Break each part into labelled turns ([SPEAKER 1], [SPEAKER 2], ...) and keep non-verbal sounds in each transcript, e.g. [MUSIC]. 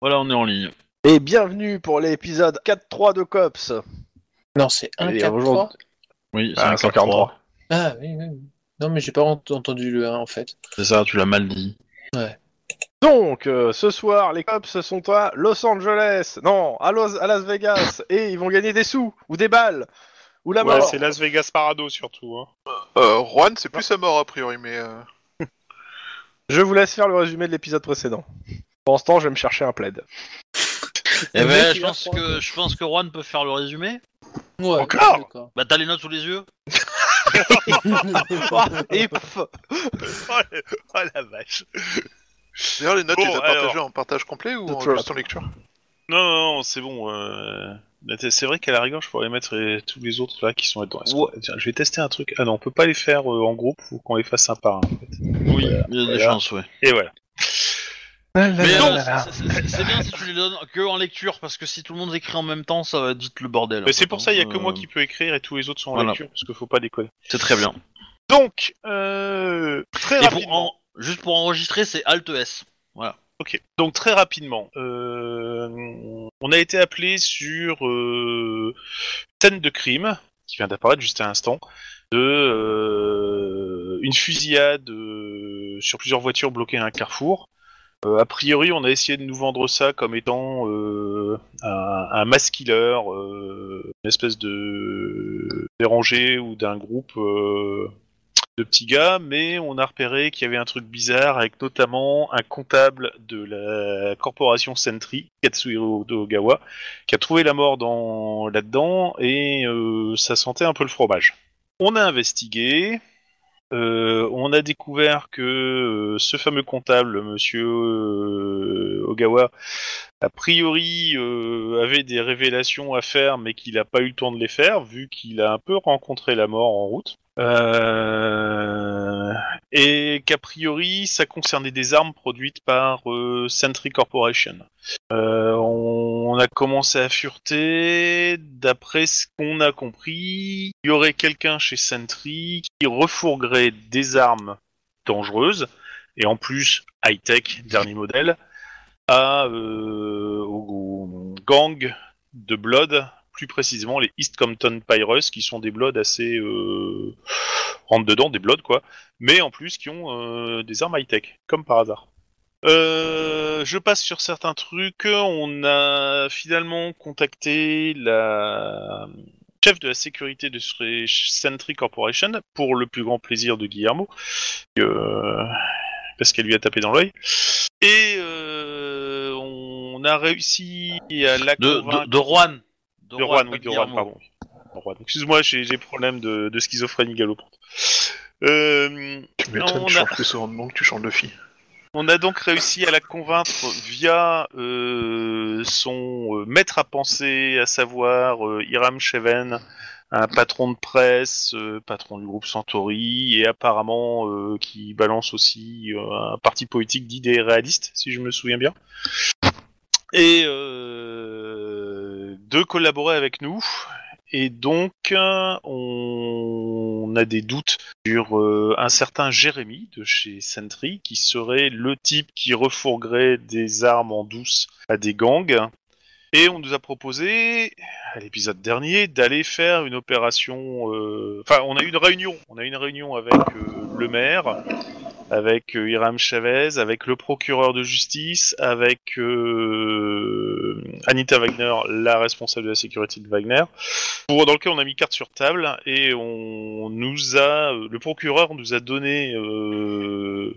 [SPEAKER 1] Voilà, on est en ligne.
[SPEAKER 2] Et bienvenue pour l'épisode 4-3 de COPS.
[SPEAKER 3] Non, c'est
[SPEAKER 2] Et
[SPEAKER 3] 1, 4,
[SPEAKER 2] aujourd'hui-
[SPEAKER 3] 3.
[SPEAKER 1] Oui, c'est
[SPEAKER 2] Ah,
[SPEAKER 1] un
[SPEAKER 2] 143.
[SPEAKER 1] 4-3.
[SPEAKER 3] Ah oui, oui. oui. Non, mais j'ai pas ent- entendu le 1 en fait.
[SPEAKER 1] C'est ça, tu l'as mal dit.
[SPEAKER 2] Donc, euh, ce soir, les COPS sont à Los Angeles, non, à, Los- à Las [LAUGHS] Vegas, et ils vont gagner des sous, ou des balles, ou la
[SPEAKER 4] Ouais,
[SPEAKER 2] mort.
[SPEAKER 4] c'est Las Vegas Parado surtout. Hein.
[SPEAKER 5] Euh, Juan, c'est plus à mort a priori, mais euh,
[SPEAKER 2] Je vous laisse faire le résumé de l'épisode précédent. Pendant ce temps, je vais me chercher un plaid.
[SPEAKER 1] Eh
[SPEAKER 3] Le mec,
[SPEAKER 1] ben,
[SPEAKER 3] il
[SPEAKER 1] je
[SPEAKER 3] va
[SPEAKER 1] pense
[SPEAKER 3] prendre.
[SPEAKER 1] que je pense que Juan peut faire le résumé.
[SPEAKER 3] Ouais,
[SPEAKER 4] Encore
[SPEAKER 3] d'accord.
[SPEAKER 1] Bah, t'as les notes sous les yeux.
[SPEAKER 2] [LAUGHS] Et pff,
[SPEAKER 4] oh, le- [LAUGHS] oh la vache.
[SPEAKER 5] d'ailleurs les notes,
[SPEAKER 4] Bon,
[SPEAKER 5] tu les as
[SPEAKER 4] alors.
[SPEAKER 5] partagées en partage complet ou en
[SPEAKER 2] Toujours.
[SPEAKER 5] juste en lecture
[SPEAKER 4] Non, non, non, c'est bon. euh, C'est vrai qu'à la rigueur, je pourrais mettre euh, tous les autres là qui sont. Attends, est-ce qu'on- tiens, je vais tester un truc. Ah non, on peut pas les faire euh, en groupe, faut qu'on les fasse un par un. En fait.
[SPEAKER 1] Oui, il y a des
[SPEAKER 4] Voilà.
[SPEAKER 1] chances, ouais.
[SPEAKER 4] Et voilà.
[SPEAKER 1] Mais
[SPEAKER 4] là
[SPEAKER 1] euh, c'est c'est- c'est bien si tu les donnes que en lecture, parce que si tout le monde écrit en même temps, ça va vite le bordel.
[SPEAKER 4] Mais c'est pour ça, il y a que
[SPEAKER 1] Euh,
[SPEAKER 4] moi qui peux écrire et tous les autres sont en
[SPEAKER 1] voilà.
[SPEAKER 4] lecture, parce qu'il faut pas déconner.
[SPEAKER 1] Euh, C'est très bien.
[SPEAKER 4] Donc, euh, très
[SPEAKER 1] Et pour
[SPEAKER 4] rapidement.
[SPEAKER 1] en- juste pour enregistrer, c'est Alt E S.
[SPEAKER 4] Ok, donc très rapidement, euh, on a été appelé sur euh, une scène de crime qui vient d'apparaître juste à l'instant, de euh, une fusillade euh, sur plusieurs voitures bloquées à un carrefour. Euh, a priori, on a essayé de nous vendre ça comme étant euh, un, un mass killer, euh, une espèce de dérangé ou d'un groupe euh, de petits gars, mais on a repéré qu'il y avait un truc bizarre avec notamment un comptable de la corporation Sentry, Katsuhiro Ogawa, qui a trouvé la mort dans là-dedans et euh, ça sentait un peu le fromage. On a investigué, euh, on a découvert que euh, ce fameux comptable, monsieur euh, Ogawa, a priori euh, avait des révélations à faire, mais qu'il n'a pas eu le temps de les faire, vu qu'il a un peu rencontré la mort en route. Euh, et qu'a priori, ça concernait des armes produites par euh, Sentry Corporation. Euh, on, on a commencé à fureter. D'après ce qu'on a compris, il y aurait quelqu'un chez Sentry qui refourguerait des armes dangereuses et en plus high-tech, dernier modèle, à, euh, au, au gang de Blood, plus précisément les East Compton Pirates, qui sont des Bloods assez euh, rentre dedans, des Bloods quoi, mais en plus qui ont euh, des armes high-tech, comme par hasard. Euh, je passe sur certains trucs. On a finalement contacté la chef de la sécurité de ce- Sentry Corporation pour le plus grand plaisir de Guillermo, euh, parce qu'elle lui a tapé dans l'œil. Et euh, on a réussi à la
[SPEAKER 1] De,
[SPEAKER 4] convaincre-
[SPEAKER 1] de, de Juan.
[SPEAKER 4] de
[SPEAKER 1] pas de
[SPEAKER 4] Rouen, oui, de Rouen,
[SPEAKER 1] Guillermo.
[SPEAKER 4] pardon. De Rouen. Excuse-moi, j'ai des problèmes de, de schizophrénie galopante. Euh,
[SPEAKER 5] Tu
[SPEAKER 4] m'étonnes,
[SPEAKER 5] m'étonnes,
[SPEAKER 4] on
[SPEAKER 5] tu
[SPEAKER 4] a-
[SPEAKER 5] chantes plus souvent de nom que tu chantes de fille.
[SPEAKER 4] on a donc réussi à la convaincre via euh, son euh, maître à penser, à savoir euh, Hiram Cheven, un patron de presse, euh, patron du groupe Centauri, et apparemment euh, qui balance aussi euh, un parti politique d'idées réalistes, si je me souviens bien. Et euh, de collaborer avec nous. Et donc, euh, on a des doutes sur euh, un certain Jérémy de chez Sentry qui serait le type qui refourguerait des armes en douce à des gangs. Et on nous a proposé, à l'épisode dernier, d'aller faire une opération. euh, Enfin, on a eu une réunion. On a eu une réunion avec euh, le maire, avec euh, Hiram Chavez, avec le procureur de justice, avec euh, Anita Wagner, la responsable de la sécurité de Wagner pour, dans lequel on a mis carte sur table et on nous a, euh, le procureur nous a donné euh,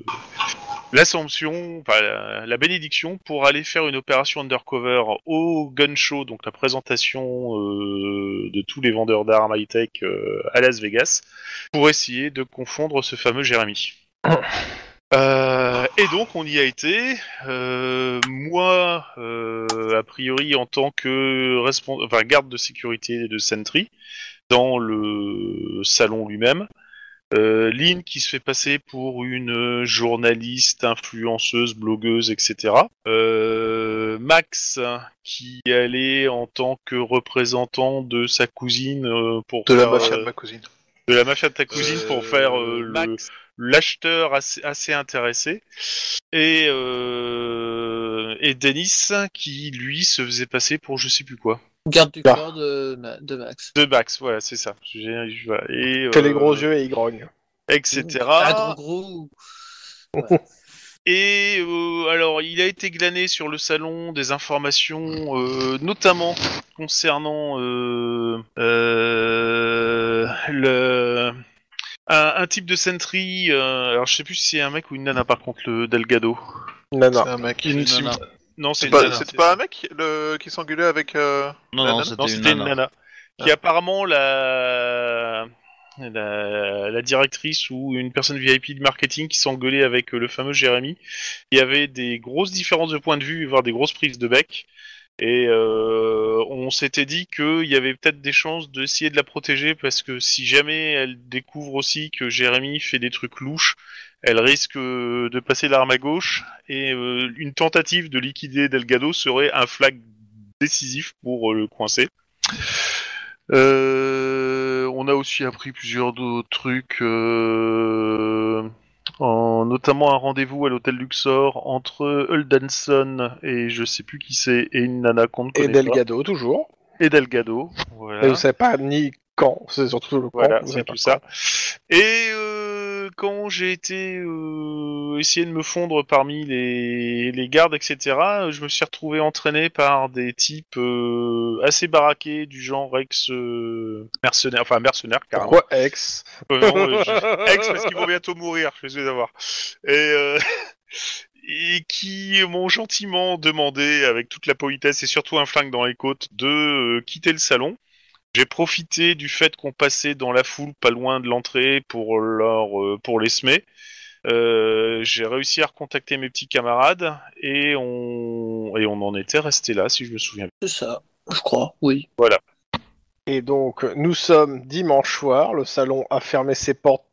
[SPEAKER 4] l'assomption, enfin, la, la bénédiction pour aller faire une opération undercover au gun show, donc la présentation euh, de tous les vendeurs d'armes high tech à Las Vegas, pour essayer de confondre ce fameux Jérémy. Euh, et donc on y a été. Euh, moi, euh, a priori en tant que respon- enfin, garde de sécurité de Sentry, dans le salon lui-même. Euh, Lynn qui se fait passer pour une journaliste, influenceuse, blogueuse, etc. Euh, Max qui allait en tant que représentant de sa cousine euh, pour
[SPEAKER 5] De la
[SPEAKER 4] faire,
[SPEAKER 5] mafia
[SPEAKER 4] euh,
[SPEAKER 5] de ma cousine.
[SPEAKER 4] de la mafia de ta cousine
[SPEAKER 5] Euh,
[SPEAKER 4] pour faire euh, le-
[SPEAKER 5] Max.
[SPEAKER 4] l'acheteur assez, assez intéressé et euh, Euh, et Dennis, qui lui se faisait passer pour je sais plus quoi.
[SPEAKER 3] Garde du
[SPEAKER 2] Ah.
[SPEAKER 3] corps de, Ma- de Max.
[SPEAKER 4] De Bax, voilà, c'est ça. J'ai- voilà. Et,
[SPEAKER 2] Que les
[SPEAKER 4] euh,
[SPEAKER 2] gros yeux et il grogne.
[SPEAKER 4] Etc.
[SPEAKER 3] Ah, gros gros. ou-
[SPEAKER 4] Et euh, alors, il a été glané sur le salon des informations, euh, notamment concernant euh, euh, le, un, un type de sentry. euh, alors, je sais plus si c'est un mec ou une nana, par contre, le Delgado.
[SPEAKER 2] Nana.
[SPEAKER 5] C'est un mec.
[SPEAKER 4] Une-
[SPEAKER 1] nana.
[SPEAKER 4] Non, c'est
[SPEAKER 5] C'est
[SPEAKER 4] une
[SPEAKER 5] pas-
[SPEAKER 4] nana.
[SPEAKER 5] C'était pas un mec le... qui s'engueulait avec. euh,
[SPEAKER 1] Non,
[SPEAKER 5] La
[SPEAKER 1] non,
[SPEAKER 5] nana-
[SPEAKER 1] c'était
[SPEAKER 4] Non,
[SPEAKER 1] une
[SPEAKER 4] c'était une
[SPEAKER 1] nana. Ah.
[SPEAKER 4] nana. Qui est apparemment la... La... la directrice ou une personne VIP de marketing qui s'engueulait avec euh, le fameux Jérémy. Il y avait des grosses différences de point de vue, voire des grosses prises de bec. Et euh, on s'était dit qu'il y avait peut-être des chances d'essayer de la protéger parce que si jamais elle découvre aussi que Jérémy fait des trucs louches, elle risque euh, de passer l'arme à gauche et euh, une tentative de liquider Delgado serait un flag décisif pour euh, le coincer. Euh, on a aussi appris plusieurs d'autres trucs, euh, en, notamment un rendez-vous à l'hôtel Luxor entre Huldanson et je sais plus qui c'est, et une nana qu'on ne
[SPEAKER 2] Et
[SPEAKER 4] connaît pas.
[SPEAKER 2] Delgado, toujours.
[SPEAKER 4] Et Delgado.
[SPEAKER 2] Et
[SPEAKER 4] Voilà.
[SPEAKER 2] vous savez pas ni quand, c'est surtout le quand.
[SPEAKER 4] Voilà,
[SPEAKER 2] vous savez
[SPEAKER 4] c'est
[SPEAKER 2] pas
[SPEAKER 4] tout ça. Et euh, quand j'ai été euh, essayer de me fondre parmi les, les gardes, etc., euh, je me suis retrouvé entraîné par des types euh, assez baraqués du genre ex euh, mercenaire, enfin mercenaire
[SPEAKER 2] quand.
[SPEAKER 4] carrément.
[SPEAKER 2] Pourquoi ex
[SPEAKER 4] Euh, [LAUGHS] non, euh, je- [LAUGHS] ex parce qu'ils vont bientôt mourir, je suis d'avoir. Et euh, [LAUGHS] et qui m'ont gentiment demandé, avec toute la politesse et surtout un flingue dans les côtes, de euh, quitter le salon. J'ai profité du fait qu'on passait dans la foule pas loin de l'entrée pour leur euh, pour les semer. Euh, J'ai réussi à recontacter mes petits camarades et on et on en était resté là si je me souviens. bien.
[SPEAKER 3] C'est ça, je crois, oui.
[SPEAKER 2] Et donc, nous sommes dimanche soir, le salon a fermé ses portes.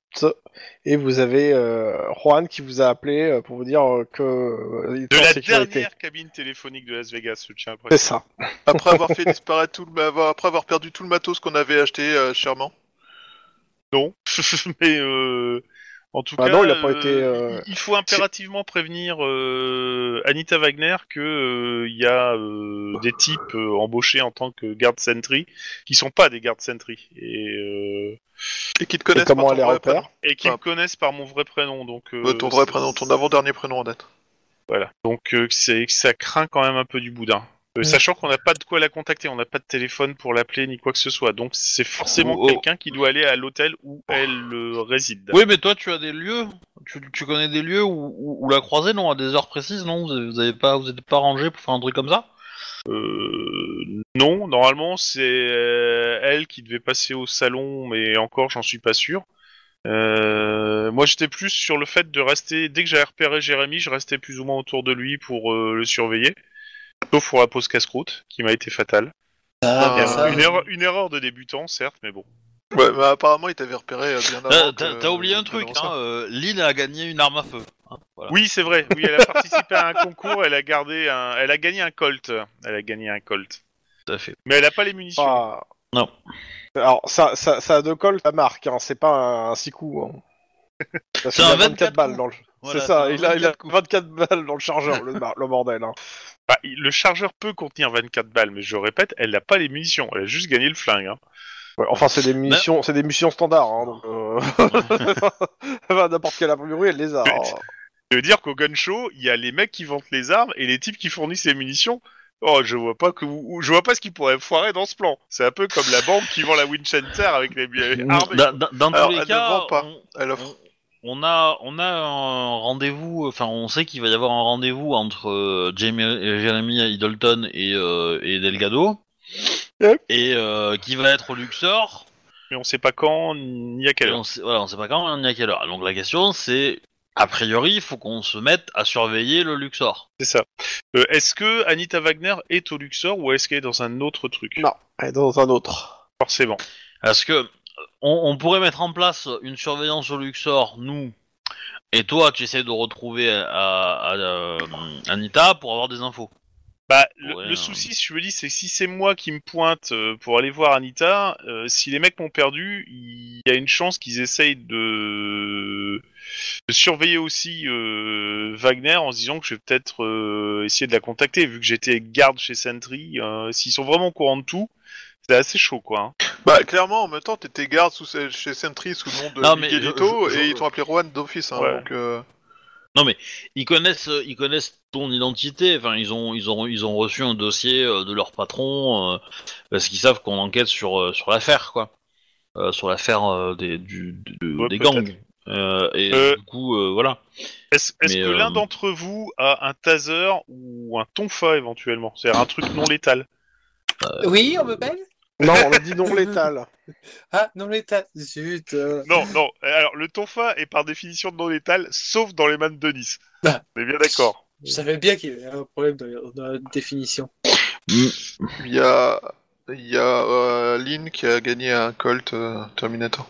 [SPEAKER 2] Et vous avez euh, Juan qui vous a appelé euh, pour vous dire euh, que euh, il était
[SPEAKER 4] De
[SPEAKER 2] en
[SPEAKER 4] la
[SPEAKER 2] sécurité.
[SPEAKER 4] dernière cabine téléphonique de Las Vegas, je tiens à
[SPEAKER 2] C'est
[SPEAKER 4] préciser.
[SPEAKER 2] ça.
[SPEAKER 5] Après avoir fait disparaître tout le... avoir- Après avoir perdu tout le matos qu'on avait acheté euh, chèrement.
[SPEAKER 4] Non, [LAUGHS] mais euh, en tout
[SPEAKER 2] Bah
[SPEAKER 4] cas,
[SPEAKER 2] non, il a pas
[SPEAKER 4] euh,
[SPEAKER 2] été, euh,
[SPEAKER 4] il- il faut impérativement prévenir euh, Anita Wagner que euh, il y a euh, des types euh, embauchés en tant que garde sentry qui sont pas des gardes sentry et, euh,
[SPEAKER 5] Et qui te
[SPEAKER 2] Et
[SPEAKER 5] connaissent par
[SPEAKER 2] comment
[SPEAKER 5] ton
[SPEAKER 2] elle les
[SPEAKER 5] vrai
[SPEAKER 2] repère
[SPEAKER 4] et qui
[SPEAKER 5] Ah.
[SPEAKER 4] me connaissent par mon vrai prénom. Donc euh,
[SPEAKER 5] prénom. Euh, ton vrai
[SPEAKER 4] c'est-
[SPEAKER 5] prénom, ton avant-dernier prénom en date.
[SPEAKER 4] Voilà. Donc euh, c'est ça craint quand même un peu du boudin. Euh,
[SPEAKER 3] Ouais.
[SPEAKER 4] Sachant qu'on n'a pas de quoi la contacter, on n'a pas de téléphone pour l'appeler ni quoi que ce soit. Donc c'est forcément
[SPEAKER 1] Oh, oh.
[SPEAKER 4] quelqu'un qui doit aller à l'hôtel où elle euh, réside.
[SPEAKER 1] Oui, mais toi, tu as des lieux, tu, tu connais des lieux où, où- où la croiser, non, à des heures précises, non Vous avez- vous avez pas, vous êtes pas rangé pour faire un truc comme ça
[SPEAKER 4] Euh, non, normalement c'est euh, elle qui devait passer au salon, mais encore j'en suis pas sûr. Euh, moi j'étais plus sur le fait de rester, dès que j'avais repéré Jérémy, je restais plus ou moins autour de lui pour euh, le surveiller. Sauf pour la pause casse-croûte, qui m'a été fatale.
[SPEAKER 5] Ah,
[SPEAKER 3] bah,
[SPEAKER 5] euh,
[SPEAKER 3] ça,
[SPEAKER 4] une, erreur, une erreur de débutant, certes, mais bon.
[SPEAKER 5] Ouais, mais apparemment, il t'avait repéré euh, bien
[SPEAKER 2] Bah,
[SPEAKER 1] T'as
[SPEAKER 5] avant.
[SPEAKER 1] t'as-
[SPEAKER 5] que-
[SPEAKER 1] t'as oublié un
[SPEAKER 5] que
[SPEAKER 1] truc,
[SPEAKER 5] dans ça.
[SPEAKER 1] hein, euh, Lynn a gagné une arme à feu. hein, voilà.
[SPEAKER 4] Oui, c'est vrai, oui, elle a participé à un concours, elle a, gardé un... elle a gagné un Colt. Elle a gagné un Colt.
[SPEAKER 1] Tout à fait.
[SPEAKER 4] Mais elle a pas les munitions.
[SPEAKER 2] Ah.
[SPEAKER 1] Non.
[SPEAKER 2] Alors, ça, ça, ça a deux cols, ça marque, hein, c'est pas un, un six coups.
[SPEAKER 1] [LAUGHS]
[SPEAKER 2] hein. Parce
[SPEAKER 1] C'est
[SPEAKER 2] qu'il
[SPEAKER 1] un
[SPEAKER 2] a 24
[SPEAKER 1] 24
[SPEAKER 2] balles
[SPEAKER 1] coups.
[SPEAKER 2] dans le.
[SPEAKER 1] Voilà,
[SPEAKER 2] c'est ça,
[SPEAKER 1] un
[SPEAKER 2] il a, il a
[SPEAKER 1] 24 coups.
[SPEAKER 2] 24 balles dans le chargeur, le, bar- le bordel. hein.
[SPEAKER 4] Bah, il- le chargeur peut contenir 24 balles, mais je répète, elle n'a pas les munitions, elle a juste gagné le flingue. hein.
[SPEAKER 2] Ouais, enfin, c'est des munitions, c'est des munitions standards. Hein, donc, euh, [LAUGHS] enfin, N'importe quelle imprimerie, elle les a. hein.
[SPEAKER 4] Ça veut dire qu'au gun show, il y a les mecs qui vendent les armes et les types qui fournissent les munitions. Oh, je vois pas que vous- ou- je vois pas ce qui pourrait foirer dans ce plan. C'est un peu comme la banque qui vend la Winchester avec les les armes.
[SPEAKER 1] Dans, dans- dans
[SPEAKER 5] Alors,
[SPEAKER 1] tous les
[SPEAKER 5] elle
[SPEAKER 1] cas,
[SPEAKER 5] ne vend pas.
[SPEAKER 1] on-
[SPEAKER 5] Elle offre.
[SPEAKER 1] on, on a, on a un rendez-vous, enfin on sait qu'il va y avoir un rendez-vous entre euh, Jamie- euh, Jeremy Idleton et, euh, et Delgado,
[SPEAKER 2] Yep.
[SPEAKER 1] et euh, qui va être au Luxor,
[SPEAKER 4] Mais on sait pas quand ni à
[SPEAKER 1] et
[SPEAKER 4] quelle heure.
[SPEAKER 1] on sait, voilà, on sait pas quand ni à quelle heure. Donc la question c'est, a priori, il faut qu'on se mette à surveiller le Luxor.
[SPEAKER 4] C'est ça. Euh, est-ce que Anita Wagner est au Luxor ou est-ce qu'elle est dans un autre truc
[SPEAKER 2] Non, elle est dans un autre.
[SPEAKER 4] Forcément.
[SPEAKER 1] Parce que euh, on, on pourrait mettre en place une surveillance au Luxor, nous, euh, et toi tu essaies de retrouver à, à- à, euh, Anita pour avoir des infos.
[SPEAKER 4] Bah, le,
[SPEAKER 1] Ouais,
[SPEAKER 4] le
[SPEAKER 1] hein.
[SPEAKER 4] souci, si je veux dire, c'est que si c'est moi qui me pointe euh, pour aller voir Anita, euh, si les mecs m'ont perdu, il y a une chance qu'ils essayent de... de surveiller aussi euh, Wagner en se disant que je vais peut-être euh, essayer de la contacter, vu que j'étais garde chez Sentry. euh, S'ils sont vraiment au courant de tout, c'est assez chaud, quoi. hein.
[SPEAKER 5] Bah, clairement, en même temps, t'étais garde sous, chez Sentry sous le nom de
[SPEAKER 1] Non, mais
[SPEAKER 5] Miguelito,
[SPEAKER 1] je- je-
[SPEAKER 5] et
[SPEAKER 1] je-
[SPEAKER 5] ils t'ont appelé Juan d'office, hein,
[SPEAKER 4] Ouais.
[SPEAKER 5] donc... euh,
[SPEAKER 1] Ils connaissent, euh, ils connaissent ton identité. Enfin, ils ont, ils ont, ils ont reçu un dossier euh, de leur patron euh, parce qu'ils savent qu'on enquête sur euh, sur l'affaire, quoi, Euh, sur l'affaire euh, des du, de-
[SPEAKER 4] Ouais,
[SPEAKER 1] des
[SPEAKER 4] peut-être.
[SPEAKER 1] gangs. Euh, et
[SPEAKER 4] Euh.
[SPEAKER 1] du coup, euh, voilà.
[SPEAKER 4] Est-ce est-ce
[SPEAKER 1] Mais,
[SPEAKER 4] que
[SPEAKER 1] euh,
[SPEAKER 4] l'un d'entre vous a un taser ou un tonfa éventuellement C'est-à-dire un truc non létal.
[SPEAKER 3] euh, Oui, on me baigne
[SPEAKER 2] [LAUGHS] Non, on a dit non létal.
[SPEAKER 3] Ah, non, mais t'as... Zut euh.
[SPEAKER 4] Non, non. Alors, le tonfa est par définition non létal, sauf dans les mains de Denis.
[SPEAKER 3] Ah.
[SPEAKER 4] On est bien d'accord.
[SPEAKER 3] Je savais bien qu'il y avait un problème dans, dans la définition.
[SPEAKER 5] Il y a... Il y a euh, Lynn qui a gagné un Colt euh, Terminator.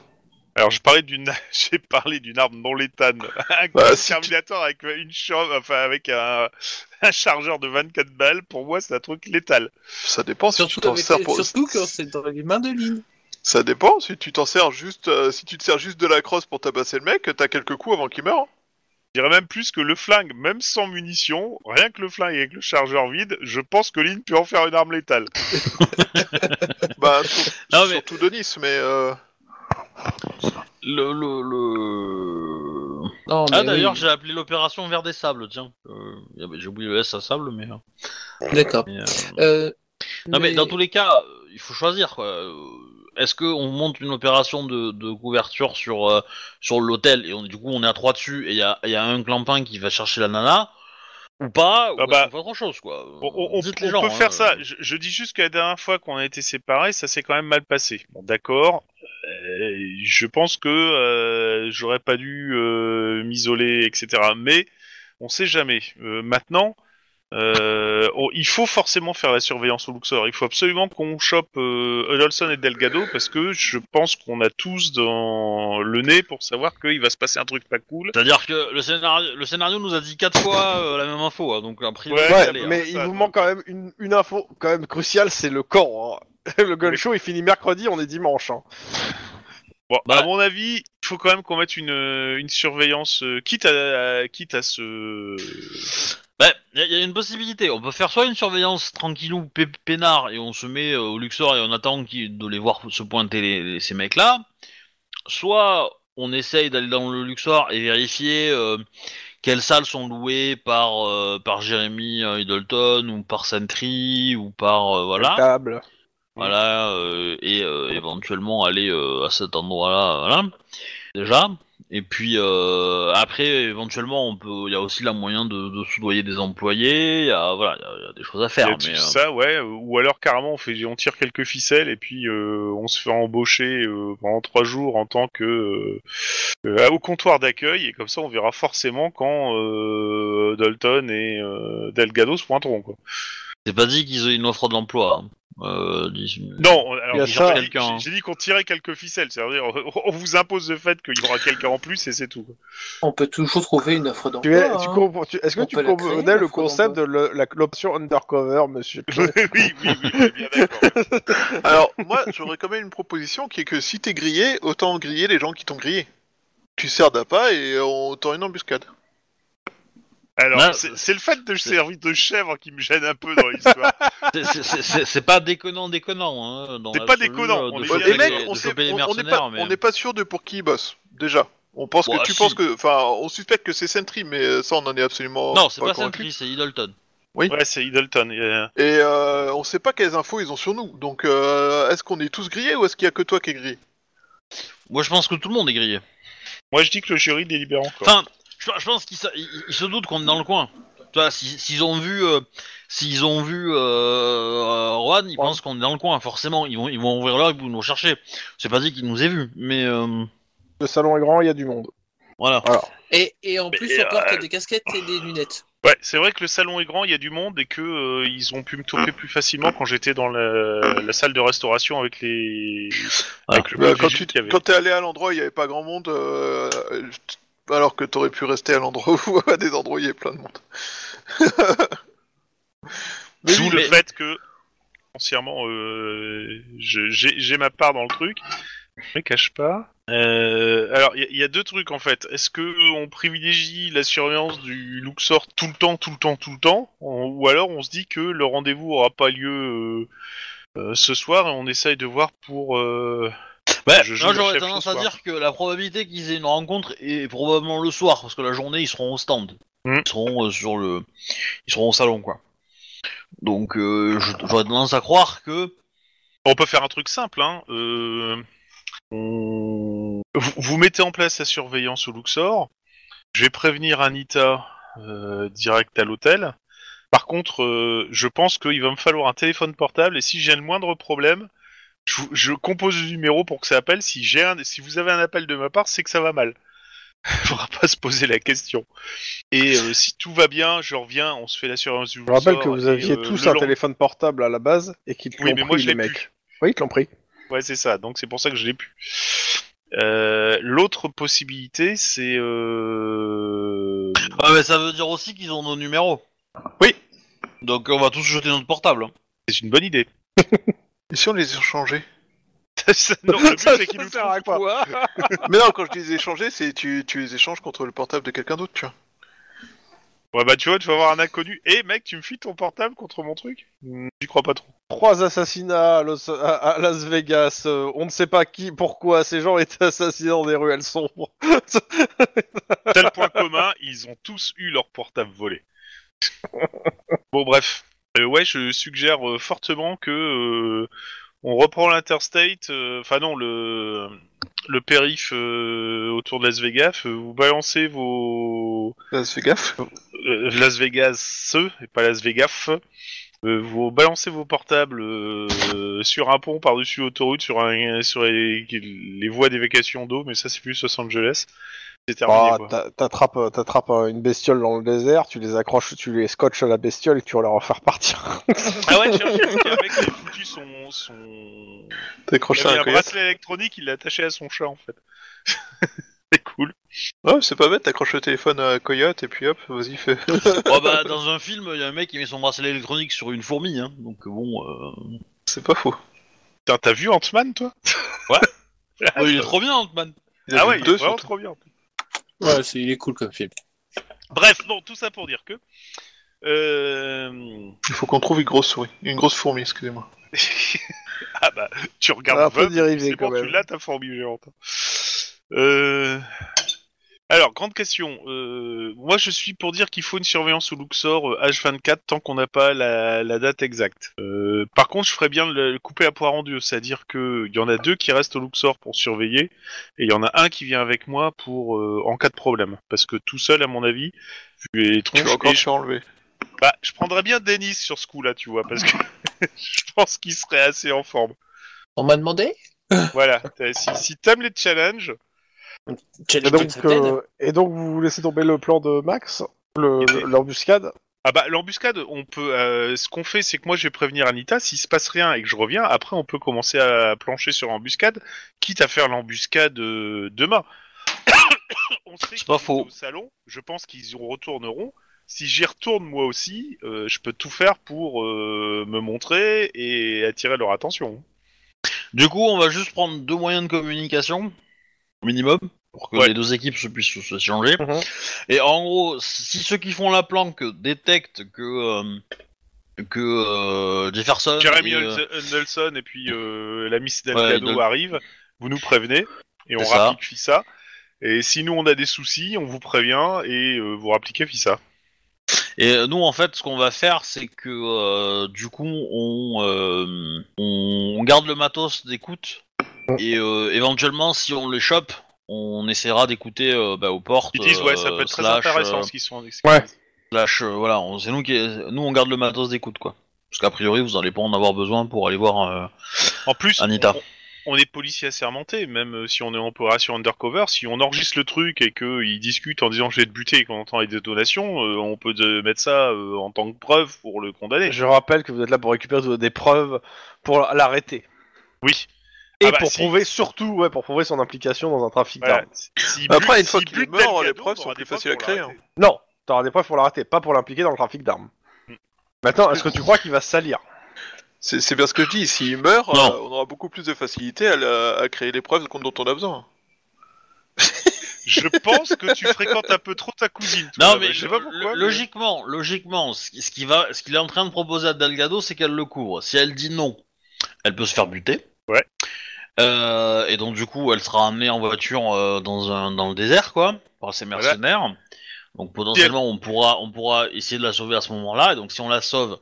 [SPEAKER 4] Alors, je parlais d'une, [LAUGHS] j'ai parlé d'une arme non létale, un
[SPEAKER 5] Bah, si tu-
[SPEAKER 4] Terminator avec une chambre, enfin avec un, [LAUGHS] un chargeur de 24 balles. Pour moi, c'est un truc létal.
[SPEAKER 5] Ça dépend si tu
[SPEAKER 3] Surtout,
[SPEAKER 5] t'en
[SPEAKER 3] avec-
[SPEAKER 5] sers pour...
[SPEAKER 3] surtout quand c'est dans les mains de Lynn.
[SPEAKER 5] Ça dépend, si tu t'en sers juste... euh, si tu te sers juste de la crosse pour tabasser le mec, t'as quelques coups avant qu'il meure. hein.
[SPEAKER 1] [LAUGHS]
[SPEAKER 4] Je dirais même plus que le flingue, même sans munitions, rien que le flingue avec le chargeur vide, je pense que Lynn peut en faire une arme létale.
[SPEAKER 5] Bah, sur-
[SPEAKER 1] Non, mais-
[SPEAKER 5] surtout Denis, mais... euh,
[SPEAKER 1] Le, le, le...
[SPEAKER 3] Non,
[SPEAKER 1] Ah
[SPEAKER 3] mais
[SPEAKER 1] d'ailleurs,
[SPEAKER 3] oui.
[SPEAKER 1] j'ai appelé l'opération Vers des Sables. Tiens, Euh, y avait- j'ai oublié le S à Sable, mais. euh,
[SPEAKER 3] D'accord.
[SPEAKER 1] mais, euh,
[SPEAKER 3] Euh,
[SPEAKER 1] Non mais dans tous les cas, euh, il faut choisir quoi. Euh, Est-ce qu'on monte une opération de, de couverture sur euh, sur l'hôtel et on, du coup on est à trois dessus et il y a, il y a un clampin qui va chercher la nana ou pas ou
[SPEAKER 4] Ah bah,
[SPEAKER 1] pas grand chose quoi.
[SPEAKER 4] On, on- on-
[SPEAKER 1] Dites
[SPEAKER 4] on
[SPEAKER 1] les gens,
[SPEAKER 4] peut
[SPEAKER 1] hein.
[SPEAKER 4] faire ça. Je, je dis juste que la dernière fois qu'on a été séparés, ça s'est quand même mal passé. Bon, d'accord. Euh, je pense que euh, j'aurais pas dû euh, m'isoler, etc. Mais on sait jamais. Euh, maintenant, euh, on- il faut forcément faire la surveillance au Luxor. Il faut absolument qu'on chope euh, Adolson et Delgado parce que je pense qu'on a tous dans le nez pour savoir qu'il va se passer un truc pas cool.
[SPEAKER 1] C'est-à-dire que le scénario le scénario nous a dit quatre fois euh, la même info hein, donc après
[SPEAKER 4] Ouais,
[SPEAKER 2] Ouais,
[SPEAKER 4] allez,
[SPEAKER 2] mais
[SPEAKER 4] hein,
[SPEAKER 2] il
[SPEAKER 4] ça,
[SPEAKER 2] vous
[SPEAKER 4] donc.
[SPEAKER 2] manque quand même une, une info quand même cruciale, c'est le camp. hein. [LAUGHS] Le gun show, il finit mercredi, on est dimanche. hein.
[SPEAKER 4] Bon,
[SPEAKER 1] Bah-
[SPEAKER 4] à mon avis, il faut quand même qu'on mette une, euh, une surveillance, euh, quitte à, à- quitte à ce.
[SPEAKER 1] Bah, il y, a- y a une possibilité. On peut faire soit une surveillance tranquillou, pé- peinard, et on se met euh, au Luxor et on attend qui- de les voir se pointer les- les- ces mecs-là. Soit on essaye d'aller dans le Luxor et vérifier euh, quelles salles sont louées par euh, par Jérémy euh, Hiddleton ou par Sentry ou par euh,
[SPEAKER 4] Ah.
[SPEAKER 1] voilà,
[SPEAKER 2] Table.
[SPEAKER 1] voilà, euh, et euh, éventuellement aller euh, à cet endroit-là, voilà. Déjà. Et puis euh, après, éventuellement, on peut. Il y a aussi la moyen de, de soudoyer des employés. il Y a, voilà, il y a- il y, a des choses à
[SPEAKER 4] Il y
[SPEAKER 1] faire.
[SPEAKER 4] a tout
[SPEAKER 1] Mais, euh,
[SPEAKER 4] ça, ouais. Ou alors carrément, on fait, on tire quelques ficelles et puis euh, on se fait embaucher euh, pendant trois jours en tant que euh, euh, au comptoir d'accueil et comme ça, on verra forcément quand euh, Dalton et euh, Delgado se pointeront, quoi.
[SPEAKER 1] c'est pas dit qu'ils aient une offre de l'emploi. hein. Euh, dis- hein.
[SPEAKER 4] Non, on-
[SPEAKER 2] Il y a
[SPEAKER 4] alors j'ai
[SPEAKER 2] ça.
[SPEAKER 4] j'ai- j'ai- j'ai dit qu'on tirait quelques ficelles, c'est-à-dire on, on vous impose le fait qu'il y aura quelqu'un en plus et c'est tout.
[SPEAKER 3] On peut toujours trouver une offre d'emploi.
[SPEAKER 2] Tu
[SPEAKER 4] Ah.
[SPEAKER 2] es, tu
[SPEAKER 3] hein.
[SPEAKER 2] comprends- tu- est-ce que
[SPEAKER 3] On
[SPEAKER 2] tu
[SPEAKER 3] peut la créer,
[SPEAKER 2] comprenais
[SPEAKER 3] la
[SPEAKER 2] le
[SPEAKER 3] fois
[SPEAKER 2] concept de
[SPEAKER 3] d'emploi.
[SPEAKER 2] le- la- l'option undercover, monsieur
[SPEAKER 4] oui, [LAUGHS] oui, oui, oui, bien d'accord.
[SPEAKER 5] [LAUGHS] Alors, moi, j'aurais quand même une proposition qui est que si t'es grillé, autant griller les gens qui t'ont grillé. Tu sers d'appât et on tend une embuscade.
[SPEAKER 4] Alors,
[SPEAKER 1] Non,
[SPEAKER 4] c'est c'est le fait de
[SPEAKER 1] c'est-
[SPEAKER 4] servir de chèvre qui me gêne un peu dans
[SPEAKER 1] [LAUGHS]
[SPEAKER 4] l'histoire.
[SPEAKER 1] C'est- c'est- c'est c'est- c'est pas déconnant, déconnant. Hein, dans
[SPEAKER 4] C'est pas
[SPEAKER 1] l'absolu,
[SPEAKER 4] déconnant,
[SPEAKER 1] euh,
[SPEAKER 4] on
[SPEAKER 1] de
[SPEAKER 4] est-
[SPEAKER 1] choper
[SPEAKER 4] Ouais,
[SPEAKER 5] les
[SPEAKER 1] des-
[SPEAKER 5] mecs,
[SPEAKER 1] de
[SPEAKER 5] on sait-
[SPEAKER 1] choper les
[SPEAKER 5] on- on n'est
[SPEAKER 1] mercenaires,
[SPEAKER 5] pas,
[SPEAKER 1] mais-
[SPEAKER 5] on n'est pas sûr de pour qui ils bossent, déjà. On pense
[SPEAKER 1] Bon,
[SPEAKER 5] que tu
[SPEAKER 1] si.
[SPEAKER 5] penses que. Enfin, on suspecte que c'est Sentry, mais euh, ça, on en est absolument.
[SPEAKER 1] Non, c'est pas
[SPEAKER 5] convaincu.
[SPEAKER 1] Sentry, c'est Hiddleton.
[SPEAKER 4] ouais, c'est Idelton. euh,
[SPEAKER 5] Et euh, on sait pas quelles infos ils ont sur nous. Donc, euh, est-ce qu'on est tous grillés ou est-ce qu'il y a que toi qui es grillé
[SPEAKER 1] Moi, je pense que tout le monde est grillé.
[SPEAKER 4] Moi, je dis que le jury délibère encore.
[SPEAKER 1] Enfin, je, je pense qu'ils sa- ils- ils se doutent qu'on est dans le coin. Tu vois, si- s'ils ont vu, euh, s'ils ont vu euh, euh, Juan, ils pensent qu'on est dans le coin. Forcément, ils vont, ils vont ouvrir l'heure et nous chercher. C'est pas dit qu'ils nous aient vus, mais euh,
[SPEAKER 2] Le salon est grand, il y a du monde.
[SPEAKER 1] voilà.
[SPEAKER 3] Et, et en plus,
[SPEAKER 4] Mais,
[SPEAKER 3] on porte des casquettes et des lunettes.
[SPEAKER 4] ouais, c'est vrai que le salon est grand, il y a du monde et que euh, ils ont pu me toper plus facilement quand j'étais dans la, la salle de restauration avec les.
[SPEAKER 1] Ah.
[SPEAKER 4] Avec le
[SPEAKER 5] Bah,
[SPEAKER 4] peu de
[SPEAKER 5] Quand
[SPEAKER 4] jus
[SPEAKER 5] tu
[SPEAKER 4] qu'il y avait.
[SPEAKER 5] quand t'es allé à l'endroit, il n'y avait pas grand monde. euh, Alors que [LAUGHS] t'aurais pu rester à l'endroit où à des endroits où il y avait plein de monde.
[SPEAKER 4] D'où le
[SPEAKER 1] mais-
[SPEAKER 4] fait que, foncièrement, euh, je- j'ai j'ai ma part dans le truc. Je me cache pas. Euh, alors, il y, a- il y a deux trucs en fait. Est-ce que on privilégie la surveillance du Luxor tout le temps, tout le temps, tout le temps, On- ou alors on se dit que le rendez-vous aura pas lieu euh, euh, ce soir et on essaye de voir pour. euh,
[SPEAKER 1] Bah,
[SPEAKER 4] je joue
[SPEAKER 1] moi
[SPEAKER 4] le
[SPEAKER 1] j'aurais
[SPEAKER 4] chef
[SPEAKER 1] tendance
[SPEAKER 4] ce
[SPEAKER 1] à
[SPEAKER 4] soir.
[SPEAKER 1] dire que la probabilité qu'ils aient une rencontre est probablement le soir, parce que la journée ils seront au stand.
[SPEAKER 4] Mm.
[SPEAKER 1] Ils seront euh, sur le. Ils seront au salon quoi. Donc euh, je- j'aurais tendance à croire que.
[SPEAKER 4] On peut faire un truc simple, hein. euh, on- vous, vous mettez en place la surveillance au Luxor. Je vais prévenir Anita euh, direct à l'hôtel. Par contre, euh, je pense qu'il va me falloir un téléphone portable et si j'ai le moindre problème, je, vous- je compose le numéro pour que ça appelle. Si j'ai un, si vous avez un appel de ma part, c'est que ça va mal. [LAUGHS] Faudra pas se poser la question. Et euh, si tout va bien, je reviens, on se fait la surveillance du
[SPEAKER 2] Je vous rappelle
[SPEAKER 4] Luxor
[SPEAKER 2] que vous
[SPEAKER 4] et,
[SPEAKER 2] aviez
[SPEAKER 4] euh,
[SPEAKER 2] tous
[SPEAKER 4] le
[SPEAKER 2] un
[SPEAKER 4] lend-
[SPEAKER 2] téléphone portable à la base et qu'ils te
[SPEAKER 4] Oui,
[SPEAKER 2] l'ont
[SPEAKER 4] mais moi,
[SPEAKER 2] pris,
[SPEAKER 4] je
[SPEAKER 2] les
[SPEAKER 4] l'ai
[SPEAKER 2] mecs. Oui, ils te l'ont pris.
[SPEAKER 4] Ouais, c'est ça. Donc c'est pour ça que je l'ai pu. Euh, L'autre possibilité, c'est. Euh...
[SPEAKER 1] Ah, mais ça veut dire aussi qu'ils ont nos numéros.
[SPEAKER 4] Oui.
[SPEAKER 1] Donc on va tous jeter notre portable.
[SPEAKER 4] C'est une bonne idée. [LAUGHS]
[SPEAKER 5] Et si on les échangeait
[SPEAKER 4] Ça- non, le but, c'est qu'il nous trouve.
[SPEAKER 5] Mais non, quand je dis échanger, c'est tu, tu les échanges contre le portable de quelqu'un d'autre, tu vois.
[SPEAKER 4] Ouais, bah tu vois, tu vas voir un inconnu. Eh mec, tu me files ton portable contre mon truc Hmm, J'y crois pas trop.
[SPEAKER 2] Trois assassinats à, Los- à- à Las Vegas. euh, on ne sait pas qui, pourquoi ces gens [LAUGHS] étaient assassinés dans des ruelles sombres.
[SPEAKER 4] Tel [LAUGHS] point commun, ils ont tous eu leur portable volé. Bon, bref. Euh, ouais, je suggère euh, fortement que. euh, on reprend l'interstate, euh, enfin non, le, le périph euh, autour de Las Vegas. euh, vous balancez vos,
[SPEAKER 5] Là, fais gaffe.
[SPEAKER 4] Euh, Las Vegas ce et pas Las Vegas. Euh, vous balancez vos portables euh, sur un pont par-dessus l'autoroute, sur, un, sur les, les voies d'évacuation d'eau, mais ça c'est plus Los Angeles. C'est terminé.
[SPEAKER 2] Ah,
[SPEAKER 4] quoi.
[SPEAKER 2] t'a- T'attrapes euh, t'attrapes, euh, une bestiole dans le désert, tu les accroches, tu les scotches à la bestiole et tu vas la refaire partir.
[SPEAKER 4] Ah ouais, tiens, j'ai vu qu'un mec qui a foutu son. son...
[SPEAKER 5] T'as
[SPEAKER 4] Il
[SPEAKER 5] accroché
[SPEAKER 4] avait
[SPEAKER 5] un
[SPEAKER 4] un
[SPEAKER 5] coyote.
[SPEAKER 4] bracelet électronique, il l'a attaché à son chat en fait. [LAUGHS] c'est cool.
[SPEAKER 5] Ouais, c'est pas bête, t'accroches le téléphone à un coyote et puis hop, vas-y, fais.
[SPEAKER 4] [LAUGHS]
[SPEAKER 1] oh, bah, dans un film, il y a un mec qui met son bracelet électronique sur une fourmi. Hein. Donc bon. euh,
[SPEAKER 5] C'est pas faux.
[SPEAKER 4] Putain, t'as vu Ant-Man toi
[SPEAKER 1] oh, il est trop bien, Ant-Man.
[SPEAKER 5] Il y a
[SPEAKER 4] Ah ouais, il est
[SPEAKER 5] deux
[SPEAKER 4] vraiment
[SPEAKER 5] surtout.
[SPEAKER 4] trop bien.
[SPEAKER 3] Ouais, c'est- il est cool comme film.
[SPEAKER 4] Bref, non, tout ça pour dire que. Euh...
[SPEAKER 5] Il faut qu'on trouve une grosse souris. Une grosse fourmi, excusez-moi.
[SPEAKER 4] ah bah,
[SPEAKER 2] [LAUGHS]
[SPEAKER 4] tu regardes
[SPEAKER 2] un peu
[SPEAKER 4] Venom,
[SPEAKER 2] dérivé
[SPEAKER 4] C'est
[SPEAKER 2] quand
[SPEAKER 4] bon, tu
[SPEAKER 2] même.
[SPEAKER 4] l'as ta fourmi géante. Euh, Alors, grande question. Euh, Moi, je suis pour dire qu'il faut une surveillance au Luxor euh, H24 tant qu'on n'a pas la, la date exacte. Euh, Par contre, je ferais bien de le couper à poire en deux, c'est-à-dire qu'il y en a deux qui restent au Luxor pour surveiller et il y en a un qui vient avec moi pour euh, en cas de problème. Parce que tout seul, à mon avis, vu les
[SPEAKER 5] Tu
[SPEAKER 4] tronches,
[SPEAKER 5] vas encore
[SPEAKER 4] et je-
[SPEAKER 5] te enlever.
[SPEAKER 4] bah, je prendrais bien Denis sur ce coup-là, tu vois, parce que [LAUGHS] je pense qu'il serait assez en forme.
[SPEAKER 3] On m'a demandé
[SPEAKER 4] Voilà, T'as- si, si t'aimes les challenges,
[SPEAKER 2] Et
[SPEAKER 3] Challenge
[SPEAKER 2] donc,
[SPEAKER 3] accepted.
[SPEAKER 2] euh, et donc, vous laissez tomber le plan de Max Le- le- L'embuscade
[SPEAKER 4] Ah bah l'embuscade, on peut. euh, ce qu'on fait, c'est que moi je vais prévenir Anita. S'il se passe rien et que je reviens, après on peut commencer à plancher sur embuscade, quitte à faire l'embuscade euh, demain. [COUGHS] on sait
[SPEAKER 1] C'est pas
[SPEAKER 4] qu'ils
[SPEAKER 1] faux.
[SPEAKER 4] étaient Au salon, je pense qu'ils y retourneront. Si j'y retourne moi aussi, euh, je peux tout faire pour euh, me montrer et attirer leur attention.
[SPEAKER 1] Du coup, on va juste prendre deux moyens de communication, au minimum, pour que
[SPEAKER 4] Ouais.
[SPEAKER 1] les deux équipes se puissent se changer.
[SPEAKER 2] Mhm.
[SPEAKER 1] Et en gros, si ceux qui font la planque détectent que. euh, que euh, Jefferson.
[SPEAKER 4] Jeremy
[SPEAKER 1] et, euh,
[SPEAKER 4] Nelson et puis euh, la Miss
[SPEAKER 1] Ouais,
[SPEAKER 4] Delgado
[SPEAKER 1] Del-
[SPEAKER 4] arrivent, vous nous prévenez et on
[SPEAKER 1] C'est ça.
[SPEAKER 4] rapplique FISA. Et si nous on a des soucis, on vous prévient et euh, vous rappliquez FISA.
[SPEAKER 1] Et euh, nous, en fait, ce qu'on va faire, c'est que euh, du coup, on, euh, on, on garde le matos d'écoute. Et euh, éventuellement, si on les chope, on essaiera d'écouter euh, bah, aux portes.
[SPEAKER 4] Ils disent ouais, ça peut
[SPEAKER 1] euh,
[SPEAKER 4] être très
[SPEAKER 1] slash,
[SPEAKER 4] intéressant
[SPEAKER 1] euh,
[SPEAKER 4] ce qu'ils sont. ce qu'ils
[SPEAKER 2] ouais.
[SPEAKER 4] disent.
[SPEAKER 1] slash, euh, voilà, on- c'est nous qui, nous, on garde le matos d'écoute, quoi. Parce qu'a priori, vous n'allez pas en avoir besoin pour aller voir. euh,
[SPEAKER 4] En plus,
[SPEAKER 1] Anita.
[SPEAKER 4] On, on est policier assermenté, même euh, si on est en opération undercover, si on enregistre le truc et qu'ils discutent en disant je vais te buter et qu'on entend les détonations, euh, on peut de- mettre ça euh, en tant que preuve pour le condamner.
[SPEAKER 2] Je rappelle que vous êtes là pour récupérer des preuves pour l'arrêter.
[SPEAKER 4] Oui.
[SPEAKER 2] Et
[SPEAKER 4] Ah bah,
[SPEAKER 2] pour
[SPEAKER 4] si.
[SPEAKER 2] prouver surtout, ouais, pour prouver son implication dans un trafic
[SPEAKER 4] Voilà.
[SPEAKER 2] d'armes.
[SPEAKER 4] S'il bute-
[SPEAKER 5] Après, une
[SPEAKER 4] s'il
[SPEAKER 5] fois qu'il est
[SPEAKER 4] bute
[SPEAKER 5] mort,
[SPEAKER 4] Delgado,
[SPEAKER 5] les preuves
[SPEAKER 4] on
[SPEAKER 5] sont
[SPEAKER 4] aura
[SPEAKER 5] plus
[SPEAKER 4] des preuves
[SPEAKER 5] faciles à
[SPEAKER 4] pour
[SPEAKER 5] créer.
[SPEAKER 4] l'arrêter.
[SPEAKER 5] hein.
[SPEAKER 4] Mm.
[SPEAKER 2] Non, t'auras des preuves pour l'arrêter, pas pour l'impliquer dans le trafic d'armes. Maintenant, est-ce que tu crois qu'il va se salir
[SPEAKER 5] C'est c'est bien ce que je dis, s'il meurt,
[SPEAKER 1] Non.
[SPEAKER 5] euh, on aura beaucoup plus de facilité à, la- à créer les preuves dont on
[SPEAKER 4] [LAUGHS]
[SPEAKER 5] a besoin.
[SPEAKER 4] Je pense que tu fréquentes un peu trop ta cousine. toi,
[SPEAKER 1] Non,
[SPEAKER 4] là-bas.
[SPEAKER 1] mais
[SPEAKER 4] je sais pas pourquoi.
[SPEAKER 1] lo- logiquement, logiquement, ce qui- ce qu'il va, ce qu'il est en train de proposer à Delgado, c'est qu'elle le couvre. Si elle dit non, elle peut se faire buter.
[SPEAKER 4] Ouais.
[SPEAKER 1] Euh, et donc du coup, elle sera amenée en voiture euh, dans un dans le désert, quoi, par ces mercenaires. Donc potentiellement, on pourra on pourra essayer de la sauver à ce moment-là. Et donc si on la sauve,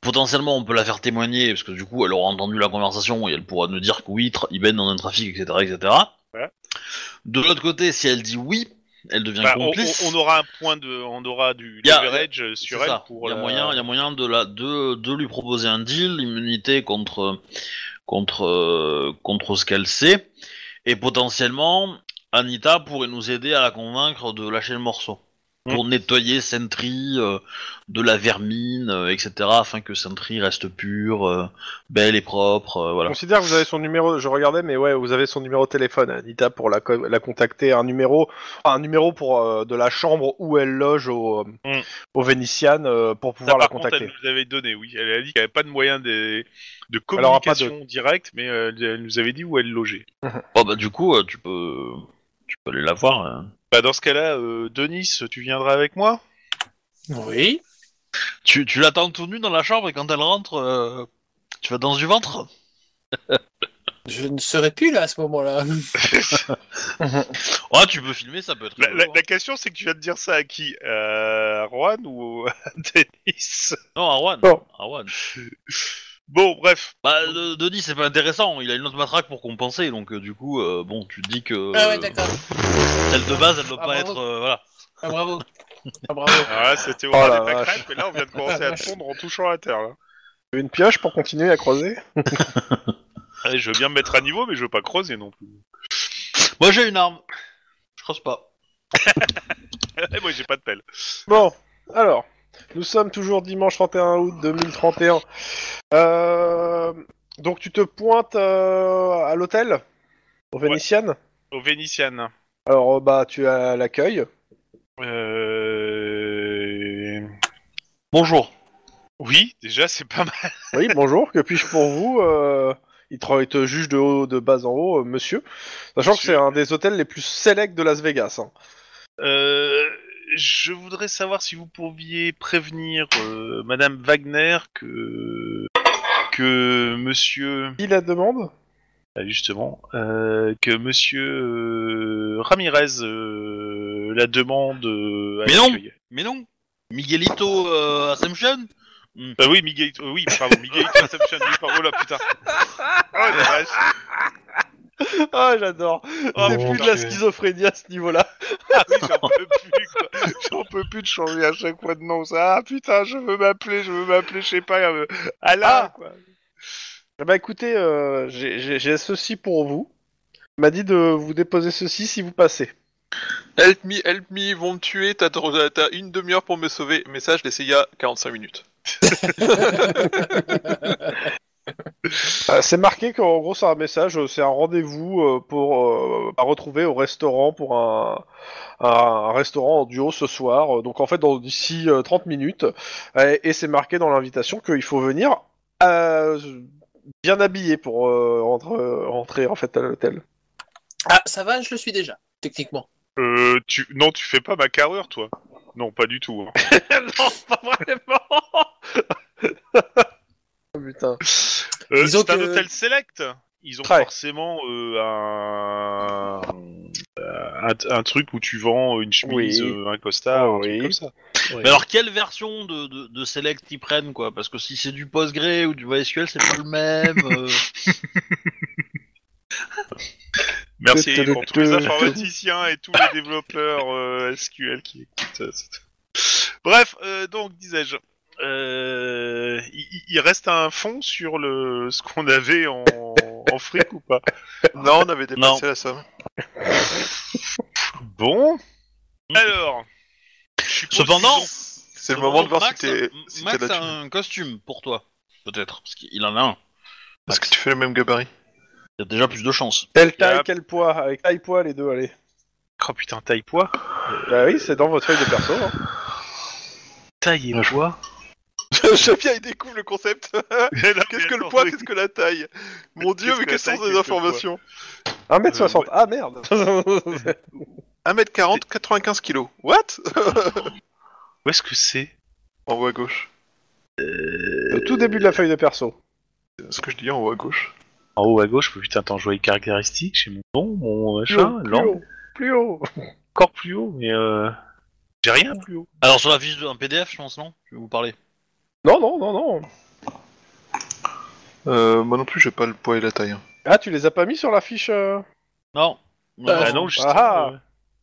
[SPEAKER 1] potentiellement, on peut la faire témoigner parce que du coup, elle aura entendu la conversation et elle pourra nous dire que oui, tra- il baigne dans un trafic, etc., etc.
[SPEAKER 4] Ouais.
[SPEAKER 1] De l'autre côté, si elle dit oui, elle devient
[SPEAKER 4] Bah, on,
[SPEAKER 1] complice.
[SPEAKER 4] on- on aura un point de, on aura du
[SPEAKER 1] Y a-
[SPEAKER 4] leverage sur
[SPEAKER 1] C'est
[SPEAKER 4] elle
[SPEAKER 1] ça.
[SPEAKER 4] pour
[SPEAKER 1] il
[SPEAKER 4] euh,
[SPEAKER 1] y a
[SPEAKER 4] la-
[SPEAKER 1] moyen, il y a moyen de la de, de lui proposer un deal, l'immunité contre contre euh, contre ce qu'elle sait, et potentiellement Anita pourrait nous aider à la convaincre de lâcher le morceau
[SPEAKER 4] Mm.
[SPEAKER 1] pour nettoyer Sentry euh, de la vermine, euh, etc., afin que Sentry reste pure, euh, belle et propre, euh,
[SPEAKER 2] Je
[SPEAKER 1] voilà.
[SPEAKER 2] Considère que vous avez son numéro, je regardais, mais ouais, vous avez son numéro de téléphone, Anita, pour la, co- la contacter, un numéro, enfin, un numéro pour euh, de la chambre où elle loge au,
[SPEAKER 4] Mm.
[SPEAKER 2] au Vénitian euh, pour
[SPEAKER 4] Ça,
[SPEAKER 2] pouvoir la
[SPEAKER 4] par contre,
[SPEAKER 2] contacter.
[SPEAKER 4] elle nous avait donné, oui. Elle a dit qu'elle n'avait pas de moyen de, de
[SPEAKER 2] Elle aura pas de-
[SPEAKER 4] communication directe, mais euh, elle nous avait dit où elle logeait.
[SPEAKER 1] Oh bah du coup, euh, tu peux tu peux aller la voir. hein.
[SPEAKER 4] Bah, dans ce cas-là, euh, Denis, tu viendras avec moi
[SPEAKER 3] euh, Oui.
[SPEAKER 1] Tu, tu l'attends tout nu dans la chambre et quand elle rentre, euh, tu vas dans du ventre.
[SPEAKER 3] Je ne serai plus là à ce moment-là.
[SPEAKER 1] Ouais, tu peux filmer, ça peut être.
[SPEAKER 4] la, la-
[SPEAKER 1] rigolo, hein.
[SPEAKER 4] la question, c'est que tu vas te dire ça à qui Euh, À Juan ou à Denis
[SPEAKER 1] Non, Oh, Arwan.
[SPEAKER 2] Bon.
[SPEAKER 1] Arwan.
[SPEAKER 4] Bon, bref.
[SPEAKER 1] Bah, de- Denis, c'est pas intéressant. Il a une autre matraque pour compenser, donc euh, du coup, euh, bon, tu te dis que
[SPEAKER 3] Ah ouais, d'accord.
[SPEAKER 1] celle de base, elle doit
[SPEAKER 3] Ah,
[SPEAKER 1] pas
[SPEAKER 3] bravo.
[SPEAKER 1] être. euh, voilà.
[SPEAKER 3] Ah, bravo. Ah, bravo.
[SPEAKER 4] Alors là, c'était au
[SPEAKER 2] Oh
[SPEAKER 4] moment
[SPEAKER 2] la
[SPEAKER 4] des
[SPEAKER 2] vache.
[SPEAKER 4] pâquerettes, mais là, on vient de commencer
[SPEAKER 2] [LAUGHS]
[SPEAKER 4] à tondre en touchant la terre. Là.
[SPEAKER 2] Une pioche pour continuer à creuser
[SPEAKER 4] Allez, Eh, je veux bien me mettre à niveau, mais je veux pas creuser non [LAUGHS] plus.
[SPEAKER 1] Moi, j'ai une arme. Je croise pas.
[SPEAKER 4] Et Eh, moi, j'ai pas de pelle.
[SPEAKER 2] Bon, alors, nous sommes toujours dimanche 31 août 2031. Euh, donc tu te pointes euh, à l'hôtel au Vénitian
[SPEAKER 4] Au Vénitian.
[SPEAKER 2] Alors euh, bah tu as l'accueil.
[SPEAKER 4] Euh...
[SPEAKER 1] Bonjour.
[SPEAKER 4] Oui, déjà, c'est pas mal.
[SPEAKER 2] Oui, bonjour, que puis-je pour vous euh, il, te, il te juge de haut, de bas en haut, euh, monsieur. Sachant que
[SPEAKER 4] Monsieur.
[SPEAKER 2] c'est un des hôtels les plus sélects de Las Vegas. hein.
[SPEAKER 4] Euh, je voudrais savoir si vous pourriez prévenir euh, Madame Wagner que que Monsieur
[SPEAKER 2] Qui la demande
[SPEAKER 4] ah, justement euh, que Monsieur euh, Ramirez euh, la demande. euh, à
[SPEAKER 1] Mais non.
[SPEAKER 4] l'accueil.
[SPEAKER 1] Mais non. Miguelito euh, Assumption. Hmm.
[SPEAKER 4] Ah oui, Miguel. euh, Oui, pardon, Miguel Conception. oui, pardon, oh là putain. Oh la vache.
[SPEAKER 2] Ah, j'adore
[SPEAKER 4] Oh,
[SPEAKER 2] C'est
[SPEAKER 3] mon
[SPEAKER 2] plus de la
[SPEAKER 3] Dieu.
[SPEAKER 2] schizophrénie à ce
[SPEAKER 4] [LAUGHS]
[SPEAKER 2] niveau-là.
[SPEAKER 4] Ah oui, j'en peux plus, quoi. J'en peux plus de changer à chaque fois de nom. Ça, ah putain, je veux m'appeler, je veux m'appeler, je sais pas, euh, Alain,
[SPEAKER 2] Ah.
[SPEAKER 4] quoi.
[SPEAKER 2] Eh ben, écoutez, euh, j'ai- j'ai j'ai ceci pour vous. Il m'a dit de vous déposer ceci si vous passez.
[SPEAKER 5] Help me, help me, ils vont me tuer, t'as t'as une demi-heure pour me sauver. Mais ça, je l'ai essayé il y a 45 minutes.
[SPEAKER 2] Euh, c'est marqué qu'en gros, c'est un message, euh, c'est un rendez-vous euh, pour euh, à retrouver au restaurant pour un, un- un restaurant en duo ce soir. Euh, Donc en fait, dans d'ici euh, 30 minutes, Euh, et c'est marqué dans l'invitation qu'il faut venir euh, bien habillé pour euh, rentre- euh, rentrer en fait à l'hôtel.
[SPEAKER 3] Ah, ça va, je le suis déjà, techniquement.
[SPEAKER 4] Euh, tu... Non, tu fais pas ma carrure, toi. Non, pas du tout. hein.
[SPEAKER 2] [LAUGHS] non, pas vraiment. Putain.
[SPEAKER 4] Euh,
[SPEAKER 3] Disons
[SPEAKER 4] c'est un
[SPEAKER 3] que-
[SPEAKER 4] hôtel select. Ils ont
[SPEAKER 2] Ouais.
[SPEAKER 4] forcément euh, un... euh, un un truc où tu vends une chemise,
[SPEAKER 2] Oui.
[SPEAKER 4] euh, un costard, un
[SPEAKER 2] Oui.
[SPEAKER 4] truc comme ça.
[SPEAKER 1] Mais alors, quelle version de, de, de Select ils prennent, quoi Parce que si c'est du PostgreSQL ou du MySQL, c'est pas le même. euh.
[SPEAKER 4] Merci
[SPEAKER 2] Te- te-
[SPEAKER 4] pour
[SPEAKER 2] te-
[SPEAKER 4] tous les
[SPEAKER 2] te-
[SPEAKER 4] informaticiens et tous les développeurs euh, SQL qui écoutent. euh, c'est tout. Bref, euh, donc disais-je, euh, il, il reste un fond sur le ce qu'on avait en, en fric ou pas
[SPEAKER 5] Non, on avait dépassé la somme.
[SPEAKER 4] Bon. Alors. je suppose
[SPEAKER 1] Cependant,
[SPEAKER 4] qu'ils ont-
[SPEAKER 5] [LAUGHS] C'est le moment de voir si
[SPEAKER 1] Max, euh,
[SPEAKER 5] t'es si t'as
[SPEAKER 1] Max
[SPEAKER 5] la
[SPEAKER 1] a
[SPEAKER 5] thune.
[SPEAKER 1] un costume pour toi, peut-être, parce qu'il en a un.
[SPEAKER 5] Parce que tu fais le même [LAUGHS] gabarit.
[SPEAKER 1] Il y a déjà plus de chance.
[SPEAKER 2] Quelle taille,
[SPEAKER 4] Yep.
[SPEAKER 2] quel poids Avec taille poids les deux, allez.
[SPEAKER 4] Oh putain, taille poids.
[SPEAKER 2] Bah oui, c'est dans votre feuille de perso. hein.
[SPEAKER 4] Taille et poids.
[SPEAKER 5] Chacun il découvre
[SPEAKER 4] [LAUGHS]
[SPEAKER 5] le concept.
[SPEAKER 4] Ah,
[SPEAKER 5] Qu'est-ce que le poids, qu'est-ce que la taille Mon dieu,
[SPEAKER 4] Qu'est-ce
[SPEAKER 5] mais
[SPEAKER 4] que
[SPEAKER 5] quelles
[SPEAKER 4] la taille,
[SPEAKER 5] sont ces
[SPEAKER 4] qu'est-ce que le
[SPEAKER 5] informations
[SPEAKER 2] 1m60. Ah merde
[SPEAKER 5] 1m40, 95 kg. What
[SPEAKER 4] Où est-ce que c'est
[SPEAKER 5] En haut à gauche.
[SPEAKER 2] Le tout début de la feuille de perso.
[SPEAKER 5] C'est Ce que je dis en haut à gauche.
[SPEAKER 4] En haut à gauche, oh, putain, attends, je vois les caractéristiques, j'ai mon nom, mon machin,
[SPEAKER 2] plus
[SPEAKER 4] langue,
[SPEAKER 2] haut. Plus haut.
[SPEAKER 4] encore plus haut, mais euh... J'ai rien plus haut.
[SPEAKER 1] Alors sur la fiche d'un PDF, je pense, non Je vais vous parler.
[SPEAKER 2] Non, non, non, non.
[SPEAKER 5] Euh, moi non plus, j'ai pas le poids et la taille. hein.
[SPEAKER 2] Ah, tu les as pas mis sur la fiche euh
[SPEAKER 1] Non.
[SPEAKER 3] Ah,
[SPEAKER 4] Ah non, justement,
[SPEAKER 2] ah.
[SPEAKER 4] euh,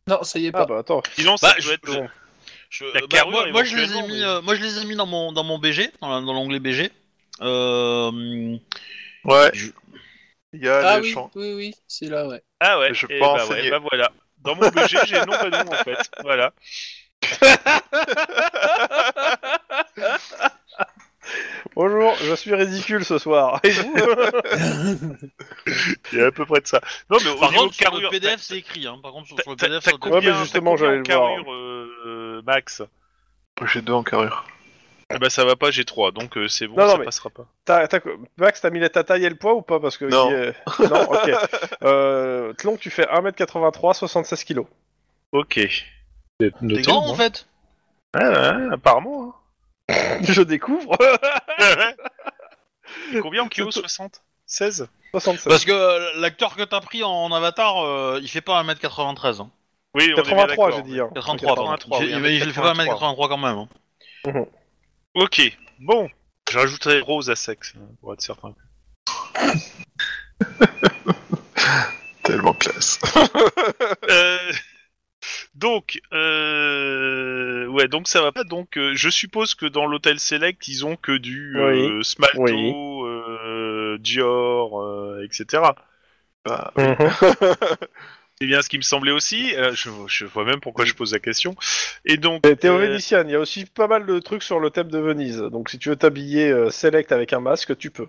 [SPEAKER 3] Non, ça y est
[SPEAKER 2] Ah
[SPEAKER 3] pas.
[SPEAKER 2] bah attends.
[SPEAKER 4] Sinon, ça
[SPEAKER 1] Bah,
[SPEAKER 4] peut
[SPEAKER 1] je-
[SPEAKER 4] être...
[SPEAKER 1] je- Je-
[SPEAKER 4] La
[SPEAKER 1] bah,
[SPEAKER 4] carrure,
[SPEAKER 1] moi, moi, je les ai
[SPEAKER 4] éventuellement,
[SPEAKER 1] mis,
[SPEAKER 4] mais-
[SPEAKER 1] euh, moi je les ai mis dans mon dans mon BG, dans, la- dans l'onglet BG. Euh,
[SPEAKER 5] Ouais.
[SPEAKER 1] Je-
[SPEAKER 5] Il
[SPEAKER 2] bah,
[SPEAKER 5] y a
[SPEAKER 3] Ah
[SPEAKER 5] les
[SPEAKER 3] oui,
[SPEAKER 5] champs.
[SPEAKER 3] oui, oui, c'est là, ouais. [LAUGHS]
[SPEAKER 4] Ah ouais,
[SPEAKER 5] Je
[SPEAKER 4] eh
[SPEAKER 5] peux
[SPEAKER 4] bah
[SPEAKER 5] enseigner.
[SPEAKER 4] ouais, bah voilà. Dans mon BG, j'ai nom, pas nom, en fait. Voilà.
[SPEAKER 2] Bonjour, je suis ridicule ce soir. [LAUGHS] Et vous
[SPEAKER 4] Il y a à peu près de ça. Non, mais au
[SPEAKER 1] par
[SPEAKER 4] niveau
[SPEAKER 1] contre, sur le
[SPEAKER 4] carrure,
[SPEAKER 1] PDF, c'est écrit. Hein. Par contre, sur, sur le
[SPEAKER 4] t'as-
[SPEAKER 1] PDF,
[SPEAKER 4] t'as
[SPEAKER 1] ça doit-
[SPEAKER 4] combien,
[SPEAKER 2] Ouais, mais
[SPEAKER 4] t'as
[SPEAKER 2] justement,
[SPEAKER 4] combien
[SPEAKER 2] j'allais
[SPEAKER 4] en
[SPEAKER 2] le voir.
[SPEAKER 4] carrure, euh, Max
[SPEAKER 5] J'ai deux en carrure.
[SPEAKER 4] Eh Bah ça va pas, j'ai 3, donc euh, c'est bon,
[SPEAKER 2] Non, non,
[SPEAKER 4] ça
[SPEAKER 2] mais-
[SPEAKER 4] passera pas.
[SPEAKER 2] T'as- t'as- Max, t'as mis la- ta taille et le poids ou pas Parce que
[SPEAKER 5] Non.
[SPEAKER 2] il est- [LAUGHS] non ok. Euh, Tlon, tu fais 1m83, 76 kg.
[SPEAKER 4] Ok. T'es
[SPEAKER 1] T'es grand en fait.
[SPEAKER 4] apparemment.
[SPEAKER 2] [LAUGHS] Je découvre [LAUGHS]
[SPEAKER 4] [LAUGHS] combien en kilos 60 16
[SPEAKER 2] 76.
[SPEAKER 4] Bah,
[SPEAKER 1] Parce que euh, l'acteur que t'as pris en, en avatar, euh, il fait pas 1m93. Hein.
[SPEAKER 4] Oui, on est bien
[SPEAKER 2] 83,
[SPEAKER 4] d'accord,
[SPEAKER 2] j'ai dit. hein.
[SPEAKER 1] 83, pardon.
[SPEAKER 4] 83,
[SPEAKER 1] Il
[SPEAKER 4] oui,
[SPEAKER 1] fait- mais il fait pas
[SPEAKER 4] 1m83.
[SPEAKER 1] 1m83 quand même. hein.
[SPEAKER 4] mais- Ok, bon. Je rajouterai Rose à sexe, euh, pour être certain.
[SPEAKER 5] Tellement classe.
[SPEAKER 4] Euh, Donc, euh... ouais, donc ça va pas. Donc, euh, je suppose que dans l'hôtel Select, ils ont que du euh, Smalto,
[SPEAKER 2] Oui.
[SPEAKER 4] euh, Dior, euh, etc.
[SPEAKER 5] Bah,
[SPEAKER 2] Mhm.
[SPEAKER 4] C'est bien ce qui me semblait aussi. Euh, je, je vois même pourquoi je pose la question. Et donc,
[SPEAKER 2] Et T'es
[SPEAKER 4] euh,
[SPEAKER 2] vénitienne, il y a aussi pas mal de trucs sur le thème de Venise. Donc si tu veux t'habiller euh, select avec un masque, tu peux.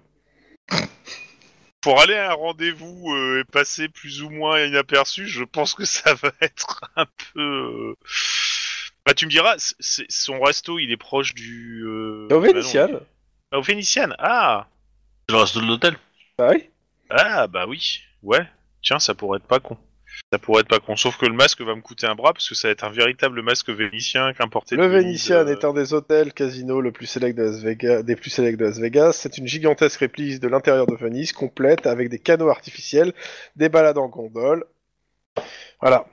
[SPEAKER 4] pour aller à un rendez-vous euh, et passer plus ou moins inaperçu, je pense que ça va [LAUGHS] être un peu. euh, Bah, tu me diras, c- c'est- son resto, il est proche du. euh,
[SPEAKER 2] T'es
[SPEAKER 4] bah non,
[SPEAKER 2] vénitienne
[SPEAKER 4] il- Au Vénitiane, ah
[SPEAKER 1] C'est le reste de l'hôtel.
[SPEAKER 2] Bah oui.
[SPEAKER 4] Ah, bah oui, ouais. Tiens, ça pourrait être pas con. Ça pourrait être pas con, sauf que le masque va me coûter un bras, parce que ça va être un véritable masque vénitien qu'importé.
[SPEAKER 2] Le
[SPEAKER 4] de Venise,
[SPEAKER 2] Venetian
[SPEAKER 4] euh,
[SPEAKER 2] est un des hôtels casino le plus select de Las Vegas, des plus sélects de Las Vegas. C'est une gigantesque réplique de l'intérieur de Venise, complète avec des canaux artificiels, des balades en gondole. Voilà.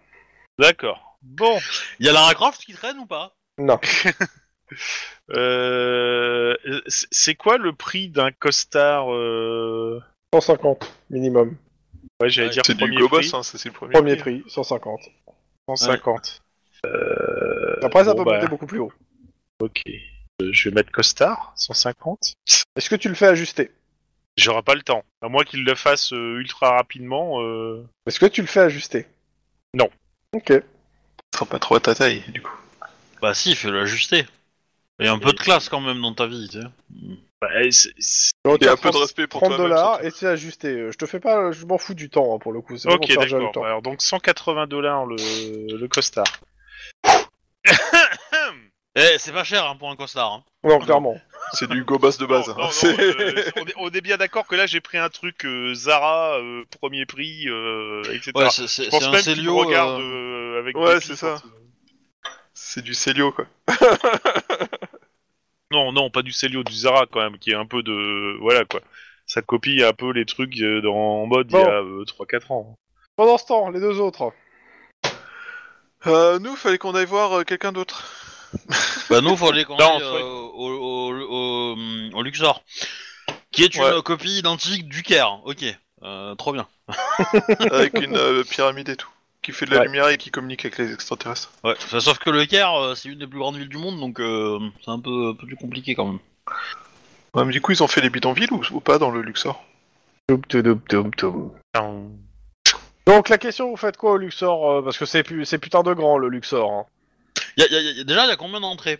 [SPEAKER 4] D'accord. Bon.
[SPEAKER 1] Il y a Lara Croft qui traîne ou pas
[SPEAKER 2] Non.
[SPEAKER 4] Euh, c'est c'est quoi le prix d'un costard euh,
[SPEAKER 2] 150 minimum.
[SPEAKER 4] Ouais, j'allais
[SPEAKER 1] Ouais,
[SPEAKER 4] dire
[SPEAKER 5] c'est du
[SPEAKER 4] premier
[SPEAKER 5] gobos,
[SPEAKER 4] prix,
[SPEAKER 5] hein, ça, c'est le premier.
[SPEAKER 2] Premier prix, 150.
[SPEAKER 4] 150.
[SPEAKER 2] Après, ça
[SPEAKER 4] bon,
[SPEAKER 2] peut
[SPEAKER 4] bah.
[SPEAKER 2] monter beaucoup plus haut.
[SPEAKER 4] Ok. Euh, je vais mettre costard, 150.
[SPEAKER 2] Est-ce que tu le fais ajuster
[SPEAKER 4] J'aurai pas le temps. À moins qu'il le fasse euh, ultra rapidement. euh.
[SPEAKER 2] Est-ce que tu le fais ajuster
[SPEAKER 4] Non.
[SPEAKER 2] Ok.
[SPEAKER 5] Ce sera pas trop à ta taille, du coup.
[SPEAKER 1] Bah si, fais-le ajuster. Et un peu de classe quand même dans ta vie, tu sais.
[SPEAKER 4] Bah, euh, c'est- c'est-
[SPEAKER 2] Donc,
[SPEAKER 5] Et
[SPEAKER 2] tu as
[SPEAKER 5] un peu de
[SPEAKER 2] 30
[SPEAKER 5] respect pour
[SPEAKER 2] 30
[SPEAKER 5] toi-même.
[SPEAKER 2] dollars
[SPEAKER 5] surtout.
[SPEAKER 2] et c'est ajusté. Euh, Je te fais pas, je m'en fous du temps hein, pour le coup. C'est
[SPEAKER 4] Ok,
[SPEAKER 2] vraiment chargé
[SPEAKER 4] d'accord. bah.
[SPEAKER 2] le temps.
[SPEAKER 4] Alors, donc 180 dollars le, le
[SPEAKER 5] [LAUGHS] [COUGHS]
[SPEAKER 4] costard. [COUGHS]
[SPEAKER 1] Eh, c'est pas cher hein, pour un costard. hein.
[SPEAKER 2] Non, clairement.
[SPEAKER 5] C'est du gobas de base.
[SPEAKER 4] Non,
[SPEAKER 5] hein.
[SPEAKER 4] non, non,
[SPEAKER 5] C'est-
[SPEAKER 4] euh, on, est, on est bien d'accord que là j'ai pris un truc euh, Zara, euh, premier prix, euh, etc.
[SPEAKER 1] Ouais, c'est- c'est c'est
[SPEAKER 4] Je pense
[SPEAKER 1] un
[SPEAKER 4] même qu'il me
[SPEAKER 1] Célio,
[SPEAKER 4] regarde
[SPEAKER 1] euh,
[SPEAKER 4] euh, avec
[SPEAKER 5] Ouais,
[SPEAKER 4] dépit
[SPEAKER 5] c'est ça.
[SPEAKER 4] quand, euh,
[SPEAKER 5] [LAUGHS] C'est du Célio, quoi.
[SPEAKER 4] Non, non, pas du Célio, du Zara quand même, qui est un peu de. Voilà quoi. Ça copie un peu les trucs euh, dans, en mode il y a euh, 3-4 ans.
[SPEAKER 2] Pendant ce temps, les deux autres.
[SPEAKER 5] Euh, nous, fallait qu'on aille voir euh, quelqu'un d'autre.
[SPEAKER 1] Bah nous, faut aller quand
[SPEAKER 4] Non,
[SPEAKER 1] même,
[SPEAKER 4] faut-
[SPEAKER 1] euh, au, au, au- hum, au Luxor, qui est une
[SPEAKER 5] Ouais.
[SPEAKER 1] euh, copie identique du Caire. Ok, euh, trop bien.
[SPEAKER 5] [LAUGHS] Avec une euh, pyramide et tout. Qui fait de la
[SPEAKER 2] Ouais.
[SPEAKER 5] lumière et qui communique avec les extraterrestres.
[SPEAKER 1] Ouais. Enfin, sauf que le Caire, euh, c'est une des plus grandes villes du monde, donc euh, c'est un peu, un peu plus compliqué quand même.
[SPEAKER 5] Ouais, mais du coup, ils ont fait les bidonvilles ou, ou pas dans le Luxor
[SPEAKER 2] Donc la question, vous faites quoi au Luxor euh, Parce que c'est pu- c'est putain de grand le Luxor.
[SPEAKER 5] [LAUGHS]
[SPEAKER 2] Hein.
[SPEAKER 1] Y a- y a- y a- déjà, il y a combien d'entrées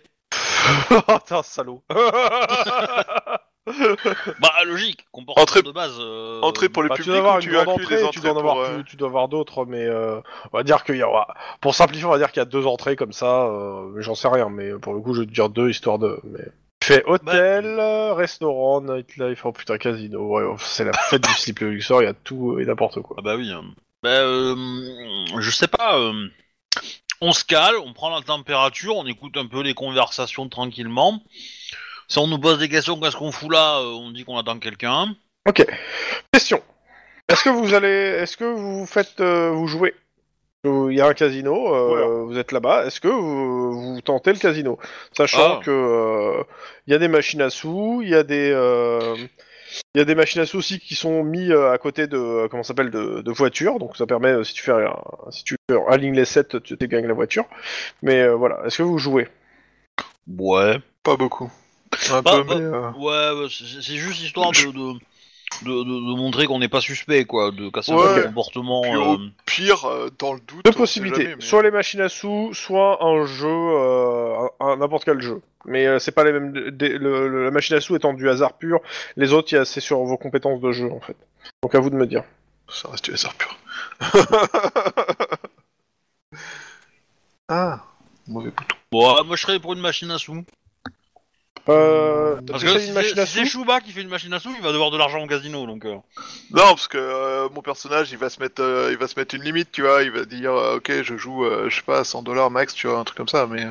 [SPEAKER 5] Oh,
[SPEAKER 2] Putain, salaud.
[SPEAKER 1] Bah logique, comportement
[SPEAKER 5] Entrée-
[SPEAKER 1] de base. euh,
[SPEAKER 5] Entrée pour le
[SPEAKER 2] Bah, tu
[SPEAKER 5] public
[SPEAKER 2] dois avoir
[SPEAKER 5] ou
[SPEAKER 2] une
[SPEAKER 5] tu
[SPEAKER 2] grande
[SPEAKER 5] inclus
[SPEAKER 2] entrée,
[SPEAKER 5] les
[SPEAKER 2] tu
[SPEAKER 5] entrées
[SPEAKER 2] dois en avoir,
[SPEAKER 5] pour, euh,
[SPEAKER 2] plus- tu dois avoir d'autres, mais euh, on va dire qu'il y a. Pour simplifier, on va dire qu'il y a deux entrées comme ça. euh, mais J'en sais rien, mais pour le coup, je vais te dire deux histoires de. Mais... Tu fais hôtel,
[SPEAKER 5] Bah,
[SPEAKER 2] euh, restaurant, nightlife, oh putain, casino. Ouais, oh, c'est la fête du slip Luxor, il y a tout et n'importe quoi.
[SPEAKER 1] Ah bah oui. hein. Bah, euh, je sais pas. euh, on se cale, on prend la température, on écoute un peu les conversations tranquillement. Si on nous pose des questions, qu'est-ce qu'on fout là euh, On dit qu'on attend quelqu'un.
[SPEAKER 2] Ok. Question. Est-ce que vous allez, est-ce que vous faites, euh, vous jouez Il y a un casino, euh,
[SPEAKER 4] Voilà.
[SPEAKER 2] vous êtes là-bas. Est-ce que vous, vous tentez le casino, sachant
[SPEAKER 1] Ah.
[SPEAKER 2] que euh, il y a des machines à sous, il y a des, euh, il y a des machines à sous aussi qui sont mis euh, à côté de, euh, comment ça s'appelle, de, de voitures. Donc ça permet euh, si tu fais, un, si tu alignes les 7, tu tu gagnes la voiture. Mais euh, voilà, est-ce que vous jouez
[SPEAKER 1] Ouais.
[SPEAKER 5] Pas beaucoup. Un
[SPEAKER 1] Pas-
[SPEAKER 5] peu,
[SPEAKER 1] pas-
[SPEAKER 5] mais, euh,
[SPEAKER 1] Ouais, ouais, c'est c'est juste histoire de, de, de- de- de montrer qu'on n'est pas suspect, quoi, de casser un
[SPEAKER 5] Ouais.
[SPEAKER 1] peu le comportement.
[SPEAKER 5] Puis
[SPEAKER 2] oh.
[SPEAKER 1] euh,
[SPEAKER 5] Pire, euh, dans le doute.
[SPEAKER 2] Deux
[SPEAKER 5] on sait
[SPEAKER 2] possibilités,
[SPEAKER 5] jamais, mais-
[SPEAKER 2] soit les machines à sous, soit un jeu, euh, un- un- n'importe quel jeu. Mais euh, c'est pas les mêmes. des- le- le- la machine à sous étant du hasard pur, les autres, il y a- c'est sur vos compétences de jeu en fait. Donc à vous de me dire.
[SPEAKER 5] Ça reste du
[SPEAKER 2] [LAUGHS]
[SPEAKER 5] hasard pur. ah, mauvais bouton.
[SPEAKER 1] bon, ouais, moi, je serais pour une machine à sous.
[SPEAKER 2] Euh,
[SPEAKER 1] Parce
[SPEAKER 2] t'essayes
[SPEAKER 1] que si
[SPEAKER 2] une
[SPEAKER 1] c'est
[SPEAKER 2] machine à
[SPEAKER 1] si c'est
[SPEAKER 2] sous
[SPEAKER 1] Chouba qui fait une machine à sous, il va devoir de l'argent au casino, donc. euh.
[SPEAKER 5] Non, parce que euh, mon personnage, il va se mettre, euh, il va se mettre une limite, tu vois. Il va dire, euh, ok, je joue, euh, je sais pas, 100 dollars max, tu vois, un truc comme ça. Mais euh,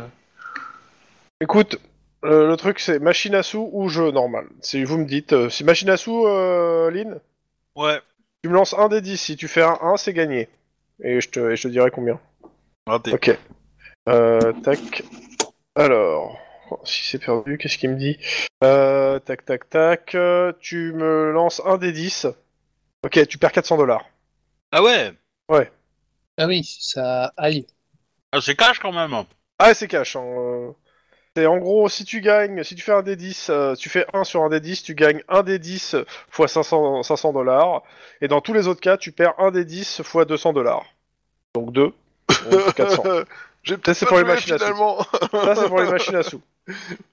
[SPEAKER 2] Écoute, euh, le truc c'est machine à sous ou jeu normal. Si vous me dites, euh, si machine à sous, euh, Lynn,
[SPEAKER 1] Ouais.
[SPEAKER 2] tu me lances un des 10. Si tu fais un 1, c'est gagné. Et je te, et je te dirai combien.
[SPEAKER 1] Raté.
[SPEAKER 2] Ok. Euh, tac. Alors, oh, si c'est perdu, qu'est-ce qu'il me dit Euh, Tac, tac, tac. euh, tu me lances un des 10. Ok, tu perds 400 dollars.
[SPEAKER 1] Ah ouais
[SPEAKER 3] Ah oui, ça aille.
[SPEAKER 1] Ah, C'est cash quand même.
[SPEAKER 2] Ah, c'est cash. hein, euh. C'est en gros, si tu gagnes, si tu fais un des 10, euh, tu fais 1 sur un des 10, tu gagnes un des 10 fois 500 500 dollars. Et dans tous les autres cas, tu perds un des 10 fois 200 dollars. Donc 2. 400.
[SPEAKER 5] [LAUGHS] j'ai
[SPEAKER 2] Ça,
[SPEAKER 5] peut-être
[SPEAKER 2] c'est
[SPEAKER 5] pas
[SPEAKER 2] pour les
[SPEAKER 5] joué,
[SPEAKER 2] machines à sous.
[SPEAKER 5] finalement. [LAUGHS]
[SPEAKER 2] Ça, c'est pour les machines à sous.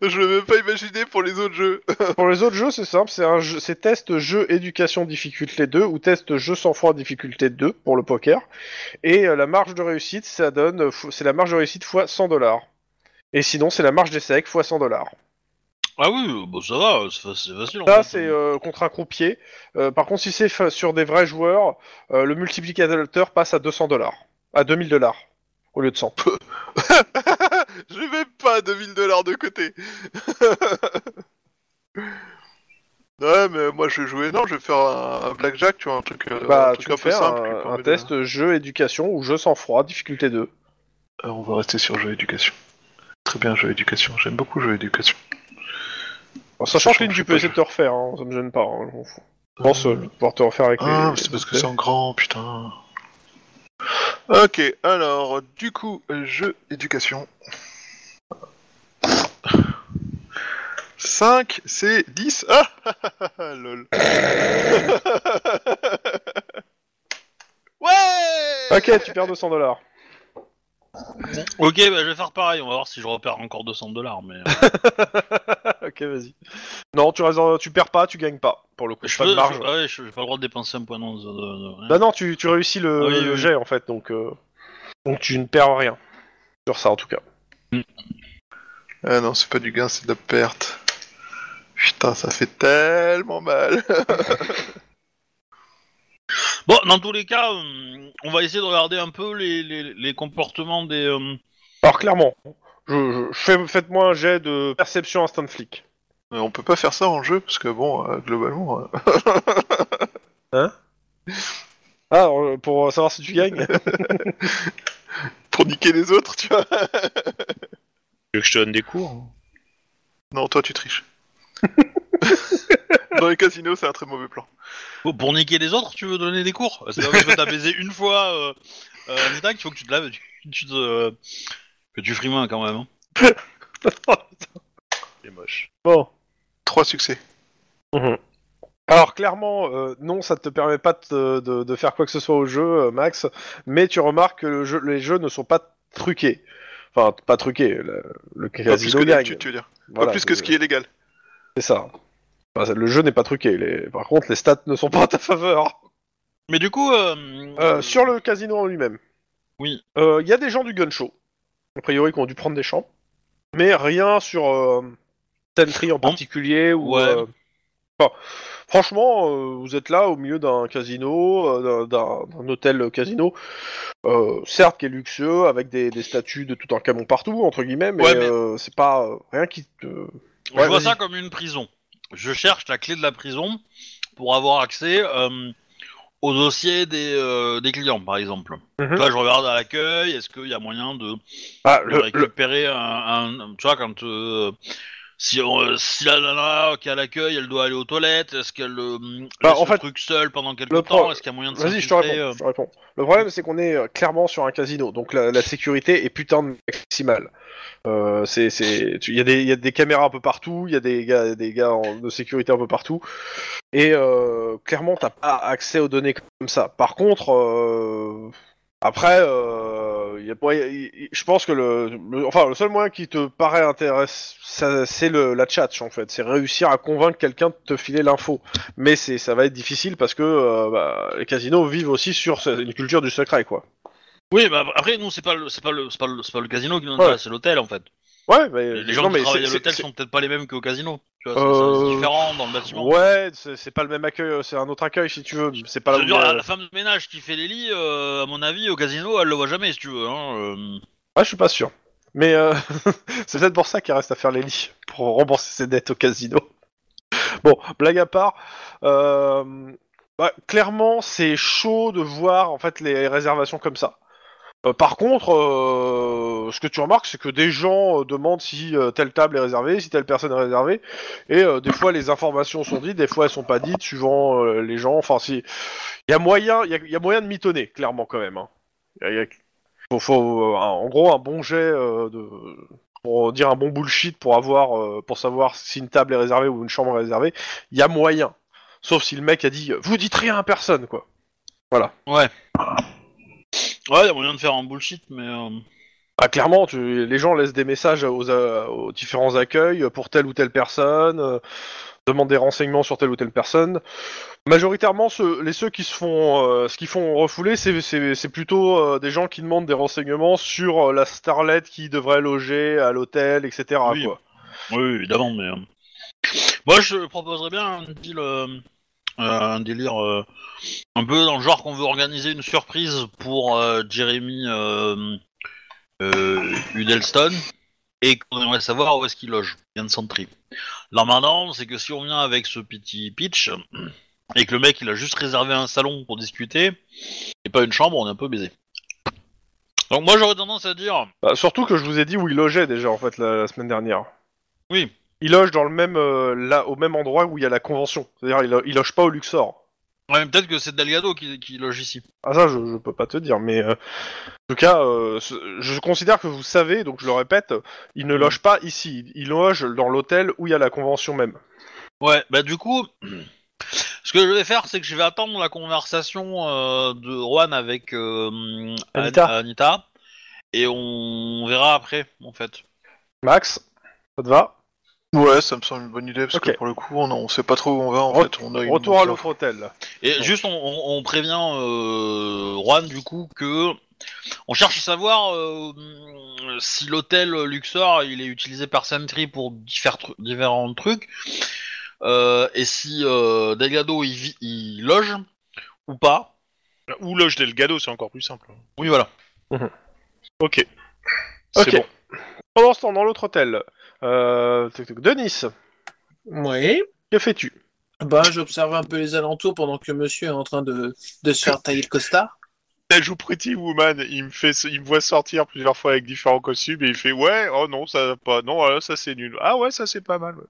[SPEAKER 5] je vais même pas imaginer pour les autres jeux. [LAUGHS]
[SPEAKER 2] Pour les autres jeux, c'est simple, c'est un jeu, c'est test jeu éducation difficulté 2 ou test jeu sans froid difficulté 2 pour le poker. Et euh, la marge de réussite, ça donne, euh, fo- c'est la marge de réussite fois 100 dollars. Et sinon, c'est la marge d'essai fois 100 dollars.
[SPEAKER 1] Ah oui, bon, ça va, c'est fa- c'est facile. en
[SPEAKER 2] Ça,
[SPEAKER 1] fait.
[SPEAKER 2] c'est euh, contre un croupier. Euh, par contre, si c'est fa- sur des vrais joueurs, euh, le multiplicateur passe à 200 dollars, à 2000 dollars au lieu de 100.
[SPEAKER 5] J'ai même pas 2000 dollars de côté. [LAUGHS] ouais, mais moi je vais jouer. Non, je vais faire un, un blackjack, tu vois, un truc, euh,
[SPEAKER 2] bah,
[SPEAKER 5] un
[SPEAKER 2] tu
[SPEAKER 5] truc
[SPEAKER 2] peux
[SPEAKER 5] un peu
[SPEAKER 2] faire
[SPEAKER 5] simple. hein. qui
[SPEAKER 2] un, un
[SPEAKER 5] permet de-
[SPEAKER 2] test jeu éducation ou jeu sans froid difficulté 2.
[SPEAKER 5] Euh, on va rester sur jeu éducation. Très bien, jeu éducation. J'aime beaucoup jeu éducation.
[SPEAKER 2] Bon, sachant que
[SPEAKER 5] Sachant
[SPEAKER 2] Lynn,
[SPEAKER 5] que
[SPEAKER 2] tu
[SPEAKER 5] je
[SPEAKER 2] peux
[SPEAKER 5] peux
[SPEAKER 2] essayer de te refaire, hein, ça me gêne pas. hein, je m'en fous. Je pense euh, pouvoir te refaire avec
[SPEAKER 5] Ah,
[SPEAKER 2] les-
[SPEAKER 5] c'est parce que
[SPEAKER 2] les-
[SPEAKER 5] c'est en grand, putain. Ok, alors, du coup, euh, jeu éducation. 5, c'est 10. Ah [LAUGHS] Lol. [LAUGHS] ouais
[SPEAKER 2] Ok, tu perds 200 dollars.
[SPEAKER 1] Ok, bah, je vais faire pareil, on va voir si je repère encore 200 dollars,
[SPEAKER 2] [LAUGHS]
[SPEAKER 1] mais. euh,
[SPEAKER 2] [LAUGHS] ok, vas-y. Non, tu, raisonnes- tu perds pas, tu gagnes pas, pour le coup.
[SPEAKER 1] je
[SPEAKER 2] pas
[SPEAKER 1] peux-
[SPEAKER 2] de marge.
[SPEAKER 1] je- ah ouais, je- j'ai pas le droit de dépenser un point non. de- de- de-
[SPEAKER 2] Bah non, tu, tu réussis le,
[SPEAKER 1] Ah oui,
[SPEAKER 2] le
[SPEAKER 1] oui.
[SPEAKER 2] jet, en fait, donc, euh, donc tu ne perds rien. Sur ça, en tout cas.
[SPEAKER 5] Ah non, c'est pas du gain, c'est de la perte. Putain, ça fait tellement mal.
[SPEAKER 1] Bon, dans tous les cas, euh, on va essayer de regarder un peu les, les- les comportements des. euh,
[SPEAKER 2] Alors, clairement, je, je- fais- faites-moi un jet de perception instant flic.
[SPEAKER 5] Mais on peut pas faire ça en jeu, parce que bon, euh, globalement... euh, [LAUGHS]
[SPEAKER 2] Ah, euh, pour savoir si tu [LAUGHS] gagnes
[SPEAKER 5] pour niquer les autres, tu vois.
[SPEAKER 4] veux que je te donne des cours
[SPEAKER 5] Non, toi
[SPEAKER 4] [LAUGHS]
[SPEAKER 5] tu triches. Dans les casinos, c'est un très mauvais plan.
[SPEAKER 1] Pour, pour niquer les autres, tu veux donner des cours C'est pas parce que t'as baisé une fois euh, euh, Anita qu'il faut que tu te laves, tu, tu te. euh, que tu frimes un, quand même. hein.
[SPEAKER 4] C'est moche.
[SPEAKER 2] Bon.
[SPEAKER 5] Trois succès.
[SPEAKER 2] Alors clairement, euh, non, ça te permet pas de, te- de- de faire quoi que ce soit au jeu, euh, Max, mais tu remarques que le jeu- les jeux ne sont pas truqués. Enfin, pas truqués, le, le
[SPEAKER 5] Pas plus
[SPEAKER 2] casino
[SPEAKER 5] que
[SPEAKER 2] gagne.
[SPEAKER 5] d'habitude, tu veux dire.
[SPEAKER 2] Voilà,
[SPEAKER 5] pas plus que ce qui est légal.
[SPEAKER 2] C'est ça. Enfin, c'est- le jeu n'est pas truqué, les- par contre les stats ne sont pas à ta faveur.
[SPEAKER 1] Mais du coup. euh,
[SPEAKER 2] Euh, sur le casino en lui-même.
[SPEAKER 1] Oui.
[SPEAKER 2] Euh, Il y a des gens du gun show, a priori qui ont dû prendre des champs, mais rien sur... euh, Sentry en particulier ou.
[SPEAKER 1] Ouais.
[SPEAKER 2] euh, enfin, franchement, euh, vous êtes là au milieu d'un casino, euh, d'un- d'un d'un hôtel casino, euh, certes qui est luxueux avec des, des statues de tout un camon partout entre guillemets, mais,
[SPEAKER 1] Ouais, mais-
[SPEAKER 2] euh, c'est pas euh, rien qui. te-
[SPEAKER 1] je
[SPEAKER 2] Ouais,
[SPEAKER 1] vois
[SPEAKER 2] vas-y.
[SPEAKER 1] ça comme une prison. Je cherche la clé de la prison pour avoir accès euh, au dossier des, euh, des clients, par exemple.
[SPEAKER 2] Mhm.
[SPEAKER 1] Tu vois, je regarde à l'accueil, est-ce qu'il y a moyen de,
[SPEAKER 2] Ah,
[SPEAKER 1] de
[SPEAKER 2] le- le-
[SPEAKER 1] récupérer un, un- Tu vois, quand. euh, si, on- euh, si la nana qui est à l'accueil, elle doit aller aux toilettes, est-ce qu'elle euh,
[SPEAKER 2] Bah,
[SPEAKER 1] laisse
[SPEAKER 2] en
[SPEAKER 1] le
[SPEAKER 2] fait,
[SPEAKER 1] truc seul pendant quelque
[SPEAKER 2] le pro-
[SPEAKER 1] temps Est-ce qu'il y a moyen de
[SPEAKER 2] Vas-y, je te
[SPEAKER 1] s'infiltrer,
[SPEAKER 2] réponds.
[SPEAKER 1] euh,
[SPEAKER 2] je te réponds. Le problème, c'est qu'on est euh, clairement sur un casino, donc la, la sécurité est putain de maximale. Euh, c'est, c'est, tu- il y, a des- il y a des caméras un peu partout, il y a des gars, des gars en- de sécurité un peu partout, et euh, clairement, t'as pas accès aux données comme ça. Par contre, euh, après, euh, il y a moyen- il- il- je pense que le, le- enfin, le seul moyen qui te paraît intéressant, ça- c'est le, la chat, en fait, c'est réussir à convaincre quelqu'un de te filer l'info mais c'est ça va être difficile parce que euh, bah, les casinos vivent aussi sur ce- une culture du secret quoi.
[SPEAKER 1] Oui, bah après, nous, c'est pas, le- c'est pas, le- c'est pas, le- c'est pas le casino qui nous intéresse, c'est l'hôtel en fait.
[SPEAKER 2] Ouais, mais
[SPEAKER 1] Les
[SPEAKER 2] Euh, non,
[SPEAKER 1] gens
[SPEAKER 2] mais
[SPEAKER 1] qui travaillent
[SPEAKER 2] c'est-
[SPEAKER 1] à l'hôtel
[SPEAKER 2] c'est-
[SPEAKER 1] sont peut-être pas les mêmes qu'au casino. Tu vois, c'est-
[SPEAKER 2] Euh,
[SPEAKER 1] c'est différent dans le bâtiment.
[SPEAKER 2] Ouais, c'est c'est pas le même accueil, euh, c'est un autre accueil si tu veux. mais C'est pas
[SPEAKER 1] Je
[SPEAKER 2] la
[SPEAKER 1] veux
[SPEAKER 2] même.
[SPEAKER 1] dire, la,
[SPEAKER 2] euh,
[SPEAKER 1] la femme de ménage qui fait les lits, euh, à mon avis, au casino, elle le voit jamais, si tu veux. Hein, euh.
[SPEAKER 2] Ouais, je suis pas sûr. Mais euh, [LAUGHS] c'est peut-être pour ça qu'il reste à faire les lits pour rembourser ses dettes au casino. Bon, blague à part, euh, bah, clairement c'est chaud de voir en fait les réservations comme ça. Euh, par contre, euh, ce que tu remarques, c'est que des gens euh, demandent si euh, telle table est réservée, si telle personne est réservée, et euh, des fois les informations sont dites, des fois elles sont pas dites, suivant euh, les gens. Enfin, si il y a moyen, il y a- il y, a moyen de mitonner, clairement quand même. hein. Y a- y a- Faut, faut, euh, un- en gros, un bon jet euh, de pour dire un bon bullshit pour avoir, euh, pour savoir si une table est réservée ou une chambre est réservée, il y a moyen. Sauf si le mec a dit, euh, vous dites rien à personne, quoi.
[SPEAKER 1] Ouais, il y a moyen de faire un bullshit, mais. euh,
[SPEAKER 2] Bah, clairement, tu- les gens laissent des messages aux, euh, aux différents accueils euh, pour telle ou telle personne, euh, demandent des renseignements sur telle ou telle personne. Majoritairement, ceux, les ceux qui se font, euh, ce qui font refouler, c'est- c'est c'est plutôt euh, des gens qui demandent des renseignements sur euh, la starlette qui devrait loger à l'hôtel, etc.
[SPEAKER 1] Oui.
[SPEAKER 2] quoi.
[SPEAKER 1] Oui, oui, évidemment, mais. euh, Moi, je proposerais bien un deal, euh, euh, un délire euh, un peu dans le genre qu'on veut organiser une surprise pour euh, Jeremy euh, euh, Udelston et qu'on aimerait savoir où est-ce qu'il loge. Il vient de Sentry. L'armandant, c'est que si on vient avec ce petit pitch et que le mec il a juste réservé un salon pour discuter et pas une chambre, on est un peu baisé. Donc, moi, j'aurais tendance à dire.
[SPEAKER 2] Bah, surtout que je vous ai dit où il logeait déjà en fait la, la semaine dernière.
[SPEAKER 1] Oui.
[SPEAKER 2] Il loge dans le même, euh, là, au même endroit où il y a la convention. C'est-à-dire il, lo- il loge pas au Luxor.
[SPEAKER 1] Ouais, mais peut-être que c'est Delgado qui- qui loge ici.
[SPEAKER 2] Ah ça je, je peux pas te dire, mais euh, en tout cas euh, ce- je considère que vous savez, donc je le répète, il ne loge pas ici. Il- Il loge dans l'hôtel où il y a la convention même.
[SPEAKER 1] Ouais, bah du coup, [CLEARS THROAT] ce que je vais faire, c'est que je vais attendre la conversation euh, de Juan avec euh,
[SPEAKER 2] Anita.
[SPEAKER 1] An- Anita, et on verra après, en fait.
[SPEAKER 2] Max, ça te va
[SPEAKER 5] Ouais, ça me semble une bonne idée parce
[SPEAKER 2] Ok.
[SPEAKER 5] que pour le coup, on, on sait pas trop où on va en
[SPEAKER 2] Ret-
[SPEAKER 5] fait. On a une-
[SPEAKER 2] Retour à l'autre hôtel.
[SPEAKER 1] Et
[SPEAKER 2] Bon.
[SPEAKER 1] juste, on, on- on prévient euh, Juan, du coup, que on cherche à savoir euh, si l'hôtel Luxor, il est utilisé par Sentry pour diffère tru- différents trucs, euh, et si euh, Delgado, il, vit- il loge ou pas.
[SPEAKER 4] Ou loge Delgado, c'est encore plus simple. hein.
[SPEAKER 1] Oui, voilà.
[SPEAKER 4] [LAUGHS] Ok. C'est
[SPEAKER 2] Ok.
[SPEAKER 4] bon.
[SPEAKER 2] Pendant ce temps dans l'autre hôtel, euh, tuk, tuk, Denis,
[SPEAKER 3] Oui.
[SPEAKER 2] que fais-tu
[SPEAKER 3] Bah, j'observe un peu les alentours pendant que monsieur est en train de, de se faire tailler le costard.
[SPEAKER 4] La joue Pretty Woman, il me fait, il me voit sortir plusieurs fois avec différents costumes et il fait ouais, oh non, ça va pas, non, ah, ça c'est nul, ah ouais, ça c'est pas mal. ouais.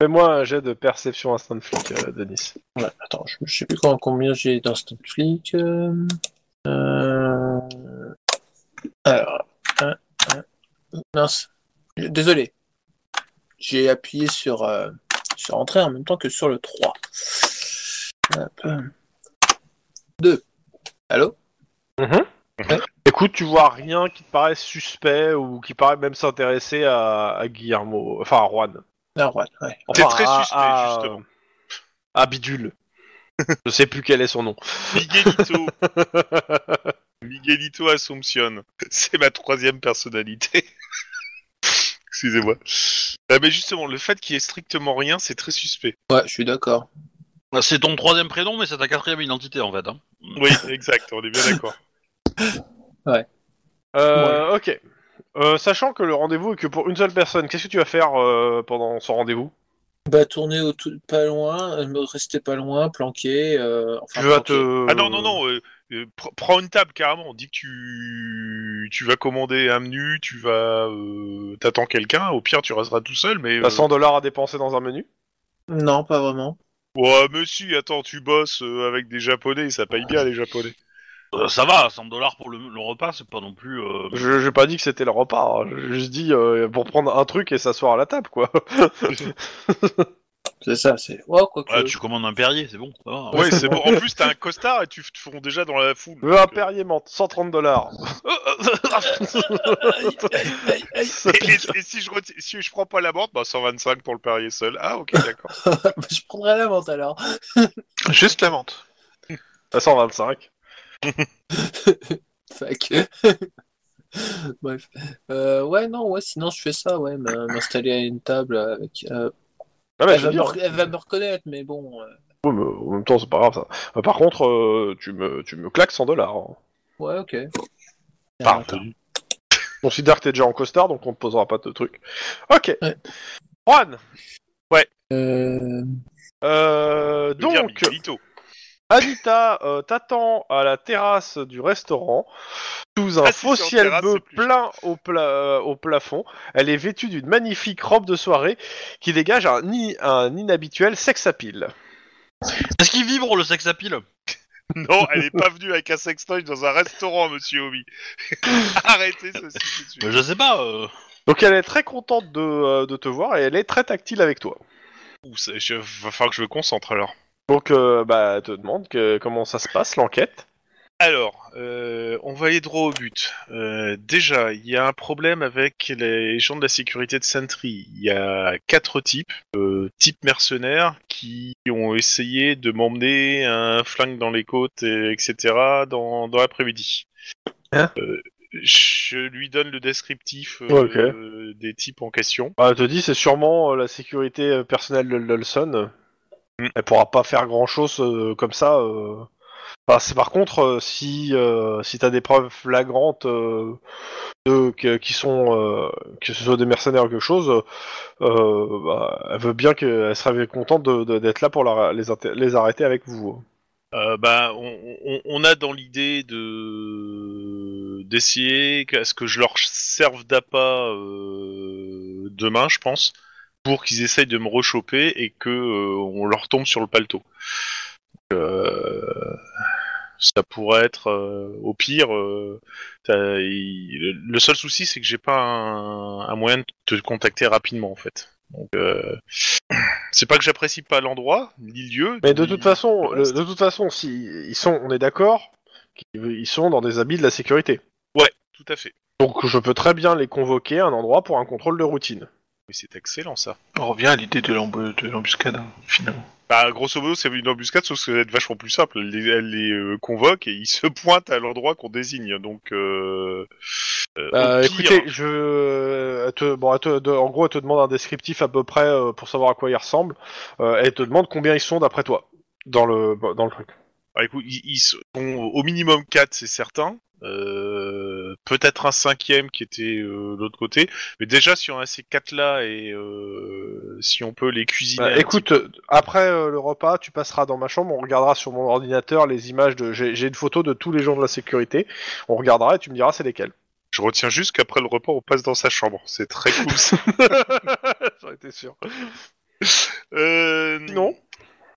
[SPEAKER 2] Fais-moi un jet de perception instant flic, euh, Denis.
[SPEAKER 3] Ouais, attends, je, je sais plus quand- combien j'ai dans ce flic. euh, euh, Alors, un, un, mince. Désolé. J'ai appuyé sur, euh, sur entrée en même temps que sur le 3. 2. Allô
[SPEAKER 2] Écoute, tu vois rien qui te paraît suspect ou qui paraît même s'intéresser à, à Guillermo, enfin à Juan.
[SPEAKER 3] Ah, ouais, ouais.
[SPEAKER 2] Enfin,
[SPEAKER 4] très
[SPEAKER 2] à-
[SPEAKER 4] suspect,
[SPEAKER 2] à-
[SPEAKER 4] justement.
[SPEAKER 2] À Bidule. [LAUGHS] Je sais plus quel est son nom.
[SPEAKER 4] Miguelito, Miguelito Assumption, c'est ma troisième personnalité. [LAUGHS] Excusez-moi. Euh, mais justement, le fait qu'il y ait strictement rien, c'est très suspect.
[SPEAKER 3] Ouais, je suis d'accord.
[SPEAKER 1] Bah, C'est ton troisième prénom, mais c'est ta quatrième identité en fait. hein.
[SPEAKER 4] Oui, exact, on est bien d'accord.
[SPEAKER 2] Euh, Ok. Euh, sachant que le rendez-vous est que pour une seule personne, qu'est-ce que tu vas faire euh, pendant son rendez-vous
[SPEAKER 3] Bah, tourner au tout- pas loin, euh, me rester pas loin, planqué. euh, enfin,
[SPEAKER 2] Tu vas
[SPEAKER 3] planqué.
[SPEAKER 2] te.
[SPEAKER 4] Ah non, non, non, euh, euh, pr- prends une table carrément, on dit que tu, tu vas commander un menu, tu vas. euh, T'attends quelqu'un, au pire tu resteras tout seul, mais. euh,
[SPEAKER 2] T'as 100 dollars à dépenser dans un menu.
[SPEAKER 3] Non, pas vraiment.
[SPEAKER 4] Ouais, mais si, attends, tu bosses euh, avec des japonais, ça paye bien les japonais.
[SPEAKER 1] Euh, ça va, 100 dollars pour le, le repas, c'est pas non plus. euh,
[SPEAKER 2] Je J'ai pas dit que c'était le repas. hein. J'ai juste dit euh, pour prendre un truc et s'asseoir à la table, quoi. [LAUGHS]
[SPEAKER 3] C'est ça, c'est. Ouais, quoi que.
[SPEAKER 1] ouais, tu commandes un Perrier, c'est bon. ça va. hein.
[SPEAKER 4] Ouais, [LAUGHS] c'est bon. En plus, t'as un costard et tu f- te feront déjà dans la foule.
[SPEAKER 2] Je veux un
[SPEAKER 4] Donc, euh,
[SPEAKER 2] Perrier menthe, 130 dollars. [LAUGHS]
[SPEAKER 3] Aïe, aïe, aïe, aïe.
[SPEAKER 4] euh, Et, et- et si, je reti- si je prends pas la bande, bah 125 pour le parier seul. Ah, ok, d'accord.
[SPEAKER 3] Bah, [LAUGHS] je prendrai la vente alors.
[SPEAKER 5] Ah, Juste la menthe.
[SPEAKER 2] À 125.
[SPEAKER 3] Fuck. [LAUGHS] Bref. Euh, ouais, non, ouais, sinon je fais ça, ouais, m- m'installer à une table avec. euh,
[SPEAKER 2] Ah, mais
[SPEAKER 3] elle,
[SPEAKER 2] je veux
[SPEAKER 3] va me,
[SPEAKER 2] dire,
[SPEAKER 3] re- elle va me reconnaître, mais bon. euh,
[SPEAKER 2] ouais, mais en même temps, c'est pas grave ça. Euh, par contre, euh, tu, me, tu me claques 100 dollars. hein.
[SPEAKER 3] Ouais, ok.
[SPEAKER 2] Parfait. Considère que t'es déjà en costard, donc on te posera pas de trucs. Ok.
[SPEAKER 3] Ouais.
[SPEAKER 2] Juan,
[SPEAKER 3] Euh,
[SPEAKER 2] euh,
[SPEAKER 4] Je veux dire,
[SPEAKER 2] donc,
[SPEAKER 4] mais Lito.
[SPEAKER 2] Anita euh, t'attend à la terrasse du restaurant sous un
[SPEAKER 4] Ah, si,
[SPEAKER 2] faux
[SPEAKER 4] c'est en
[SPEAKER 2] ciel
[SPEAKER 4] terrasse,
[SPEAKER 2] bleu
[SPEAKER 4] c'est plus
[SPEAKER 2] plein au, pla- euh, au plafond. Elle est vêtue d'une magnifique robe de soirée qui dégage un, i- un inhabituel sex appeal.
[SPEAKER 1] Est-ce qu'il vibre le sex appeal Euh,
[SPEAKER 4] Non, elle est pas venue avec un sextoy dans un restaurant, monsieur Obi. [LAUGHS] Arrêtez ceci tout de suite.
[SPEAKER 1] Je sais pas. euh,
[SPEAKER 2] Donc elle est très contente de, euh, de te voir et elle est très tactile avec toi.
[SPEAKER 4] Ouh, ça- je- va falloir que je me concentre alors.
[SPEAKER 2] Donc euh, bah, elle te demande que, comment ça se passe l'enquête.
[SPEAKER 4] Alors, euh, on va aller droit au but. Euh, déjà, il y a un problème avec les gens de la sécurité de Sentry. Il y a quatre types, euh, types mercenaires, qui ont essayé de m'emmener un flingue dans les côtes, et, etc., dans, dans l'après-midi.
[SPEAKER 2] Hein
[SPEAKER 4] Euh, je lui donne le descriptif euh,
[SPEAKER 2] Ok.
[SPEAKER 4] euh, des types en question.
[SPEAKER 2] Ah, elle te dit c'est sûrement euh, la sécurité euh, personnelle de Lolson.
[SPEAKER 4] Mm.
[SPEAKER 2] Elle pourra pas faire grand chose comme ça. euh. Enfin, c'est par contre euh, si euh, si t'as des preuves flagrantes euh, de que- qui sont euh, que ce soit des mercenaires ou quelque chose, euh, euh, bah, elle veut bien qu'elle serait contente de- de- d'être là pour la- les, inter- les arrêter avec vous.
[SPEAKER 4] Euh, bah, on, on- on a dans l'idée de d'essayer à ce que je leur serve d'appât euh, demain, je pense, pour qu'ils essayent de me rechoper et que euh, on leur tombe sur le paletot. Euh, ça pourrait être, euh, au pire, euh, t'as- il- le seul souci c'est que j'ai pas un, un moyen de te contacter rapidement en fait. Donc, euh, c'est pas que j'apprécie pas l'endroit, ni le lieu.
[SPEAKER 2] Mais de
[SPEAKER 4] ni-
[SPEAKER 2] toute façon,
[SPEAKER 4] le
[SPEAKER 2] le-
[SPEAKER 4] reste.
[SPEAKER 2] de toute façon, si ils sont, on est d'accord, qu'ils- ils sont dans des habits de la sécurité.
[SPEAKER 4] tout à fait.
[SPEAKER 2] Donc je peux très bien les convoquer à un endroit pour un contrôle de routine.
[SPEAKER 4] Mais c'est excellent ça.
[SPEAKER 5] On revient à l'idée de l'emb- de l'embuscade, hein, finalement.
[SPEAKER 4] Bah, grosso modo, c'est une embuscade, sauf que ça va être vachement plus simple. Elle les, elle les, euh, convoque et ils se [LAUGHS] pointent à l'endroit qu'on désigne. Donc, euh, euh,
[SPEAKER 2] Euh,
[SPEAKER 4] au pire-
[SPEAKER 2] écoutez, je, elle te, bon, elle te- de- en gros, elle te demande un descriptif à peu près euh, pour savoir à quoi ils ressemblent. Euh, elle te demande combien ils sont d'après toi dans le dans le truc.
[SPEAKER 4] Ah, écoute, ils, ils sont au minimum 4, c'est certain. Euh, Peut-être un cinquième qui était euh, de l'autre côté. Mais déjà, si on a ces quatre là et euh, si on peut les cuisiner.
[SPEAKER 2] Bah,
[SPEAKER 4] un
[SPEAKER 2] écoute, euh, après euh, le repas, tu passeras dans ma chambre, on regardera sur mon ordinateur les images de, j'ai j'ai une photo de tous les gens de la sécurité. On regardera et tu me diras c'est lesquels.
[SPEAKER 4] petit- je retiens juste qu'après le repas, on passe dans sa chambre. C'est très cool ça.
[SPEAKER 2] J'en étais sûr.
[SPEAKER 4] Euh,
[SPEAKER 2] Non.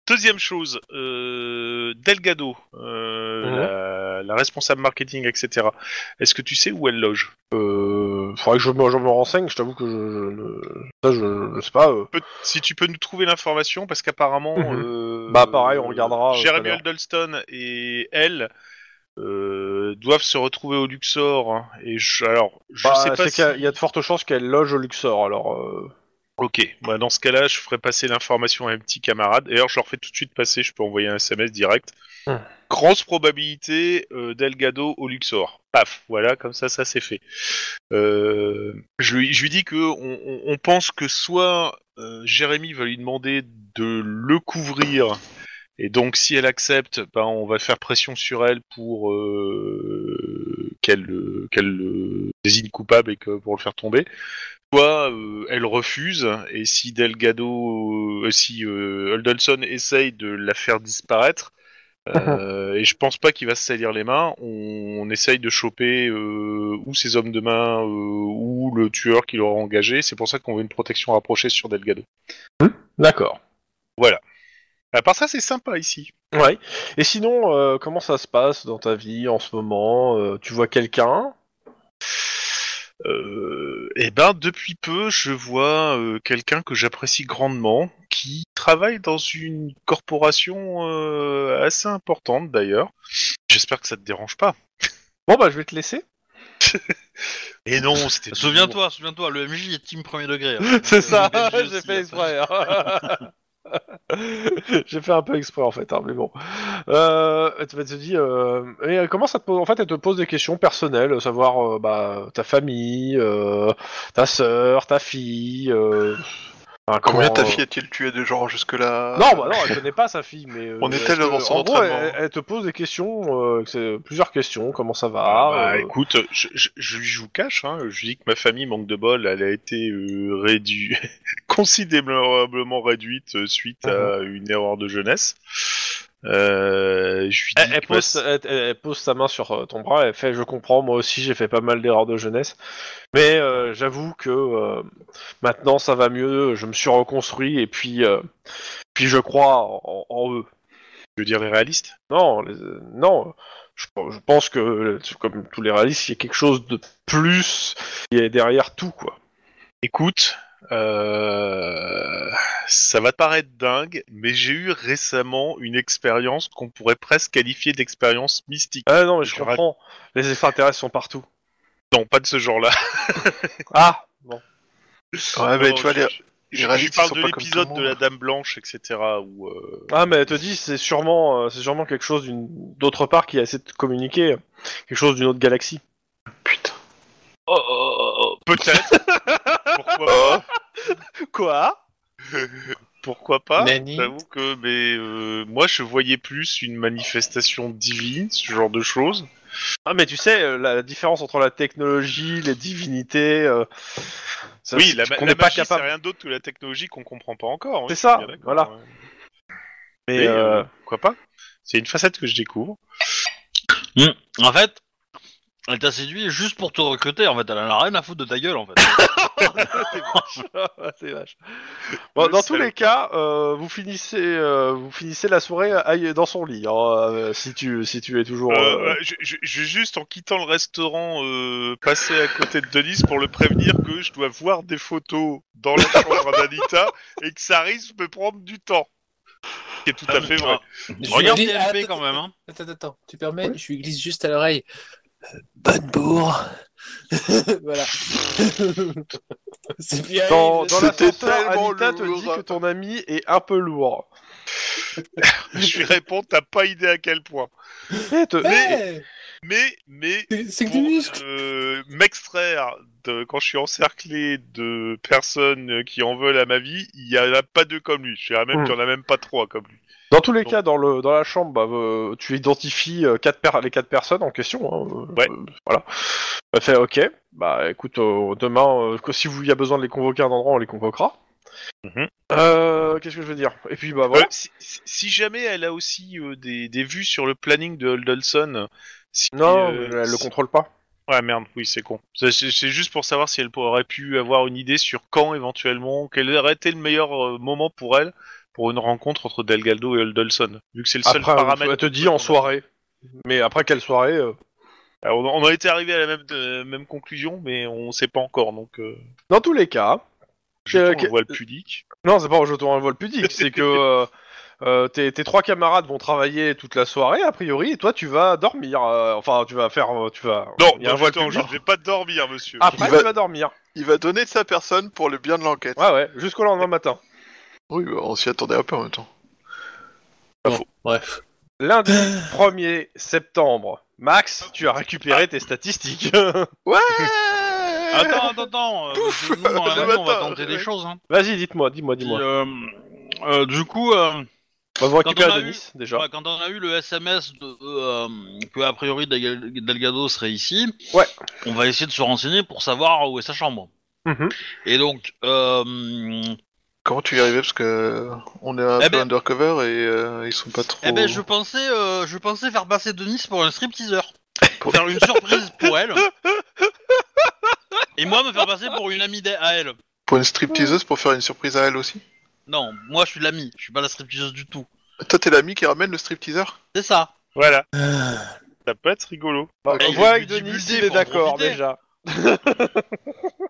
[SPEAKER 4] Deuxième chose, euh, Delgado, euh,
[SPEAKER 2] Mhm.
[SPEAKER 4] la, la responsable marketing, etc. Est-ce que tu sais où elle loge
[SPEAKER 2] Euh, faudrait que je me, je me renseigne. Je t'avoue que je, je, ne- ça, je, je sais pas. euh.
[SPEAKER 4] Peut- Si tu peux nous trouver l'information, parce qu'apparemment...
[SPEAKER 2] Mhm.
[SPEAKER 4] euh,
[SPEAKER 2] Bah, pareil, on regardera, euh, tout à
[SPEAKER 4] Jeremy
[SPEAKER 2] l'heure.
[SPEAKER 4] Dolston et elle euh, doivent se retrouver au Luxor. hein, et je, alors, je
[SPEAKER 2] Bah,
[SPEAKER 4] sais pas
[SPEAKER 2] c'est
[SPEAKER 4] si...
[SPEAKER 2] qu'il y a- il y a de fortes chances qu'elle loge au Luxor. Alors. euh,
[SPEAKER 4] Ok, bah, dans ce cas-là, je ferai passer l'information à un petit camarade. D'ailleurs, je leur fais tout de suite passer, je peux envoyer un SMS direct.
[SPEAKER 3] Hmm.
[SPEAKER 4] Grosse probabilité euh, Delgado au Luxor. Paf, voilà, comme ça, ça c'est fait. Euh, je, lui, je lui dis que on, on- on pense que soit euh, Jérémy va lui demander de le couvrir, et donc si elle accepte, bah, on va faire pression sur elle pour euh, qu'elle euh, qu'elle le désigne coupable et que pour le faire tomber soit euh, elle refuse, et si Delgado, euh, si euh, Holdelson essaye de la faire disparaître, euh, et je pense pas qu'il va se salir les mains, on, on essaye de choper euh, ou ses hommes de main euh, ou le tueur qui l'aura engagé. C'est pour ça qu'on veut une protection rapprochée sur Delgado.
[SPEAKER 3] D'accord.
[SPEAKER 4] À part ça, c'est sympa ici.
[SPEAKER 2] Ouais. Et sinon, euh, comment ça se passe dans ta vie en ce moment Euh, Tu vois quelqu'un
[SPEAKER 4] Euh, eh ben, depuis peu, je vois euh, quelqu'un que j'apprécie grandement, qui travaille dans une corporation euh, assez importante d'ailleurs. J'espère que ça te dérange pas.
[SPEAKER 2] Bon bah je vais te laisser.
[SPEAKER 4] Et Eh [LAUGHS] non, c'était.
[SPEAKER 1] Souviens-toi, souviens-toi, le MJ est team premier degré. hein.
[SPEAKER 2] C'est ça, [LAUGHS] j'ai fait exprès. hein. j'ai fait un peu exprès en fait, hein, mais bon. Euh, elle te elle te dit, euh, et elle commence à te poser, en fait, elle te pose des questions personnelles, savoir euh, bah, ta famille, euh, ta sœur, ta fille. euh, enfin,
[SPEAKER 5] Combien
[SPEAKER 2] comment,
[SPEAKER 5] ta
[SPEAKER 2] euh,
[SPEAKER 5] fille a-t-il tué de gens
[SPEAKER 4] Ah.
[SPEAKER 5] jusque-là
[SPEAKER 2] Non, bah non, elle connaît pas sa fille, mais. euh,
[SPEAKER 5] On est tellement
[SPEAKER 2] elle te-
[SPEAKER 5] dans son
[SPEAKER 2] en gros,
[SPEAKER 5] entraînement.
[SPEAKER 2] elle, elle te pose des questions, euh, que c'est- plusieurs questions. Comment ça va
[SPEAKER 4] Ah, bah,
[SPEAKER 2] euh,
[SPEAKER 4] écoute, je, je, je lui joue cash, hein. je lui dis que ma famille manque de bol, elle a été euh, réduite, [LAUGHS] considérablement réduite euh, suite à
[SPEAKER 2] Mhm.
[SPEAKER 4] une erreur de jeunesse. Euh, je lui dis
[SPEAKER 2] Elle, elle
[SPEAKER 4] que ma
[SPEAKER 2] pose, elle- elle- elle pose sa main sur euh, ton bras, elle fait Je comprends, moi aussi j'ai fait pas mal d'erreurs de jeunesse, mais euh, j'avoue que euh, maintenant ça va mieux, je me suis reconstruit et puis, euh, puis je crois en, en eux.
[SPEAKER 4] Je veux dire les réalistes
[SPEAKER 2] Non, les- euh, non je, je pense que, euh, comme tous les réalistes, il y a quelque chose de plus qui est derrière tout, quoi.
[SPEAKER 4] Écoute, euh, ça va te paraître dingue, mais j'ai eu récemment une expérience qu'on pourrait presque qualifier d'expérience mystique.
[SPEAKER 2] Ah non, mais je
[SPEAKER 4] Je rac-
[SPEAKER 2] comprends, les extraterrestres sont partout.
[SPEAKER 4] Non, pas de ce genre-là.
[SPEAKER 2] Ah Bon.
[SPEAKER 5] Ouais, mais
[SPEAKER 4] Non,
[SPEAKER 5] tu
[SPEAKER 4] [LAUGHS]
[SPEAKER 5] vois,
[SPEAKER 4] je-
[SPEAKER 5] les,
[SPEAKER 4] je-
[SPEAKER 5] les
[SPEAKER 4] je,
[SPEAKER 5] réalistes,
[SPEAKER 4] je parle
[SPEAKER 5] ils sont
[SPEAKER 4] de
[SPEAKER 5] pas comme tout le
[SPEAKER 4] l'épisode de
[SPEAKER 5] monde.
[SPEAKER 4] la Dame Blanche, etc. Où, euh,
[SPEAKER 2] Ah, mais elle te dit, c'est sûrement, euh, c'est sûrement quelque chose d'une d'autre part qui a essayé de communiquer, quelque chose d'une autre galaxie.
[SPEAKER 5] Putain.
[SPEAKER 1] Oh, oh, oh, oh.
[SPEAKER 5] [LAUGHS]
[SPEAKER 4] Peut-être.
[SPEAKER 5] Oh.
[SPEAKER 4] Pourquoi pas
[SPEAKER 2] Quoi
[SPEAKER 4] Pourquoi pas
[SPEAKER 3] Nani.
[SPEAKER 4] J'avoue que mais, euh, moi, je voyais plus une manifestation divine, ce genre de choses.
[SPEAKER 2] Ah, mais tu sais, euh, la différence entre la technologie, les divinités, euh, ça,
[SPEAKER 4] oui,
[SPEAKER 2] c'est
[SPEAKER 4] la, ma-
[SPEAKER 2] qu'on
[SPEAKER 4] la
[SPEAKER 2] n'est pas
[SPEAKER 4] magie, c'est
[SPEAKER 2] capable.
[SPEAKER 4] rien d'autre que la technologie qu'on comprend pas encore. hein,
[SPEAKER 2] C'est
[SPEAKER 4] je suis
[SPEAKER 2] ça,
[SPEAKER 4] bien d'accord,
[SPEAKER 2] voilà.
[SPEAKER 4] ouais.
[SPEAKER 2] Mais,
[SPEAKER 4] Mais
[SPEAKER 2] euh,
[SPEAKER 4] euh, pourquoi pas C'est une facette que je découvre.
[SPEAKER 1] Hmm, En fait, elle t'a séduit juste pour te recruter. En fait, elle en a rien à foutre de ta gueule. En fait.
[SPEAKER 2] c'est vache. Bon,
[SPEAKER 4] Le
[SPEAKER 2] dans tous
[SPEAKER 4] seul.
[SPEAKER 2] les cas, euh, vous finissez, euh, vous finissez la soirée aille- dans son lit, hein, euh, si tu, si tu es toujours.
[SPEAKER 4] Euh,
[SPEAKER 2] euh,
[SPEAKER 4] ouais, je, je- je vais juste en quittant le restaurant euh, passer à côté de Denise pour le prévenir que je dois voir des photos dans la chambre d'Anita et que ça risque de me prendre du temps. Ce qui est tout à fait vrai.
[SPEAKER 3] Je
[SPEAKER 1] Regarde
[SPEAKER 3] lui dis-
[SPEAKER 1] TLP
[SPEAKER 3] attends,
[SPEAKER 1] quand même. Hein.
[SPEAKER 3] Attends, attends, attends, tu permets Je lui glisse juste à l'oreille. Euh, Bonne bourre [LAUGHS]
[SPEAKER 2] [LAUGHS]
[SPEAKER 3] Voilà. C'est bien.
[SPEAKER 2] Dans,
[SPEAKER 3] il-
[SPEAKER 2] dans
[SPEAKER 5] C'était
[SPEAKER 2] l'ascenseur,
[SPEAKER 5] tellement
[SPEAKER 2] Anita te dit
[SPEAKER 5] lourd.
[SPEAKER 2] que ton ami est un peu lourd.
[SPEAKER 4] Je lui réponds, t'as pas idée à quel point.
[SPEAKER 2] Et Eh, te-
[SPEAKER 3] Hey,
[SPEAKER 4] Mais, mais,
[SPEAKER 3] c'est- C'est que du
[SPEAKER 4] pour
[SPEAKER 3] muscle
[SPEAKER 4] euh, m'extraire de quand je suis encerclé de personnes qui en veulent à ma vie, il y en a pas deux comme lui. Je dirais même
[SPEAKER 2] Mm.
[SPEAKER 4] qu'il y en a même pas trois comme lui.
[SPEAKER 2] Dans tous les
[SPEAKER 4] Donc-
[SPEAKER 2] cas, dans, le, dans la chambre, bah, euh, tu identifies euh, quatre per- les quatre personnes en question. hein, euh,
[SPEAKER 4] Ouais.
[SPEAKER 2] euh, voilà. Elle fait OK. Bah écoute, euh, demain, euh, que- si vous y a besoin de les convoquer à un endroit, on les convoquera.
[SPEAKER 4] Mhm.
[SPEAKER 2] Euh, Qu'est-ce que je veux dire Et puis bah voilà.
[SPEAKER 4] Euh, si, si- si jamais elle a aussi euh, des, des vues sur le planning de Holdelson, si,
[SPEAKER 2] non,
[SPEAKER 4] euh,
[SPEAKER 2] elle le
[SPEAKER 4] si-
[SPEAKER 2] contrôle pas.
[SPEAKER 4] Ouais, merde, oui, c'est con. C'est c'est- c'est juste pour savoir si elle aurait pu avoir une idée sur quand éventuellement, quel aurait été le meilleur euh, moment pour elle pour une rencontre entre Delgado et Holdelson, vu que c'est le seul
[SPEAKER 2] Après, euh,
[SPEAKER 4] paramètre.
[SPEAKER 2] elle te dit en soirée. Mais après quelle soirée euh,
[SPEAKER 4] Alors, on, on a été arrivé à la même, euh, même conclusion, mais on sait pas encore, donc euh,
[SPEAKER 2] Dans tous les cas,
[SPEAKER 4] je
[SPEAKER 2] Euh,
[SPEAKER 4] pense
[SPEAKER 2] que-
[SPEAKER 4] qu'on voit le pudique.
[SPEAKER 2] Non, c'est pas un jeton à vol pudique, c'est
[SPEAKER 4] [LAUGHS]
[SPEAKER 2] que euh, euh, tes, tes trois camarades vont travailler toute la soirée, a priori, et toi tu vas dormir. euh, enfin, tu vas faire. euh, tu vas...
[SPEAKER 4] Non,
[SPEAKER 2] il y a un
[SPEAKER 4] non,
[SPEAKER 2] voile
[SPEAKER 4] attends, je
[SPEAKER 2] pudique.
[SPEAKER 4] ne vais pas dormir, monsieur.
[SPEAKER 2] Après,
[SPEAKER 5] Il va-
[SPEAKER 2] tu vas dormir.
[SPEAKER 5] Il va donner de sa personne pour le bien de l'enquête.
[SPEAKER 2] Ouais, ouais, jusqu'au
[SPEAKER 4] [LAUGHS]
[SPEAKER 2] lendemain matin.
[SPEAKER 5] Oui, bah, on s'y attendait un peu en même temps.
[SPEAKER 3] Bref.
[SPEAKER 2] Lundi 1er septembre. Max, tu as récupéré tes statistiques. [LAUGHS]
[SPEAKER 5] Ouais
[SPEAKER 2] Ah.
[SPEAKER 1] Attends, attends, attends. euh,
[SPEAKER 5] Pouf
[SPEAKER 1] parce que nous, dans la
[SPEAKER 5] Le
[SPEAKER 1] maison, on va
[SPEAKER 5] matin,
[SPEAKER 1] tenter
[SPEAKER 5] le
[SPEAKER 1] des
[SPEAKER 5] mec.
[SPEAKER 1] choses. Hein.
[SPEAKER 2] Vas-y, dites-moi, dis-moi,
[SPEAKER 1] Puis,
[SPEAKER 2] dis-moi.
[SPEAKER 1] euh, euh, du coup, euh,
[SPEAKER 2] On va vous récupérer
[SPEAKER 1] on a
[SPEAKER 2] Denis, déjà.
[SPEAKER 1] ouais, quand on a eu le SMS de, euh, que a priori Delga- Delgado serait ici,
[SPEAKER 2] Ouais.
[SPEAKER 1] on va essayer de se renseigner pour savoir où est sa chambre.
[SPEAKER 2] Mhm.
[SPEAKER 1] Et donc, euh,
[SPEAKER 5] Comment tu y es arrivé Parce que euh, on est un
[SPEAKER 1] Eh
[SPEAKER 5] peu
[SPEAKER 1] ben-
[SPEAKER 5] undercover et euh, ils sont pas trop.
[SPEAKER 1] eh ben, je pensais, euh, je pensais faire passer Denis pour un stripteaser, [LAUGHS]
[SPEAKER 5] Pour-
[SPEAKER 1] faire une surprise pour elle, et moi me faire passer pour une amie d'elle- à elle.
[SPEAKER 5] Pour une stripteaseuse pour faire une surprise à elle aussi
[SPEAKER 1] Non, moi je suis l'ami, je suis pas la stripteaseuse du tout.
[SPEAKER 5] Toi, t'es l'ami qui ramène le stripteaser
[SPEAKER 1] C'est ça.
[SPEAKER 4] Voilà,
[SPEAKER 3] Ah,
[SPEAKER 4] ça peut être rigolo.
[SPEAKER 2] Bah,
[SPEAKER 1] il
[SPEAKER 2] vois
[SPEAKER 1] est
[SPEAKER 2] avec
[SPEAKER 1] multibulté,
[SPEAKER 2] Denis, il est
[SPEAKER 1] faut en
[SPEAKER 2] d'accord
[SPEAKER 1] profiter.
[SPEAKER 2] déjà.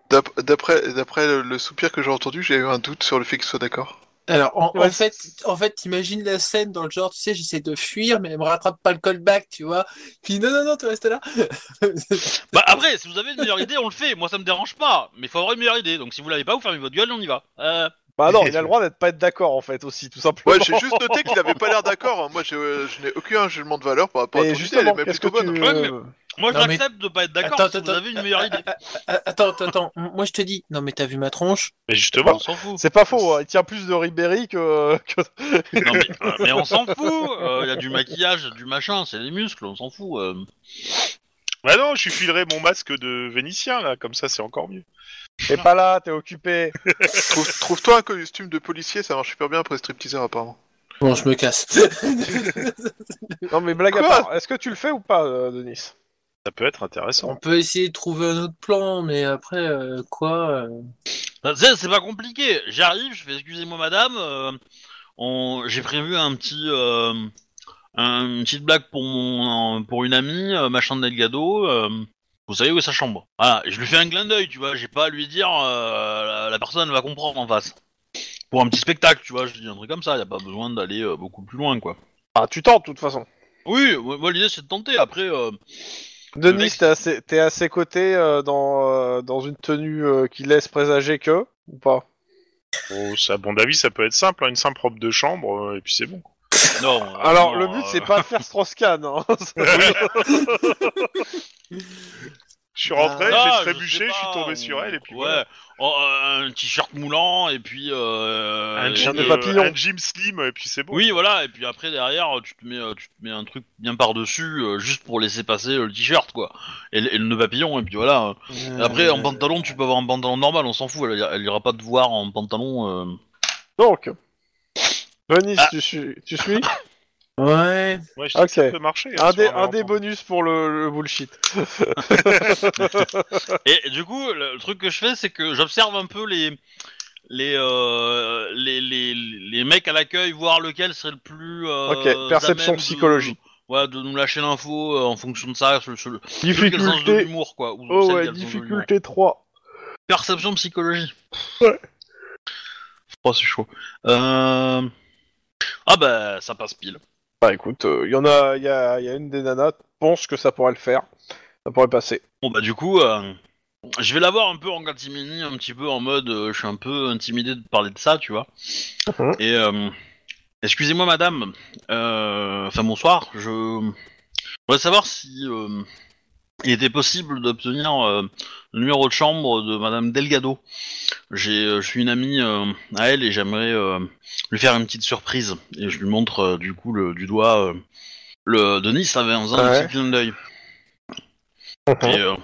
[SPEAKER 5] D'ap- D'après d'après le- le soupir que j'ai entendu, j'ai eu un doute sur le fait qu'il soit d'accord.
[SPEAKER 3] Alors, en, en
[SPEAKER 2] Ouais,
[SPEAKER 3] fait, en fait, t'imagines la scène dans le genre, tu sais, j'essaie de fuir, mais elle me rattrape pas le callback, tu vois. Puis non, non, non, tu restes là.
[SPEAKER 1] Bah après, si vous avez une meilleure idée, on le fait. Moi, ça me dérange pas. Mais faut avoir une meilleure idée. Donc si vous l'avez pas, vous fermez votre gueule, on y va. Euh,
[SPEAKER 2] Bah non,
[SPEAKER 4] [LAUGHS]
[SPEAKER 2] il a le droit d'être pas être d'accord en fait aussi, tout simplement.
[SPEAKER 5] Ouais,
[SPEAKER 2] [LAUGHS]
[SPEAKER 5] j'ai juste noté qu'il avait pas l'air d'accord. hein. Moi, je, euh, je n'ai aucun jugement de valeur par rapport à
[SPEAKER 2] Et
[SPEAKER 5] ton idée, elle est
[SPEAKER 2] justement,
[SPEAKER 5] même
[SPEAKER 2] qu'est-ce que
[SPEAKER 5] plutôt bonne.
[SPEAKER 2] tu...
[SPEAKER 1] bonne. Ouais, moi, je
[SPEAKER 3] Non, mais-
[SPEAKER 1] l'accepte de pas être d'accord
[SPEAKER 3] Attends,
[SPEAKER 1] si vous
[SPEAKER 3] attends,
[SPEAKER 1] avez une meilleure idée.
[SPEAKER 3] Ah, Attends, attends, attends. M- Moi, je te dis, non, mais t'as vu ma tronche?
[SPEAKER 4] Mais
[SPEAKER 1] On
[SPEAKER 4] justement,
[SPEAKER 1] s'en fout.
[SPEAKER 2] C'est pas faux, hein, il tient plus de Ribéry que... [LAUGHS] que-
[SPEAKER 1] Non, mais, euh, mais on s'en fout. Euh, Il y a du maquillage, y a du machin, c'est les muscles, on s'en fout. euh.
[SPEAKER 4] bah non, je lui filerai mon masque de Vénitien là, comme ça c'est encore mieux.
[SPEAKER 2] T'es pas là, t'es occupé.
[SPEAKER 5] Trouve- Trouve-toi un costume de policier, ça marche super bien après stripteaser apparemment.
[SPEAKER 3] Bon, je me casse.
[SPEAKER 2] Non mais blague à
[SPEAKER 5] Quoi
[SPEAKER 2] part, est-ce que tu le fais ou pas, euh, Denis
[SPEAKER 4] Ça peut être
[SPEAKER 3] [LAUGHS]
[SPEAKER 4] intéressant.
[SPEAKER 3] On peut essayer de trouver un autre plan, mais après, euh, quoi? euh,
[SPEAKER 1] Bah, tu sais, C'est pas compliqué. J'arrive, je fais excusez-moi, madame. euh, on... J'ai prévu un petit. euh, un- Une petite blague pour mon pour une amie, euh, machin de Delgado. euh, Vous savez où est sa chambre Voilà, et je lui fais un clin d'œil, tu vois. J'ai pas à lui dire, euh, la, la personne va comprendre en face. Pour un petit spectacle, tu vois, je dis un truc comme ça. Y a pas besoin d'aller euh, beaucoup plus loin, quoi.
[SPEAKER 2] Ah, tu tentes de toute façon.
[SPEAKER 1] Oui, moi moi, l'idée c'est de tenter. Après,
[SPEAKER 4] [LAUGHS]
[SPEAKER 1] euh, Le
[SPEAKER 2] Denis,
[SPEAKER 1] mec-
[SPEAKER 2] t'es à, ses- t'es à ses côtés euh, dans, euh, dans une tenue euh, qui laisse présager que, ou pas
[SPEAKER 4] Bon, Oh, ça, à mon avis, ça peut être simple, hein, une simple robe de chambre, euh, et puis c'est bon.
[SPEAKER 1] non. euh,
[SPEAKER 2] Alors,
[SPEAKER 1] non,
[SPEAKER 2] le but,
[SPEAKER 1] euh,
[SPEAKER 2] c'est pas de faire Strauss-Kahn. hein. [LAUGHS]
[SPEAKER 4] Je suis rentré,
[SPEAKER 1] Ah,
[SPEAKER 4] j'ai
[SPEAKER 1] je sais
[SPEAKER 4] trébuché, je suis
[SPEAKER 1] pas, on-
[SPEAKER 4] tombé sur elle, et puis
[SPEAKER 1] ouais.
[SPEAKER 4] voilà.
[SPEAKER 1] Oh, euh, un t-shirt moulant et puis euh,
[SPEAKER 4] un,
[SPEAKER 1] et
[SPEAKER 4] jean,
[SPEAKER 2] de
[SPEAKER 1] puis,
[SPEAKER 4] euh,
[SPEAKER 1] euh,
[SPEAKER 2] papillon.
[SPEAKER 4] un jean slim, et puis c'est bon.
[SPEAKER 1] Oui, voilà, et puis après derrière, tu te mets, euh, tu te mets un truc bien par dessus, juste pour laisser passer euh, le t-shirt, quoi, et, le- et le nœud papillon, et puis voilà. Et après, en pantalon, tu peux avoir un pantalon normal, on s'en fout, elle, elle ira pas te voir en pantalon. euh.
[SPEAKER 2] Donc, Denis, tu, suis- tu [LAUGHS] suis
[SPEAKER 3] euh, Ouais.
[SPEAKER 4] Ouais, je trouve
[SPEAKER 2] Ok.
[SPEAKER 4] que ça peut marcher. hein,
[SPEAKER 2] Un
[SPEAKER 4] sur
[SPEAKER 2] des, un
[SPEAKER 4] malentendu.
[SPEAKER 2] des bonus pour le, le bullshit.
[SPEAKER 1] Et, et du coup, le, le truc que je fais, c'est que j'observe un peu les les, euh, les les les mecs à l'accueil, voir lequel serait le plus. euh,
[SPEAKER 2] Ok, perception
[SPEAKER 1] à même de-
[SPEAKER 2] psychologie.
[SPEAKER 1] Ouais, de nous lâcher l'info euh, en fonction de ça, sur, sur le celui qui a le sens de
[SPEAKER 2] Difficulté.
[SPEAKER 1] l'humour, quoi. ou
[SPEAKER 2] Oh
[SPEAKER 1] celle qui a
[SPEAKER 2] ouais,
[SPEAKER 1] le sens de l'humour.
[SPEAKER 2] difficulté 3.
[SPEAKER 1] Perception psychologie.
[SPEAKER 2] Ouais.
[SPEAKER 1] Oh, c'est chaud. Euh... Ah bah, ça passe pile.
[SPEAKER 2] Bah écoute, il y en a, il y a, y a une des nanas pense que ça pourrait le faire. Ça pourrait passer.
[SPEAKER 1] Bon bah du coup, euh, je vais l'avoir un peu en catimini, un petit peu en mode, euh, je suis un peu intimidé de parler de ça, tu vois.
[SPEAKER 2] Mhm.
[SPEAKER 1] Et euh, excusez-moi madame, euh, enfin bonsoir, je voudrais savoir si euh, il était possible d'obtenir euh, le numéro de chambre de madame Delgado. J'ai, euh, je suis une amie euh, à elle et j'aimerais euh, lui faire une petite surprise. Et je lui montre euh, du coup le, du doigt euh, le Denis avait un
[SPEAKER 2] Ouais.
[SPEAKER 1] petit clin d'œil.
[SPEAKER 2] Mhm.
[SPEAKER 1] Et, euh,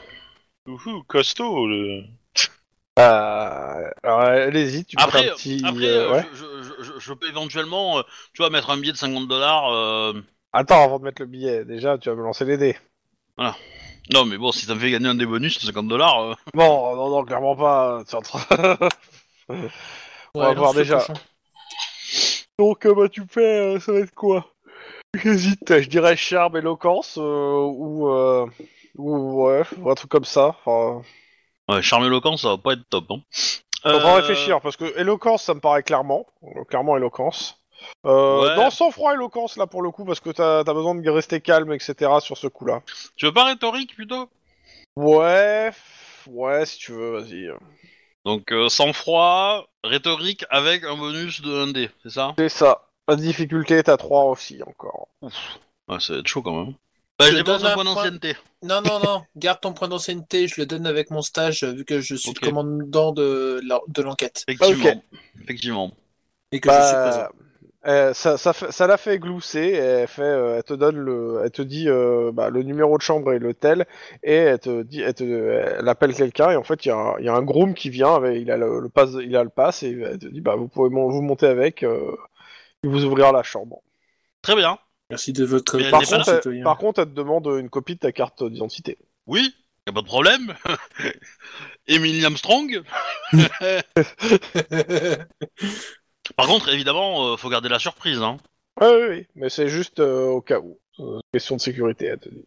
[SPEAKER 4] Ouhou, costaud, le...
[SPEAKER 2] Euh, alors elle hésite, tu peux
[SPEAKER 1] Après,
[SPEAKER 2] faire un petit.
[SPEAKER 1] Après,
[SPEAKER 2] euh,
[SPEAKER 1] euh,
[SPEAKER 2] ouais.
[SPEAKER 1] je, je- je- je peux éventuellement, euh, tu vois, mettre un billet de 50 dollars. euh,
[SPEAKER 2] Attends, avant de mettre le billet, déjà, tu vas me lancer les dés.
[SPEAKER 1] Non, mais bon, si ça me fait gagner un des bonus de 50 dollars. euh,
[SPEAKER 2] Non, non, non, clairement pas. tu es en train- On va voir
[SPEAKER 3] Ouais, lance le
[SPEAKER 2] déjà.
[SPEAKER 3] cochon.
[SPEAKER 2] Donc, euh, bah, tu fais, euh, ça va être quoi J'hésite, je dirais charme, éloquence, euh, ou, euh, ou, ouais, ou un truc comme ça. Enfin,
[SPEAKER 1] Ouais, charme éloquence, ça va pas être top. Hein.
[SPEAKER 2] Faut
[SPEAKER 1] Euh,
[SPEAKER 2] en réfléchir, parce que éloquence, ça me paraît clairement. Euh, Clairement éloquence. Euh,
[SPEAKER 1] Ouais.
[SPEAKER 2] Non, sang-froid, éloquence, là, pour le coup, parce que t'as as besoin de rester calme, etc., sur ce coup-là.
[SPEAKER 1] Tu veux pas rhétorique plutôt
[SPEAKER 2] Ouais... Ouais, si tu veux, vas-y. euh.
[SPEAKER 1] Donc, euh, sang-froid, rhétorique avec un bonus de 1D, c'est ça
[SPEAKER 2] C'est ça. La difficulté est à 3 aussi, encore.
[SPEAKER 1] Ouais, ça va être chaud quand même. Bah,
[SPEAKER 3] Je
[SPEAKER 1] je dépense
[SPEAKER 3] donne
[SPEAKER 1] un
[SPEAKER 3] un
[SPEAKER 1] point
[SPEAKER 3] point.
[SPEAKER 1] d'ancienneté.
[SPEAKER 3] Non, non, non, garde ton point d'ancienneté, je le donne avec mon stage, euh, vu que je suis
[SPEAKER 1] Ok.
[SPEAKER 3] le commandant de la- de l'enquête.
[SPEAKER 1] Effectivement. Effectivement.
[SPEAKER 3] et que je suis présent.
[SPEAKER 2] Bah, euh, ça, ça, fait- ça l'a fait glousser, et elle, fait, euh, elle te donne le, elle te dit euh, bah, le numéro de chambre et le tel, et elle te dit, elle, te- elle appelle quelqu'un et en fait il y, a un- il y a un groom qui vient, avec, il a le, le pass, il a le pass et elle te dit bah vous pouvez mon- vous monter avec, euh, il vous ouvrira la chambre.
[SPEAKER 1] Très bien.
[SPEAKER 3] Merci de votre
[SPEAKER 1] Mais elle
[SPEAKER 2] Par
[SPEAKER 1] n'est pas
[SPEAKER 2] contre,
[SPEAKER 1] là.
[SPEAKER 2] elle, par contre, elle te demande une copie de ta carte d'identité.
[SPEAKER 1] Oui, y a pas de problème. [LAUGHS] Emily Armstrong.
[SPEAKER 3] [LAUGHS]
[SPEAKER 1] Par contre, évidemment, euh, faut garder la surprise. Hein.
[SPEAKER 2] Oui, oui, oui, mais c'est juste euh, au cas où. Euh, question de sécurité, elle te dit.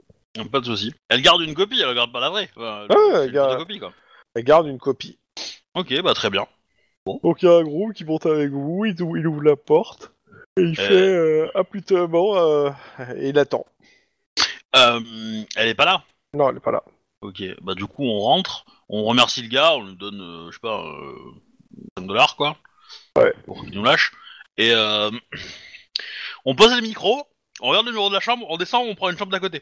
[SPEAKER 1] Pas de souci. Elle garde une copie, elle garde pas la vraie. Enfin,
[SPEAKER 2] Ouais,
[SPEAKER 1] c'est
[SPEAKER 2] elle
[SPEAKER 1] une
[SPEAKER 2] garde-
[SPEAKER 1] vraie copie, quoi.
[SPEAKER 2] Elle garde une copie.
[SPEAKER 1] Ok, bah très bien.
[SPEAKER 2] Donc il y a un groom qui monte avec vous, il, ou- il ouvre la porte, et il
[SPEAKER 1] Euh.
[SPEAKER 2] fait euh, apputement, euh, et il attend.
[SPEAKER 1] Euh, elle est pas là.
[SPEAKER 2] Non, elle est pas là.
[SPEAKER 1] Ok, bah du coup on rentre, on remercie le gars, on lui donne, euh, je sais pas, euh, 5 dollars quoi.
[SPEAKER 2] Ouais.
[SPEAKER 1] Pour qu'il nous lâche. Et euh, on pose le micro, on regarde le numéro de la chambre, on descend, on prend une chambre d'à
[SPEAKER 2] [LAUGHS]
[SPEAKER 1] côté.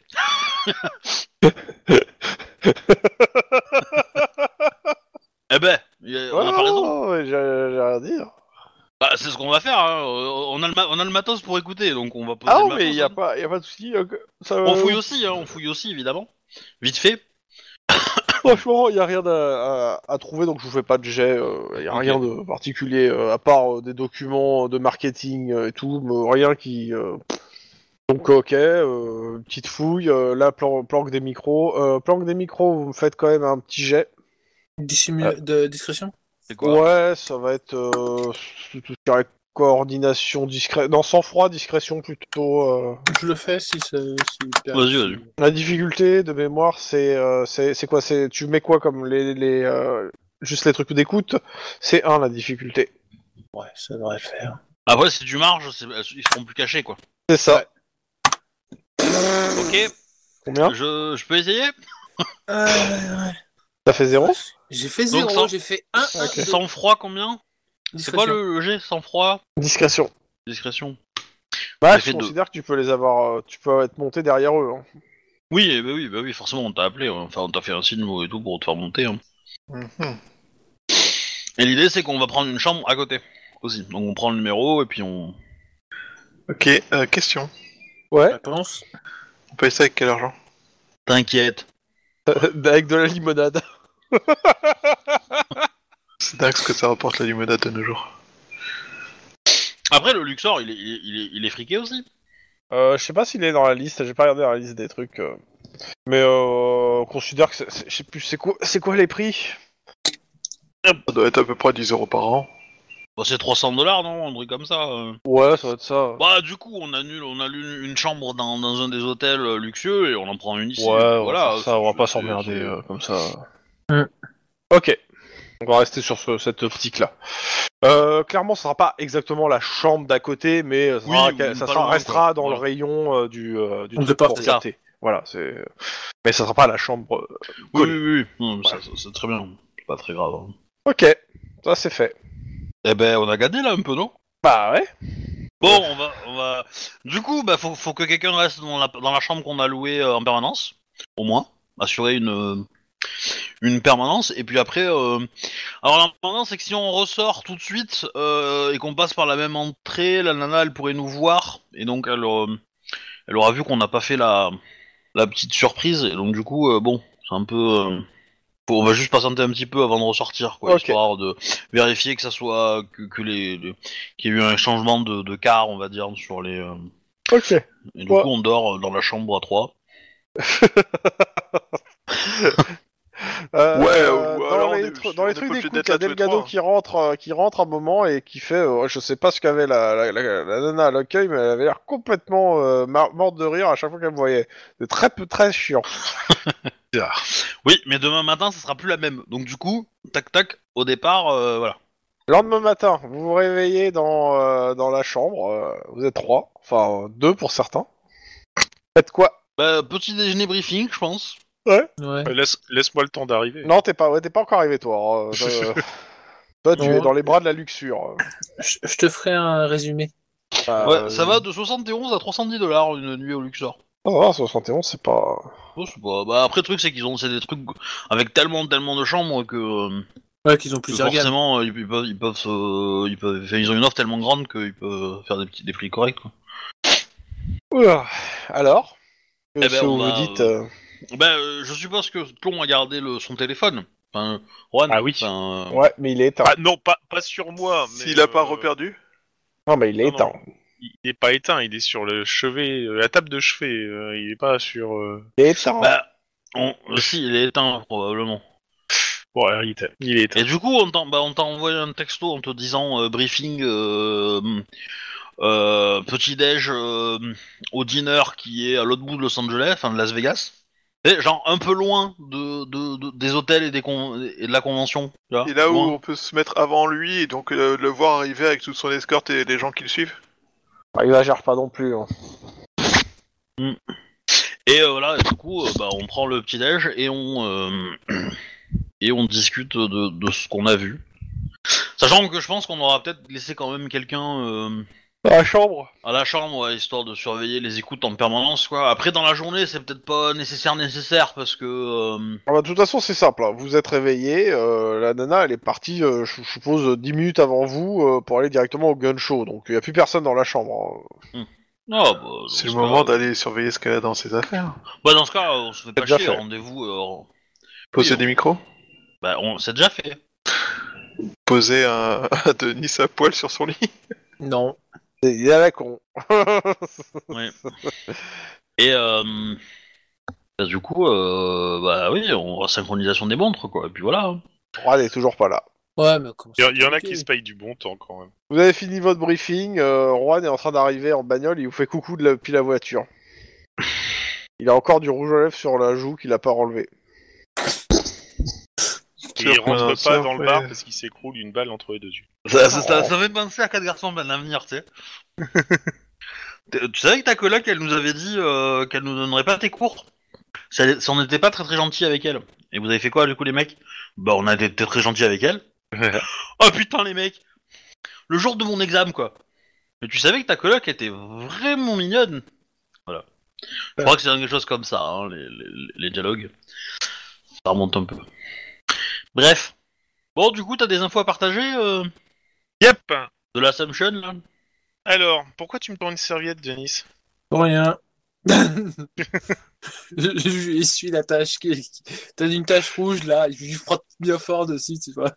[SPEAKER 1] eh ben, y a- on a
[SPEAKER 2] Ouais,
[SPEAKER 1] pas raison.
[SPEAKER 2] non, Oh, mais j'ai j'ai rien à dire.
[SPEAKER 1] Bah, c'est ce qu'on va faire, hein. euh, on, a le ma- on a le matos pour écouter, donc on va poser
[SPEAKER 2] Ah
[SPEAKER 1] le
[SPEAKER 2] non, mais
[SPEAKER 1] matos,
[SPEAKER 2] il y a
[SPEAKER 1] hein.
[SPEAKER 2] pas, y a pas de souci. euh, que- ça,
[SPEAKER 1] On
[SPEAKER 2] euh,
[SPEAKER 1] fouille aussi, hein, on fouille aussi évidemment. Vite fait.
[SPEAKER 2] Franchement, il y a rien à, à- à trouver, donc je vous fais pas de jet. euh, Il y a
[SPEAKER 1] Ok.
[SPEAKER 2] rien de particulier euh, à part euh, des documents de marketing euh, et tout, mais rien qui. euh, Donc ok, euh, petite fouille. euh, là, plan- planque des micros. Euh, planque des micros, vous me faites quand même un petit jet.
[SPEAKER 3] Dissimule-
[SPEAKER 2] Euh.
[SPEAKER 3] de discrétion
[SPEAKER 1] C'est quoi
[SPEAKER 2] ouais, ça va être euh, tout ce qui est coordination discrète, non sang froid, discrétion plutôt. euh.
[SPEAKER 3] Je le fais si c'est. si-
[SPEAKER 1] Vas-y, vas-y.
[SPEAKER 2] La difficulté de mémoire, c'est euh, c'est c'est quoi C'est tu mets quoi comme les les euh, juste les trucs d'écoute C'est un la difficulté.
[SPEAKER 3] Ouais, ça devrait le faire.
[SPEAKER 1] Après, si tu marges, c'est- bah, ils seront plus cachés quoi.
[SPEAKER 2] C'est ça.
[SPEAKER 1] Ok,
[SPEAKER 2] Combien
[SPEAKER 1] je, je peux essayer
[SPEAKER 3] Euh, ouais.
[SPEAKER 2] Ça fait zéro
[SPEAKER 3] J'ai fait
[SPEAKER 1] Donc,
[SPEAKER 3] 0,
[SPEAKER 1] sans-
[SPEAKER 3] j'ai fait 1,
[SPEAKER 2] Ah, Ok.
[SPEAKER 3] 1,
[SPEAKER 1] Sans froid, combien C'est quoi le, le G Sans froid
[SPEAKER 2] Discrétion.
[SPEAKER 1] Discrétion.
[SPEAKER 2] Bah,
[SPEAKER 1] J'ai
[SPEAKER 2] je
[SPEAKER 1] fait deux.
[SPEAKER 2] considère que tu peux les avoir, euh, tu peux être monté derrière eux. hein.
[SPEAKER 1] Oui, eh ben oui, bah oui, forcément, on t'a appelé, ouais. enfin, on t'a fait un signe et tout pour te faire monter. hein.
[SPEAKER 5] Mhm.
[SPEAKER 1] Et l'idée, c'est qu'on va prendre une chambre à côté aussi. Donc, on prend le numéro et puis on.
[SPEAKER 5] Ok, euh, question.
[SPEAKER 2] Ouais.
[SPEAKER 3] Réponse
[SPEAKER 5] On paye ça avec quel argent
[SPEAKER 1] T'inquiète.
[SPEAKER 2] [LAUGHS] Avec de la limonade.
[SPEAKER 5] C'est dingue ce que ça rapporte la limonade de nos jours.
[SPEAKER 1] Après, le Luxor, il est, il est, il est- il est friqué aussi.
[SPEAKER 2] Euh, je sais pas s'il est dans la liste. J'ai pas regardé la liste des trucs. euh. Mais euh, on considère que c'est- c'est- je sais plus c'est quoi, c'est quoi les prix
[SPEAKER 5] Ça doit être à peu près 10 euros par an.
[SPEAKER 1] Bah, c'est 300 dollars, non Un truc comme ça. euh.
[SPEAKER 2] Ouais, ça va être ça.
[SPEAKER 1] Bah, du coup, on annule, on annule une chambre dans, dans un des hôtels euh, luxueux et on en prend une ici. voilà.
[SPEAKER 2] ça, on va
[SPEAKER 1] c'est-
[SPEAKER 2] pas
[SPEAKER 1] c'est-
[SPEAKER 2] s'emmerder
[SPEAKER 1] c'est-
[SPEAKER 2] euh, comme ça.
[SPEAKER 3] Hmm.
[SPEAKER 2] Mm. Ok, on va rester sur ce- cette optique-là. Euh, clairement, ce sera pas exactement la chambre d'à côté, mais euh, ça,
[SPEAKER 1] Oui,
[SPEAKER 2] sera-
[SPEAKER 1] ou
[SPEAKER 2] ça
[SPEAKER 1] pas
[SPEAKER 2] sera-
[SPEAKER 1] loin,
[SPEAKER 2] restera
[SPEAKER 1] quoi.
[SPEAKER 2] dans
[SPEAKER 1] Voilà.
[SPEAKER 2] le rayon euh, du, euh, du
[SPEAKER 3] On
[SPEAKER 2] truc
[SPEAKER 3] peut pas
[SPEAKER 2] pour
[SPEAKER 1] faire ça.
[SPEAKER 2] capter. Voilà, c'est. Mais ça sera pas la chambre. euh,
[SPEAKER 1] Oui,
[SPEAKER 2] collée.
[SPEAKER 1] oui, oui. Non, mais ça- ça- C'est très bien. C'est pas très grave. hein.
[SPEAKER 2] Ok, ça c'est fait.
[SPEAKER 1] Eh ben, on a gagné là un peu, non
[SPEAKER 2] Bah ouais.
[SPEAKER 1] Bon, on va, on va. Du coup, bah, faut, faut que quelqu'un reste dans la, dans la chambre qu'on a louée euh, en permanence, au moins, assurer une euh, une permanence. Et puis après, euh, alors l'important c'est que si on ressort tout de suite euh, et qu'on passe par la même entrée, la nana elle pourrait nous voir et donc elle, euh, elle aura vu qu'on n'a pas fait la la petite surprise. Et donc du coup, euh, bon, c'est un peu. euh, faut- on va juste patienter un petit peu avant de ressortir, quoi,
[SPEAKER 2] Ok.
[SPEAKER 1] histoire de vérifier que ça soit que, que les, les- qu'il y ait eu un changement de, de car, on va dire, sur les. euh,
[SPEAKER 2] Ok.
[SPEAKER 1] et du
[SPEAKER 2] Ouais.
[SPEAKER 1] coup, on dort euh, dans la chambre à 3.
[SPEAKER 2] Euh,
[SPEAKER 5] Ouais,
[SPEAKER 2] euh,
[SPEAKER 5] ou
[SPEAKER 2] dans,
[SPEAKER 5] alors on
[SPEAKER 2] les,
[SPEAKER 5] est-
[SPEAKER 2] tr- dans
[SPEAKER 5] on
[SPEAKER 2] les
[SPEAKER 5] est
[SPEAKER 2] trucs
[SPEAKER 5] pas obligé
[SPEAKER 2] d'écoute,
[SPEAKER 5] d'être
[SPEAKER 2] il y a
[SPEAKER 5] là tous les
[SPEAKER 2] Delgado
[SPEAKER 5] trois, hein.
[SPEAKER 2] qui rentre, euh, qui rentre un moment et qui fait, euh, je sais pas ce qu'avait la, la, la- la nana à l'accueil, mais elle avait l'air complètement euh, mar- morte de rire à chaque fois qu'elle me voyait. C'est très peu, très chiant.
[SPEAKER 1] Oui, mais demain matin, ça sera plus la même. Donc du coup, tac tac, au départ, euh, voilà.
[SPEAKER 2] Lendemain matin, vous vous réveillez dans, euh, dans la chambre, euh, vous êtes trois, enfin euh, deux pour certains. Faites quoi
[SPEAKER 1] Bah, petit déjeuner briefing, je pense.
[SPEAKER 3] Ouais.
[SPEAKER 4] Euh, laisse- Laisse-moi le temps d'arriver.
[SPEAKER 2] Non, t'es pas, ouais, t'es pas encore arrivé,
[SPEAKER 5] [LAUGHS]
[SPEAKER 2] toi. hein, euh, toi, tu
[SPEAKER 3] Non.
[SPEAKER 2] es dans les bras de la luxure.
[SPEAKER 3] Je, je te ferai un résumé.
[SPEAKER 1] Ouais,
[SPEAKER 2] Euh,
[SPEAKER 1] ça va de 71 à 310 dollars une nuit au Luxor.
[SPEAKER 2] Oh, 71, c'est pas.
[SPEAKER 1] Oh, c'est pas- Bah, après, le truc, c'est qu'ils ont c'est des trucs avec tellement, tellement de chambres que, euh,
[SPEAKER 3] Ouais, qu'ils ont
[SPEAKER 1] que
[SPEAKER 3] plusieurs gammes.
[SPEAKER 1] forcément, euh, ils, ils peuvent, ils peuvent, se- ils peuvent- enfin, ils ont une offre tellement grande qu'ils peuvent faire des petits, des prix corrects. quoi.
[SPEAKER 2] Ouah. Alors Que
[SPEAKER 1] Eh ben,
[SPEAKER 2] ce
[SPEAKER 1] on
[SPEAKER 2] vous
[SPEAKER 1] va,
[SPEAKER 2] dites
[SPEAKER 1] euh,
[SPEAKER 2] euh,
[SPEAKER 1] Bah, euh, je suppose que Tlon a gardé le, son téléphone. Enfin, Juan,
[SPEAKER 4] Ah oui.
[SPEAKER 1] enfin, euh,
[SPEAKER 2] Ouais, mais il est éteint.
[SPEAKER 4] Ah, non, pas, pas sur moi. mais,
[SPEAKER 5] S'il a pas
[SPEAKER 4] euh,
[SPEAKER 5] reperdu
[SPEAKER 2] Non, mais il est
[SPEAKER 4] non, non.
[SPEAKER 2] éteint.
[SPEAKER 4] Il n'est pas éteint, il est sur le chevet, euh, la table de chevet. euh, il est pas sur. euh,
[SPEAKER 2] Il est éteint.
[SPEAKER 1] Bah, on... si, il est éteint, probablement.
[SPEAKER 4] Bon, alors, il est éteint. Il est éteint.
[SPEAKER 1] Et du coup, on t'en- bah, on t'a envoyé un texto en te disant euh, briefing, euh, euh, petit-déj euh, au dîner qui est à l'autre bout de Los Angeles, enfin de Las Vegas. Et genre un peu loin de, de- de- des hôtels et, des con- et de la convention. tu vois.
[SPEAKER 5] Et là où
[SPEAKER 1] Loin.
[SPEAKER 5] on peut se mettre avant lui et donc euh, le voir arriver avec toute son escorte et les gens qui le suivent
[SPEAKER 2] Il va gère Ah, pas non plus. hein.
[SPEAKER 1] Et euh, voilà, et du coup, euh, bah, on prend le petit-déj et on. euh, Et on discute de, de ce qu'on a vu. Sachant que je pense qu'on aura peut-être laissé quand même quelqu'un euh,
[SPEAKER 2] Dans la chambre
[SPEAKER 1] À la chambre, ouais, histoire de surveiller les écoutes en permanence, quoi. Après, dans la journée, c'est peut-être pas nécessaire, nécessaire, parce que... euh,
[SPEAKER 2] Ah bah, De toute façon, c'est simple. hein. Vous êtes réveillé. euh, la nana, elle est partie, euh, je je suppose, euh, 10 minutes avant vous euh, pour aller directement au gun show. Donc, il n'y a plus personne dans la chambre. hein.
[SPEAKER 1] ah, bah, dans
[SPEAKER 5] C'est
[SPEAKER 1] ce
[SPEAKER 5] le
[SPEAKER 1] cas-
[SPEAKER 5] moment d'aller surveiller ce qu'elle a dans ses affaires.
[SPEAKER 1] Bah, dans ce cas, on se fait pas
[SPEAKER 2] déjà
[SPEAKER 1] chier,
[SPEAKER 2] fait.
[SPEAKER 1] rendez-vous... euh,
[SPEAKER 5] Poser
[SPEAKER 1] Oui,
[SPEAKER 5] des micros
[SPEAKER 1] Bah, on c'est déjà
[SPEAKER 5] [LAUGHS]
[SPEAKER 1] fait.
[SPEAKER 5] Poser un, [LAUGHS] un Denis à poil sur son lit
[SPEAKER 3] Non.
[SPEAKER 2] C'est- Il est à la con. [LAUGHS]
[SPEAKER 1] Et, euh... bah, du coup, euh... bah oui, on synchronisation des montres, quoi. Et puis voilà. hein.
[SPEAKER 2] Juan est toujours pas là.
[SPEAKER 3] Ouais, mais comment
[SPEAKER 4] Il y,
[SPEAKER 3] ça
[SPEAKER 4] a- il y en a qui
[SPEAKER 3] compliqué
[SPEAKER 4] se payent du bon temps quand même.
[SPEAKER 2] Vous avez fini votre briefing. euh, Juan est en train d'arriver en bagnole. Il vous fait coucou de la, depuis la voiture. Il a encore du rouge à lèvres sur la joue qu'il a pas enlevé.
[SPEAKER 4] Et
[SPEAKER 5] Sûr
[SPEAKER 4] il
[SPEAKER 5] que-
[SPEAKER 4] rentre pas
[SPEAKER 5] sûr,
[SPEAKER 4] dans le
[SPEAKER 5] ouais.
[SPEAKER 4] bar parce qu'il s'écroule une balle entre les deux yeux.
[SPEAKER 1] Ça, ça, ça- ça fait penser à quatre garçons plein d'avenir, tu sais. [LAUGHS] T'es- tu savais que ta coloc, elle nous avait dit euh, qu'elle nous donnerait pas tes cours si, elle- si on n'était pas très très gentil avec elle. Et vous avez fait quoi du coup les mecs Bah on a été très, très gentil avec elle. oh putain les mecs Le jour de mon examen quoi. Mais tu savais que ta coloc était vraiment mignonne. Voilà. Je crois que c'est quelque chose comme ça, hein, les, les- les dialogues. Ça remonte un peu. Bref. Bon du coup t'as des infos à partager euh,
[SPEAKER 4] Yep
[SPEAKER 1] de l'Assumption là
[SPEAKER 4] Alors, pourquoi tu me prends une serviette, Denis
[SPEAKER 3] Pour rien. je, [LAUGHS] je lui essuie la tache qui, qui- T'as une tache rouge là, je lui frotte bien fort dessus, tu vois.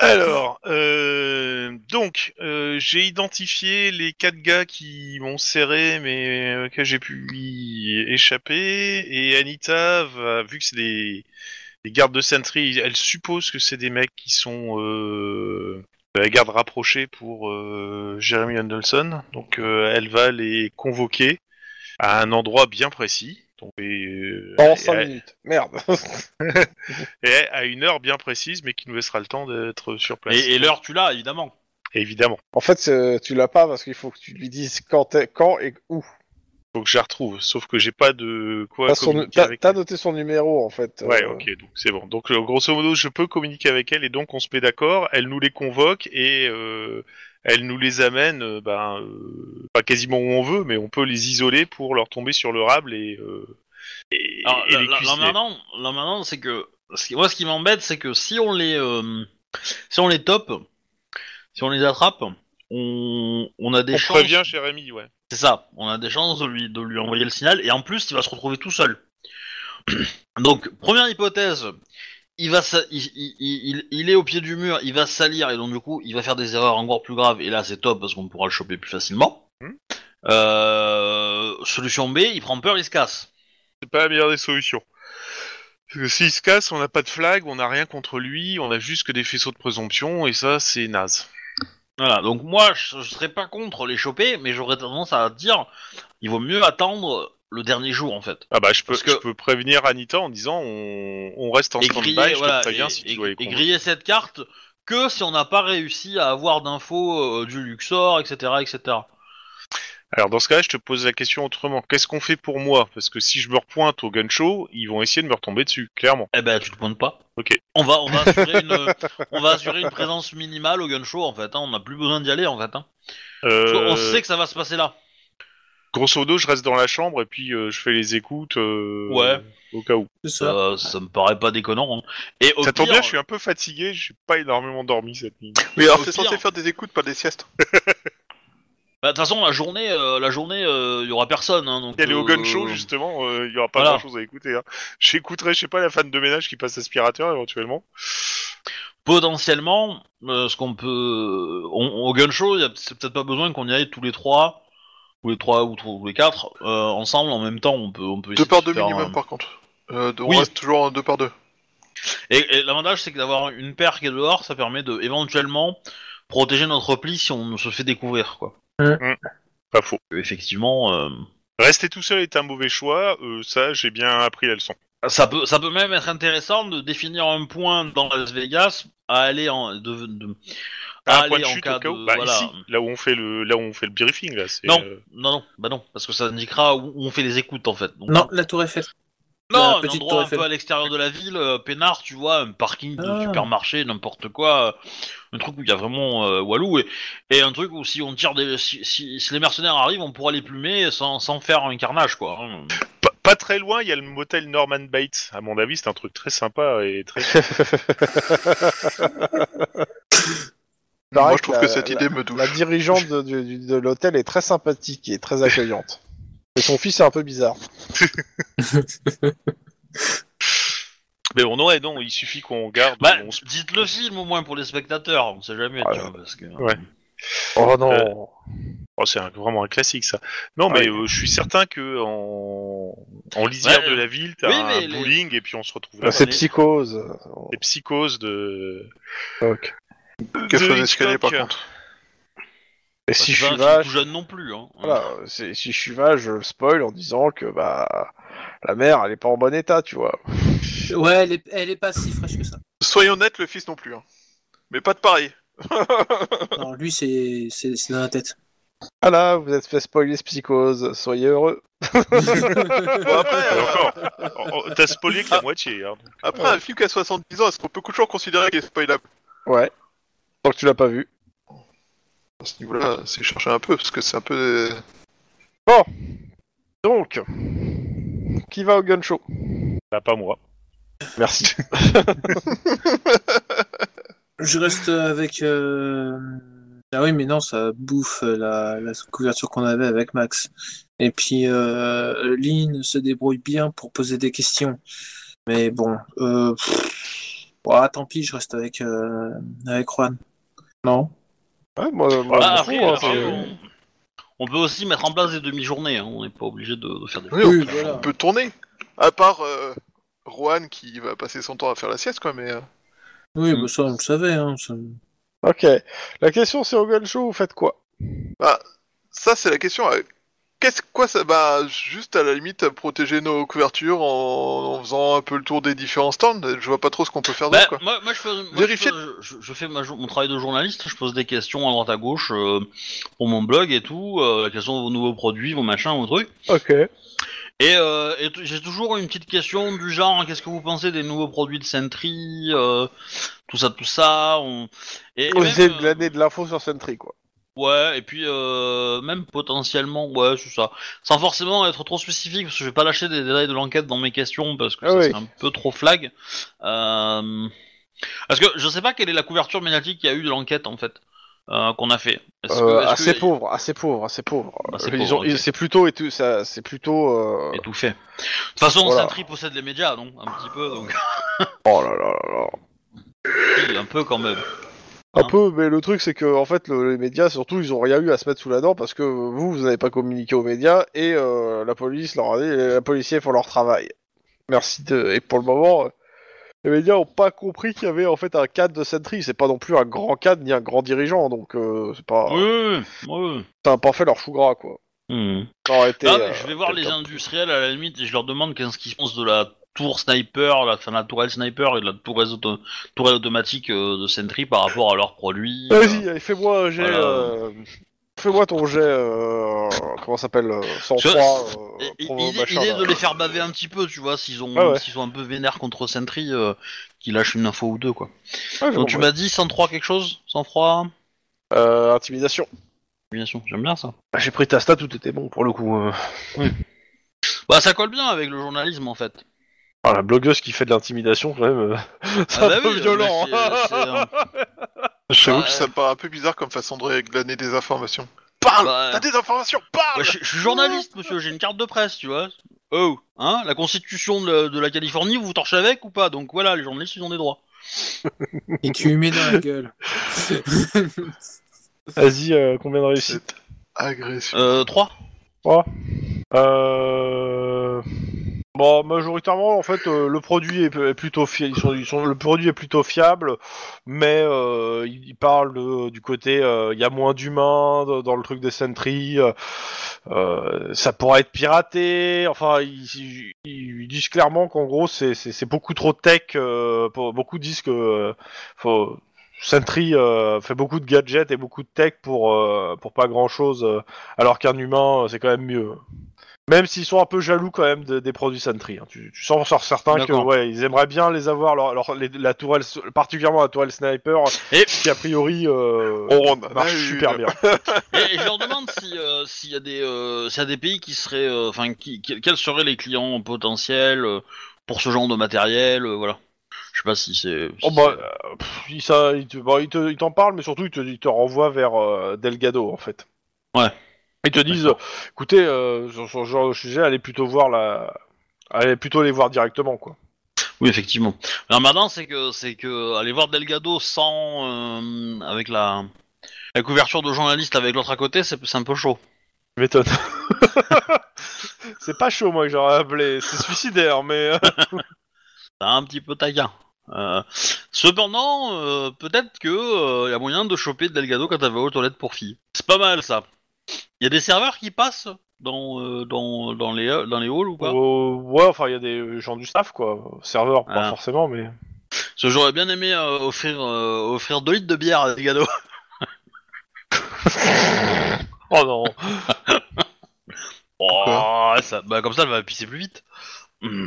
[SPEAKER 4] Alors, euh, donc, euh, j'ai identifié les quatre gars qui m'ont serré, mais euh, que j'ai pu lui échapper. Et Anita, va- vu que c'est des, des gardes de Sentry, elle suppose que c'est des mecs qui sont euh, la garde rapprochée pour euh, Jeremy Hendelson. Donc, euh, elle va les convoquer à un endroit bien précis. Donc, et, euh,
[SPEAKER 2] En
[SPEAKER 4] et
[SPEAKER 2] 5
[SPEAKER 4] à-
[SPEAKER 2] minutes. Merde. [LAUGHS]
[SPEAKER 4] et à une heure bien précise, mais qui nous laissera le temps d'être sur place.
[SPEAKER 1] Et, et l'heure, tu l'as, évidemment.
[SPEAKER 4] Évidemment.
[SPEAKER 2] En fait, c'est- tu l'as pas parce qu'il faut que tu lui dises quand, t'es- quand et où.
[SPEAKER 4] faut que je la retrouve. Sauf que j'ai pas de quoi
[SPEAKER 2] T'as son-
[SPEAKER 4] communiquer
[SPEAKER 2] t'as-
[SPEAKER 4] avec
[SPEAKER 2] t'as
[SPEAKER 4] elle.
[SPEAKER 2] noté son numéro en fait. euh,
[SPEAKER 4] Ouais, ok, donc c'est bon. Donc euh, grosso modo, je peux communiquer avec elle et donc on se met d'accord. Elle nous les convoque et euh, elle nous les amène, euh, ben, euh, pas quasiment où on veut, mais on peut les isoler pour leur tomber sur le rable et, euh, et,
[SPEAKER 1] Alors,
[SPEAKER 4] et
[SPEAKER 1] la-
[SPEAKER 4] les
[SPEAKER 1] la-
[SPEAKER 4] cuisiner.
[SPEAKER 1] l'emmerdant, l'emmerdant, c'est que. ce qui- moi, ce qui m'embête, c'est que si on les. euh, si on les top, si on les attrape, on, on a des
[SPEAKER 4] on
[SPEAKER 1] chances.
[SPEAKER 4] prévient Jérémy, ouais.
[SPEAKER 1] C'est ça, on a des chances de lui, de lui envoyer le signal, et en plus, il va se retrouver tout seul. [CLEARS THROAT] Donc, première hypothèse, il, va sa- il, il- il- il est au pied du mur, il va se salir, et donc du coup, il va faire des erreurs encore plus graves, et là, c'est top, parce qu'on pourra le choper plus facilement.
[SPEAKER 4] Mhm.
[SPEAKER 1] Euh, solution B, il prend peur, il se casse.
[SPEAKER 4] C'est pas la meilleure des solutions. Parce que s'il se casse, on n'a pas de flag, on n'a rien contre lui, on a juste que des faisceaux de présomption et ça, c'est naze.
[SPEAKER 1] Voilà, donc moi je, je serais pas contre les choper, mais j'aurais tendance à dire il vaut mieux attendre le dernier jour en fait.
[SPEAKER 4] Ah bah je peux,
[SPEAKER 1] Parce que-
[SPEAKER 4] je peux prévenir Anita en disant on, on reste en
[SPEAKER 1] Et
[SPEAKER 4] stand-by,
[SPEAKER 1] griller,
[SPEAKER 4] je
[SPEAKER 1] voilà,
[SPEAKER 4] te préviens
[SPEAKER 1] et-
[SPEAKER 4] si
[SPEAKER 1] et-
[SPEAKER 4] tu dois les
[SPEAKER 1] et
[SPEAKER 4] convaincre.
[SPEAKER 1] griller cette carte que si on n'a pas réussi à avoir d'infos euh, du Luxor, etc. etc.
[SPEAKER 4] Alors dans ce cas-là, je te pose la question autrement. Qu'est-ce qu'on fait pour moi Parce que si je me repointe au gun show, ils vont essayer de me retomber dessus, clairement.
[SPEAKER 1] Eh ben, tu te pointes pas.
[SPEAKER 4] Ok.
[SPEAKER 1] On va, on va assurer
[SPEAKER 4] [LAUGHS]
[SPEAKER 1] une, on va assurer une présence minimale au gun show en fait. hein. On n'a plus besoin d'y aller en fait. hein. Parce qu'on- On
[SPEAKER 4] Euh,
[SPEAKER 1] sait que ça va se passer là.
[SPEAKER 4] Grosso modo, je reste dans la chambre et puis euh, je fais les écoutes euh,
[SPEAKER 1] Ouais.
[SPEAKER 4] au cas où.
[SPEAKER 3] C'est ça.
[SPEAKER 1] Ça, Euh, ça me paraît pas déconnant. hein. Et au
[SPEAKER 4] ça tombe
[SPEAKER 1] pire-
[SPEAKER 4] bien, je suis un peu fatigué, j'ai pas énormément dormi cette nuit.
[SPEAKER 5] Mais alors,
[SPEAKER 1] Au
[SPEAKER 5] c'est
[SPEAKER 1] pire.
[SPEAKER 5] censé faire des écoutes, pas des siestes.
[SPEAKER 1] [LAUGHS] Bah, de toute façon, la journée, euh, la journée, il y aura personne. Hein, donc,
[SPEAKER 4] Et aller au
[SPEAKER 1] euh,
[SPEAKER 4] gun show, justement, euh, il y aura pas
[SPEAKER 1] voilà.
[SPEAKER 4] grand-chose à écouter. hein. J'écouterai, je sais pas, la fan de ménage qui passe aspirateur éventuellement.
[SPEAKER 1] Potentiellement, euh, ce qu'on peut, on- on- au gun show, y a- c'est peut-être pas besoin qu'on y aille tous les trois, tous les trois ou tous les quatre euh, ensemble en même temps. On peut, on peut.
[SPEAKER 5] Deux
[SPEAKER 1] essayer
[SPEAKER 5] par
[SPEAKER 1] de
[SPEAKER 5] deux
[SPEAKER 1] faire
[SPEAKER 5] minimum,
[SPEAKER 1] un-
[SPEAKER 5] par contre. Euh, on
[SPEAKER 1] Oui.
[SPEAKER 5] reste toujours en deux par deux.
[SPEAKER 1] Et, et l'avantage, c'est que d'avoir une paire qui est dehors, ça permet de éventuellement protéger notre repli si on se fait découvrir, quoi.
[SPEAKER 4] Pas faux.
[SPEAKER 1] Effectivement, euh,
[SPEAKER 4] Rester tout seul est un mauvais choix, euh, ça, j'ai bien appris la leçon.
[SPEAKER 1] ça peut, ça peut même être intéressant de définir un point dans Las Vegas à aller en, de, de- à
[SPEAKER 4] Ah, un
[SPEAKER 1] aller
[SPEAKER 4] point de
[SPEAKER 1] en
[SPEAKER 4] chute
[SPEAKER 1] cas
[SPEAKER 4] au cas où
[SPEAKER 1] de-
[SPEAKER 4] Bah,
[SPEAKER 1] voilà.
[SPEAKER 4] ici, là où on fait le, là où on fait le briefing, là. c'est,
[SPEAKER 1] Non.
[SPEAKER 4] euh,
[SPEAKER 1] Non, non, bah non, parce que ça indiquera où, où on fait les écoutes en fait. Donc,
[SPEAKER 3] Non, la tour Eiffel. [LAUGHS]
[SPEAKER 1] non,
[SPEAKER 3] la
[SPEAKER 1] un
[SPEAKER 3] petite
[SPEAKER 1] endroit
[SPEAKER 3] tour
[SPEAKER 1] un
[SPEAKER 3] Eiffel.
[SPEAKER 1] peu à l'extérieur de la ville, euh, peinard, tu vois, un parking de
[SPEAKER 3] Ah.
[SPEAKER 1] supermarché, n'importe quoi, euh, un truc où il y a vraiment euh, Walou, et, et un truc où si on tire des. Si, si- si les mercenaires arrivent, on pourra les plumer sans, sans faire un carnage, quoi. hein.
[SPEAKER 4] pas, pas très loin, il y a le motel Norman Bates. À mon avis, c'est un truc très sympa et
[SPEAKER 1] [LAUGHS]
[SPEAKER 4] très.
[SPEAKER 5] Moi,
[SPEAKER 2] Pareil
[SPEAKER 5] je trouve
[SPEAKER 2] la-
[SPEAKER 5] que cette
[SPEAKER 2] la-
[SPEAKER 5] idée me touche.
[SPEAKER 2] La dirigeante de, du- du- de l'hôtel est très sympathique et très accueillante. Et son fils est un peu bizarre.
[SPEAKER 4] Mais bon, non, ouais, non, il suffit qu'on garde.
[SPEAKER 1] Bah,
[SPEAKER 4] on se-
[SPEAKER 1] dites le film au moins pour les spectateurs, on sait jamais, tu vois, parce que. euh,
[SPEAKER 4] Ouais.
[SPEAKER 2] Oh non.
[SPEAKER 4] Euh, Oh, c'est un- vraiment un classique, ça. Non,
[SPEAKER 2] Ah
[SPEAKER 4] mais euh, je suis certain que en, en lisière
[SPEAKER 1] Ouais,
[SPEAKER 4] de
[SPEAKER 1] euh,
[SPEAKER 4] la ville, t'as
[SPEAKER 1] oui,
[SPEAKER 4] un
[SPEAKER 1] mais les-
[SPEAKER 4] bowling et puis on se retrouve
[SPEAKER 2] Euh,
[SPEAKER 4] là.
[SPEAKER 2] C'est
[SPEAKER 1] mais-
[SPEAKER 2] psychose.
[SPEAKER 4] Des psychoses de.
[SPEAKER 2] Ok.
[SPEAKER 5] Quelque
[SPEAKER 4] de
[SPEAKER 5] chose d'escalier, par
[SPEAKER 4] Hitchcock.
[SPEAKER 5] contre.
[SPEAKER 2] Et
[SPEAKER 1] Bah, c'est
[SPEAKER 2] si je
[SPEAKER 1] pas
[SPEAKER 2] suis
[SPEAKER 1] un film
[SPEAKER 2] vache,
[SPEAKER 1] tout jeune non plus, hein.
[SPEAKER 2] voilà, c'est- si je suis vache, je le spoil en disant que bah la mère, elle est pas en bon état, tu vois.
[SPEAKER 3] Ouais, elle est, elle est pas si fraîche que ça.
[SPEAKER 5] Soyons honnêtes, le fils non plus. hein. Mais pas de pareil.
[SPEAKER 3] Non, lui, c'est c'est- c'est dans la
[SPEAKER 4] [LAUGHS]
[SPEAKER 3] tête. [LAUGHS]
[SPEAKER 2] Ah là, vous êtes fait spoiler ce psychose. Soyez heureux.
[SPEAKER 5] Bon, après,
[SPEAKER 4] Et
[SPEAKER 5] euh,
[SPEAKER 4] encore, Ah, oh, oh, t'as spoilé
[SPEAKER 1] Ah.
[SPEAKER 4] que la moitié. Hein.
[SPEAKER 5] après un film qui a 70 ans, est-ce qu'on peut toujours considérer qu'il est spoilable
[SPEAKER 2] Ouais. Tant que tu l'as pas vu.
[SPEAKER 5] À ce niveau-là, c'est chercher un peu, parce que c'est un peu... euh,
[SPEAKER 2] Donc, qui va au gun show
[SPEAKER 4] Bah, pas moi.
[SPEAKER 2] Merci.
[SPEAKER 3] Je reste avec. euh, Ah oui, mais non, ça bouffe euh, la, la couverture qu'on avait avec Max. Et puis, euh, Lynn se débrouille bien pour poser des questions. Mais bon, euh... pff, ouah, tant pis, je reste avec, euh, avec Juan. Non?
[SPEAKER 2] [LAUGHS] Ouais, moi, moi,
[SPEAKER 1] Ah,
[SPEAKER 2] je m'en
[SPEAKER 1] après,
[SPEAKER 2] fous, hein,
[SPEAKER 1] après,
[SPEAKER 2] c'est-
[SPEAKER 1] on... on peut aussi mettre en place des demi-journées, hein, on n'est pas obligé de, de faire des.
[SPEAKER 5] Oui, on,
[SPEAKER 3] Oui,
[SPEAKER 5] peut-
[SPEAKER 3] voilà.
[SPEAKER 5] on peut tourner. À part euh, Juan qui va passer son temps à faire la sieste, quoi, mais... euh,
[SPEAKER 3] Oui,
[SPEAKER 1] Mm.
[SPEAKER 3] bah ça, on le savait. Hein,
[SPEAKER 5] [LAUGHS]
[SPEAKER 3] ça-
[SPEAKER 2] Ok. La question, c'est au gun show, vous faites quoi
[SPEAKER 5] Ça, c'est la question. euh, Qu'est-ce quoi ça Bah, juste à la limite, protéger nos couvertures en, en faisant un peu le tour des différents stands. Je vois pas trop ce qu'on peut faire
[SPEAKER 1] Bah,
[SPEAKER 5] d'autre, quoi.
[SPEAKER 1] moi, moi, je, fais, moi, je
[SPEAKER 5] Vérifier-
[SPEAKER 1] fais- je- je fais ma jo- mon travail de journaliste, je pose des questions à droite à gauche euh, pour mon blog et tout, euh, quels sont vos nouveaux produits, vos machins, vos trucs.
[SPEAKER 2] Ok.
[SPEAKER 1] Et, euh, et t- j'ai toujours une petite question du genre qu'est-ce que vous pensez des nouveaux produits de Sentry, euh, tout ça, tout ça. on- Et, et même,
[SPEAKER 2] Oser de
[SPEAKER 1] euh,
[SPEAKER 2] glaner de l'info sur Sentry, quoi.
[SPEAKER 1] Ouais, et puis euh, même potentiellement, ouais, c'est ça. Sans forcément être trop spécifique, parce que je vais pas lâcher des détails de l'enquête dans mes questions, parce que
[SPEAKER 2] Ah
[SPEAKER 1] ça
[SPEAKER 2] oui.
[SPEAKER 1] serait un peu trop flag. Euh... Parce que je sais pas quelle est la couverture médiatique qu'il y a eu de l'enquête, en fait, euh, qu'on a fait. Est-ce que-
[SPEAKER 2] Euh,
[SPEAKER 1] est-ce que
[SPEAKER 2] assez pauvre, assez pauvre, assez pauvre.
[SPEAKER 1] Assez
[SPEAKER 2] Euh, ils
[SPEAKER 1] pauvre,
[SPEAKER 2] ont- ils-
[SPEAKER 1] ok.
[SPEAKER 2] C'est plutôt et tout, ça, c'est plutôt. euh,
[SPEAKER 1] et tout fait. De toute façon,
[SPEAKER 2] Voilà.
[SPEAKER 1] Sentry possède les médias, non Un petit peu, donc [LAUGHS]
[SPEAKER 2] Oh là là là là.
[SPEAKER 1] oui, un peu quand même.
[SPEAKER 2] Un
[SPEAKER 1] Hein.
[SPEAKER 2] peu, mais le truc c'est que en fait le- les médias surtout ils ont rien eu à se mettre sous la dent parce que vous vous n'avez pas communiqué aux médias et euh, la police leur a dit la policier font leur travail. Merci de et pour le moment euh, les médias ont pas compris qu'il y avait en fait un cadre de Sentry. C'est pas non plus un grand cadre ni un grand dirigeant donc euh, c'est pas
[SPEAKER 1] Oui, oui, oui.
[SPEAKER 2] ça a pas fait leur chou gras quoi.
[SPEAKER 1] Hmm.
[SPEAKER 2] Ça aurait été,
[SPEAKER 1] Ah,
[SPEAKER 2] euh,
[SPEAKER 1] je vais voir les
[SPEAKER 2] quelqu'un.
[SPEAKER 1] industriels à la limite et je leur demande qu'est-ce qu'ils pensent de la tour sniper, la, enfin, la tourelle sniper et de la tourelle, auto- tourelle automatique euh, de Sentry par rapport à leurs produits. euh.
[SPEAKER 2] Vas-y, allez, fais-moi un jet,
[SPEAKER 1] Voilà.
[SPEAKER 2] euh, fais-moi ton jet, euh, comment ça s'appelle, euh, sans
[SPEAKER 1] Je-
[SPEAKER 2] froid, euh,
[SPEAKER 1] Et- et-
[SPEAKER 2] pro-
[SPEAKER 1] Idée,
[SPEAKER 2] machin,
[SPEAKER 1] idée
[SPEAKER 2] là.
[SPEAKER 1] de les faire baver un petit peu, tu vois, s'ils ont,
[SPEAKER 2] Ah ouais.
[SPEAKER 1] s'ils sont un peu vénères contre Sentry, euh, qu'ils lâchent une info ou deux, quoi.
[SPEAKER 2] Ouais, j'ai
[SPEAKER 1] Donc tu
[SPEAKER 2] compris.
[SPEAKER 1] m'as dit 103 quelque chose 103
[SPEAKER 2] Euh, intimidation.
[SPEAKER 1] Bien sûr, j'aime bien ça.
[SPEAKER 2] Ah, J'ai pris ta stat, tout était bon pour le coup. hein.
[SPEAKER 1] Bah ça colle bien avec le journalisme, en
[SPEAKER 2] [LAUGHS]
[SPEAKER 1] fait.
[SPEAKER 2] Ah, la blogueuse qui fait de l'intimidation, quand même, euh, [LAUGHS] c'est
[SPEAKER 1] Ah
[SPEAKER 2] un
[SPEAKER 1] bah
[SPEAKER 2] peu
[SPEAKER 1] oui,
[SPEAKER 2] violent. hein.
[SPEAKER 1] mais c'est- c'est,
[SPEAKER 2] [LAUGHS]
[SPEAKER 1] euh,
[SPEAKER 5] Je
[SPEAKER 1] Ah,
[SPEAKER 5] que
[SPEAKER 1] euh.
[SPEAKER 5] ça me paraît un peu bizarre comme façon de glaner des informations. Parle
[SPEAKER 1] Bah,
[SPEAKER 5] T'as des informations Parle
[SPEAKER 1] bah, je, je suis journaliste, monsieur, j'ai une carte de presse, tu vois. Oh, hein, la constitution de, la- de la Californie, vous vous torchez avec ou pas Donc voilà, les journalistes, ils ont des droits.
[SPEAKER 3] Et tu lui mets dans la
[SPEAKER 5] [LAUGHS]
[SPEAKER 3] gueule.
[SPEAKER 2] Vas-y, euh, combien de réussites
[SPEAKER 5] Cette agression.
[SPEAKER 1] Euh, 3
[SPEAKER 2] Euh... Bon, majoritairement, en fait, euh, le produit est, est plutôt fi- ils sont- ils sont- le produit est plutôt fiable, mais euh, il, il parle de- du côté, euh, il y a moins d'humains de- dans le truc des sentries, euh, euh, ça pourra être piraté. Enfin, ils, ils- ils disent clairement qu'en gros, c'est- c'est c'est beaucoup trop tech. euh, pour- beaucoup disent que euh, faut, Sentry euh, fait beaucoup de gadgets et beaucoup de tech pour euh, pour pas grand chose, alors qu'un humain, euh, c'est quand même mieux. Même s'ils sont un peu jaloux quand même de- des produits Sentry. hein. Tu, tu sens sur certains que
[SPEAKER 1] D'accord.
[SPEAKER 2] ouais, ils aimeraient bien les avoir, leur, leur- les- la tourelle, particulièrement la tourelle sniper,
[SPEAKER 1] Et- Oh, euh,
[SPEAKER 2] qui a priori euh,
[SPEAKER 5] On en a
[SPEAKER 2] marche
[SPEAKER 5] eu.
[SPEAKER 2] super bien.
[SPEAKER 1] Et, et je leur demande si, euh, s'il y a des euh, s'il y a des pays qui seraient euh, enfin qui, qui- quels seraient les clients potentiels euh, pour ce genre de matériel euh, voilà. Je sais pas si c'est si
[SPEAKER 2] Oh bah, euh, pff, il, ça, il te, bon, il te- il t'en parle, mais surtout il te, il te renvoie vers euh, Delgado en fait.
[SPEAKER 1] Ouais.
[SPEAKER 2] Ils te disent, écoutez, euh, sur sur ce genre de sujet, allez plutôt voir la, allez plutôt les voir directement quoi.
[SPEAKER 1] c'est- oui effectivement. Alors maintenant c'est que c'est que aller voir Delgado sans euh, avec la la couverture de journaliste avec l'autre à côté, c'est c'est un peu chaud.
[SPEAKER 2] Tu m'étonnes. [LAUGHS] c'est pas chaud moi que j'aurais appelé, c'est suicidaire, mais euh,
[SPEAKER 1] C'est un petit peu taquin. Euh, cependant, euh, peut-être que euh, y a moyen de choper Delgado quand elle va aux toilettes pour filles. C'est pas mal ça. Il y a des serveurs qui passent dans euh, dans, dans les dans les halls ou pas
[SPEAKER 2] euh, ouais, enfin il y a des gens du staff quoi, serveur
[SPEAKER 1] Ah.
[SPEAKER 2] pas forcément, mais
[SPEAKER 1] Parce que j'aurais bien aimé euh, offrir euh, offrir 2 litres de bière à Delgado.
[SPEAKER 2] oh non.
[SPEAKER 1] [LAUGHS] Oh, ça, bah comme ça elle va pisser plus vite. Hmm.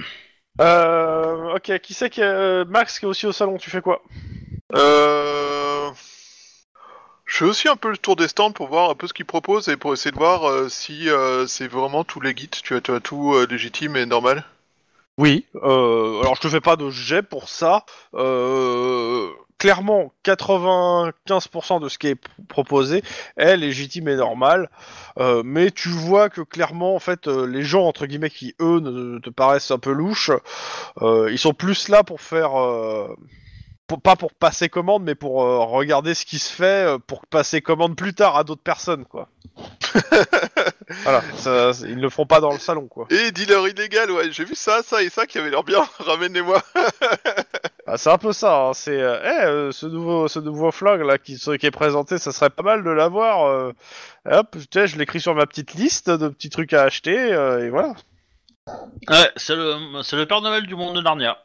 [SPEAKER 2] Euh, ok, qui c'est que Max qui est aussi au salon, tu fais quoi
[SPEAKER 5] Euh... Je fais aussi un peu le tour des stands pour voir un peu ce qu'ils proposent et pour essayer de voir euh, si euh, c'est vraiment tous les guides, tu as, tu as tout euh, légitime et normal.
[SPEAKER 2] Oui, euh, alors je te fais pas de jet pour ça. Euh, clairement, 95% de ce qui est p- proposé est légitime et normal. Euh, mais tu vois que clairement, en fait, euh, les gens, entre guillemets, qui eux ne- te paraissent un peu louches, euh, ils sont plus là pour faire... euh, pour- pas pour passer commande, mais pour euh, regarder ce qui se fait, euh, pour passer commande plus tard à d'autres personnes, quoi. voilà, ça- ils ne le feront pas dans le salon, quoi.
[SPEAKER 5] Et dealer illégal, ouais, j'ai vu ça, ça et ça qui avait l'air bien, [LAUGHS] ramène-les-moi.
[SPEAKER 2] Ah, c'est un peu ça, hein, c'est euh, Eh, euh, ce nouveau ce nouveau flingue là qui, se- qui est présenté, ça serait pas mal de l'avoir. euh. Hop, tu sais, je l'écris sur ma petite liste de petits trucs à acheter euh, et voilà.
[SPEAKER 1] Ouais, c'est le c'est le Père Noël du monde de Narnia.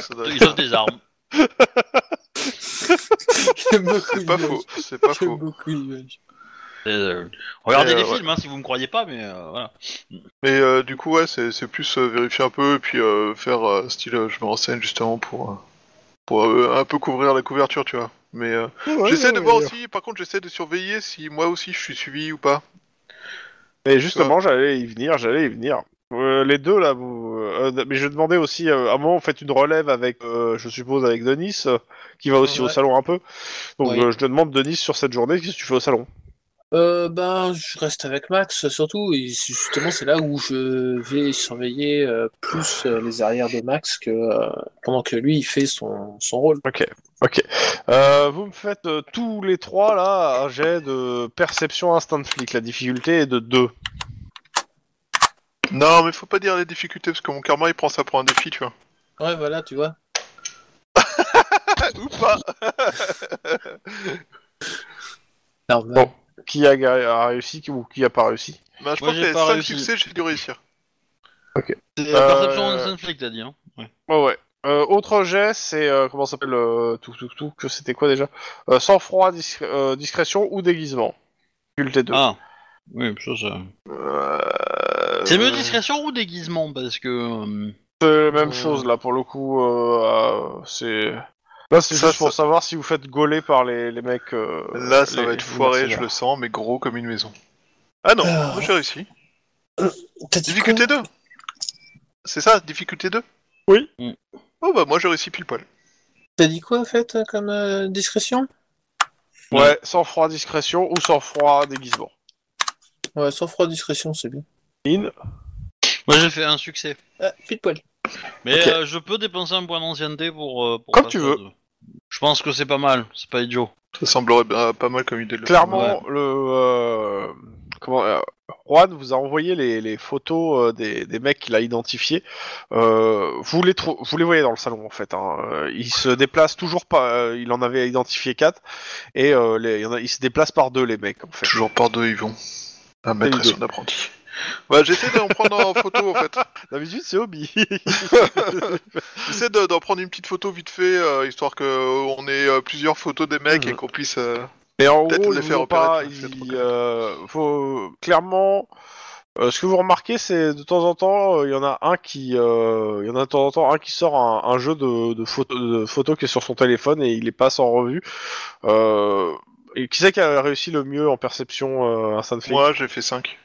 [SPEAKER 5] Ça doit être-
[SPEAKER 1] Ils offrent des armes.
[SPEAKER 3] J'aime beaucoup
[SPEAKER 5] C'est pas
[SPEAKER 3] l'image.
[SPEAKER 5] faux,
[SPEAKER 3] [LAUGHS]
[SPEAKER 5] c'est pas
[SPEAKER 3] J'aime
[SPEAKER 5] faux.
[SPEAKER 3] beaucoup l'image.
[SPEAKER 1] C'est, [LAUGHS] euh, Regardez
[SPEAKER 5] Euh,
[SPEAKER 1] les
[SPEAKER 5] ouais.
[SPEAKER 1] films hein, si vous me croyez pas, mais euh, voilà.
[SPEAKER 5] Mais euh, du coup, ouais, c'est c'est plus euh, vérifier un peu et puis euh, faire euh, style, euh, je me renseigne justement pour, euh, pour euh, un peu couvrir la couverture, tu vois. Mais euh, j'essaie de voir aussi, par contre, j'essaie de surveiller si moi aussi je suis suivi ou pas.
[SPEAKER 2] Mais justement, j'allais y venir, j'allais y venir. Euh, les deux là, vous. euh, euh, mais je demandais aussi, euh, à un moment, vous faites une relève avec, euh, je suppose, avec Denis, euh, qui va aussi
[SPEAKER 3] Ouais.
[SPEAKER 2] au salon un peu. Donc
[SPEAKER 3] Oui.
[SPEAKER 2] euh, je te demande, Denis, sur cette journée, qu'est-ce que tu fais au salon
[SPEAKER 3] Euh, ben, je reste avec Max surtout, et c'est- justement c'est là où je vais surveiller euh, plus euh, les arrières de Max que euh, pendant que lui il fait son, son rôle.
[SPEAKER 2] Ok. Euh, vous me faites euh, tous les trois là un jet de perception instinct de flic. La difficulté est de 2.
[SPEAKER 5] Non, mais faut pas dire les difficultés parce que mon karma il prend ça pour un défi, tu vois.
[SPEAKER 3] Ouais, voilà, tu vois.
[SPEAKER 5] [LAUGHS] ou
[SPEAKER 3] [LAUGHS]
[SPEAKER 5] pas
[SPEAKER 3] Normal.
[SPEAKER 2] Qui a, a réussi qui- ou qui a pas réussi
[SPEAKER 5] Bah, je
[SPEAKER 1] Moi,
[SPEAKER 5] pense
[SPEAKER 1] j'ai
[SPEAKER 5] que
[SPEAKER 1] pas
[SPEAKER 5] 5
[SPEAKER 1] réussi.
[SPEAKER 5] succès, j'ai dû réussir.
[SPEAKER 1] C'est
[SPEAKER 2] Euh,
[SPEAKER 1] la perception de Netflix, t'as dit. Hein. Ouais.
[SPEAKER 2] Ouais, ouais. Euh, autre jet, c'est euh, comment ça s'appelle euh, tout tout tout que c'était quoi déjà Euh, Sang-froid, discré- euh, discrétion ou déguisement. Culte et deux.
[SPEAKER 1] Ah. Oui, ça, ça...
[SPEAKER 5] Euh,
[SPEAKER 1] C'est mieux discrétion ou déguisement Parce que. euh,
[SPEAKER 2] C'est la même
[SPEAKER 3] Euh.
[SPEAKER 2] chose là pour le coup. euh, euh, c'est là c'est
[SPEAKER 5] Ça,
[SPEAKER 2] juste pour
[SPEAKER 5] ça-
[SPEAKER 2] savoir si vous faites gauler par les, les mecs. euh,
[SPEAKER 5] Là, ça
[SPEAKER 2] les-
[SPEAKER 5] va être
[SPEAKER 2] les
[SPEAKER 5] foiré, je
[SPEAKER 2] mercenaires.
[SPEAKER 5] le sens, mais gros comme une maison. Ah non,
[SPEAKER 3] Ah.
[SPEAKER 5] moi j'ai réussi.
[SPEAKER 3] T'as dit quoi
[SPEAKER 5] Difficulté 2 C'est ça, difficulté 2
[SPEAKER 2] Oui.
[SPEAKER 1] Mm.
[SPEAKER 5] Oh bah moi j'ai réussi pile poil.
[SPEAKER 3] T'as dit quoi en fait euh, comme euh, discrétion
[SPEAKER 2] Ouais, sans froid discrétion ou sans froid déguisement.
[SPEAKER 3] Ouais, sans froid discrétion, c'est bien.
[SPEAKER 2] In.
[SPEAKER 1] Moi, j'ai fait un succès.
[SPEAKER 3] Ah, pile poil.
[SPEAKER 1] Mais
[SPEAKER 2] Ok.
[SPEAKER 1] euh, je peux dépenser un point d'ancienneté pour. euh, pour
[SPEAKER 2] Comme
[SPEAKER 1] pas
[SPEAKER 2] tu
[SPEAKER 1] ça
[SPEAKER 2] veux.
[SPEAKER 1] de- Je pense que c'est pas mal, c'est pas idiot.
[SPEAKER 5] Ça semblerait bien- pas mal comme idée de le
[SPEAKER 2] Clairement, le euh, comment euh, Juan vous a envoyé les, les photos euh, des, des mecs qu'il a identifiés. Euh, vous les trou- vous les voyez dans le salon en fait. Hein. Euh, Ils se déplacent toujours pas. euh, il en avait identifié quatre et euh, les- il y en a- ils se déplacent par deux les mecs en
[SPEAKER 5] [LAUGHS]
[SPEAKER 2] fait.
[SPEAKER 5] Toujours par deux Yvon. Un maître et
[SPEAKER 2] Salut,
[SPEAKER 5] son apprenti. Bah j'essaie d'en prendre en photo
[SPEAKER 1] [LAUGHS]
[SPEAKER 5] en fait.
[SPEAKER 2] D'habitude c'est Obi. [LAUGHS]
[SPEAKER 5] J'essaie de- d'en prendre une petite photo vite fait, euh, histoire que euh, on ait euh, plusieurs photos des mecs
[SPEAKER 1] Mmh.
[SPEAKER 2] Mhm.
[SPEAKER 5] et qu'on puisse... euh,
[SPEAKER 2] Mais en
[SPEAKER 5] Peut-être
[SPEAKER 2] gros,
[SPEAKER 5] les
[SPEAKER 2] ils
[SPEAKER 5] faire
[SPEAKER 2] vont
[SPEAKER 5] opérer,
[SPEAKER 2] pas.
[SPEAKER 5] tu vois, c'est
[SPEAKER 2] ils,
[SPEAKER 5] trop
[SPEAKER 2] euh, faut- clairement, euh, ce que vous remarquez, c'est de temps en temps, euh, il y en a un qui, euh, il y en a de temps en temps un qui sort un, un jeu de, de photo- de photos qui est sur son téléphone et il les passe en revue. Euh, et qui c'est qui a réussi le mieux en perception euh, instant flic
[SPEAKER 5] Moi j'ai fait 5.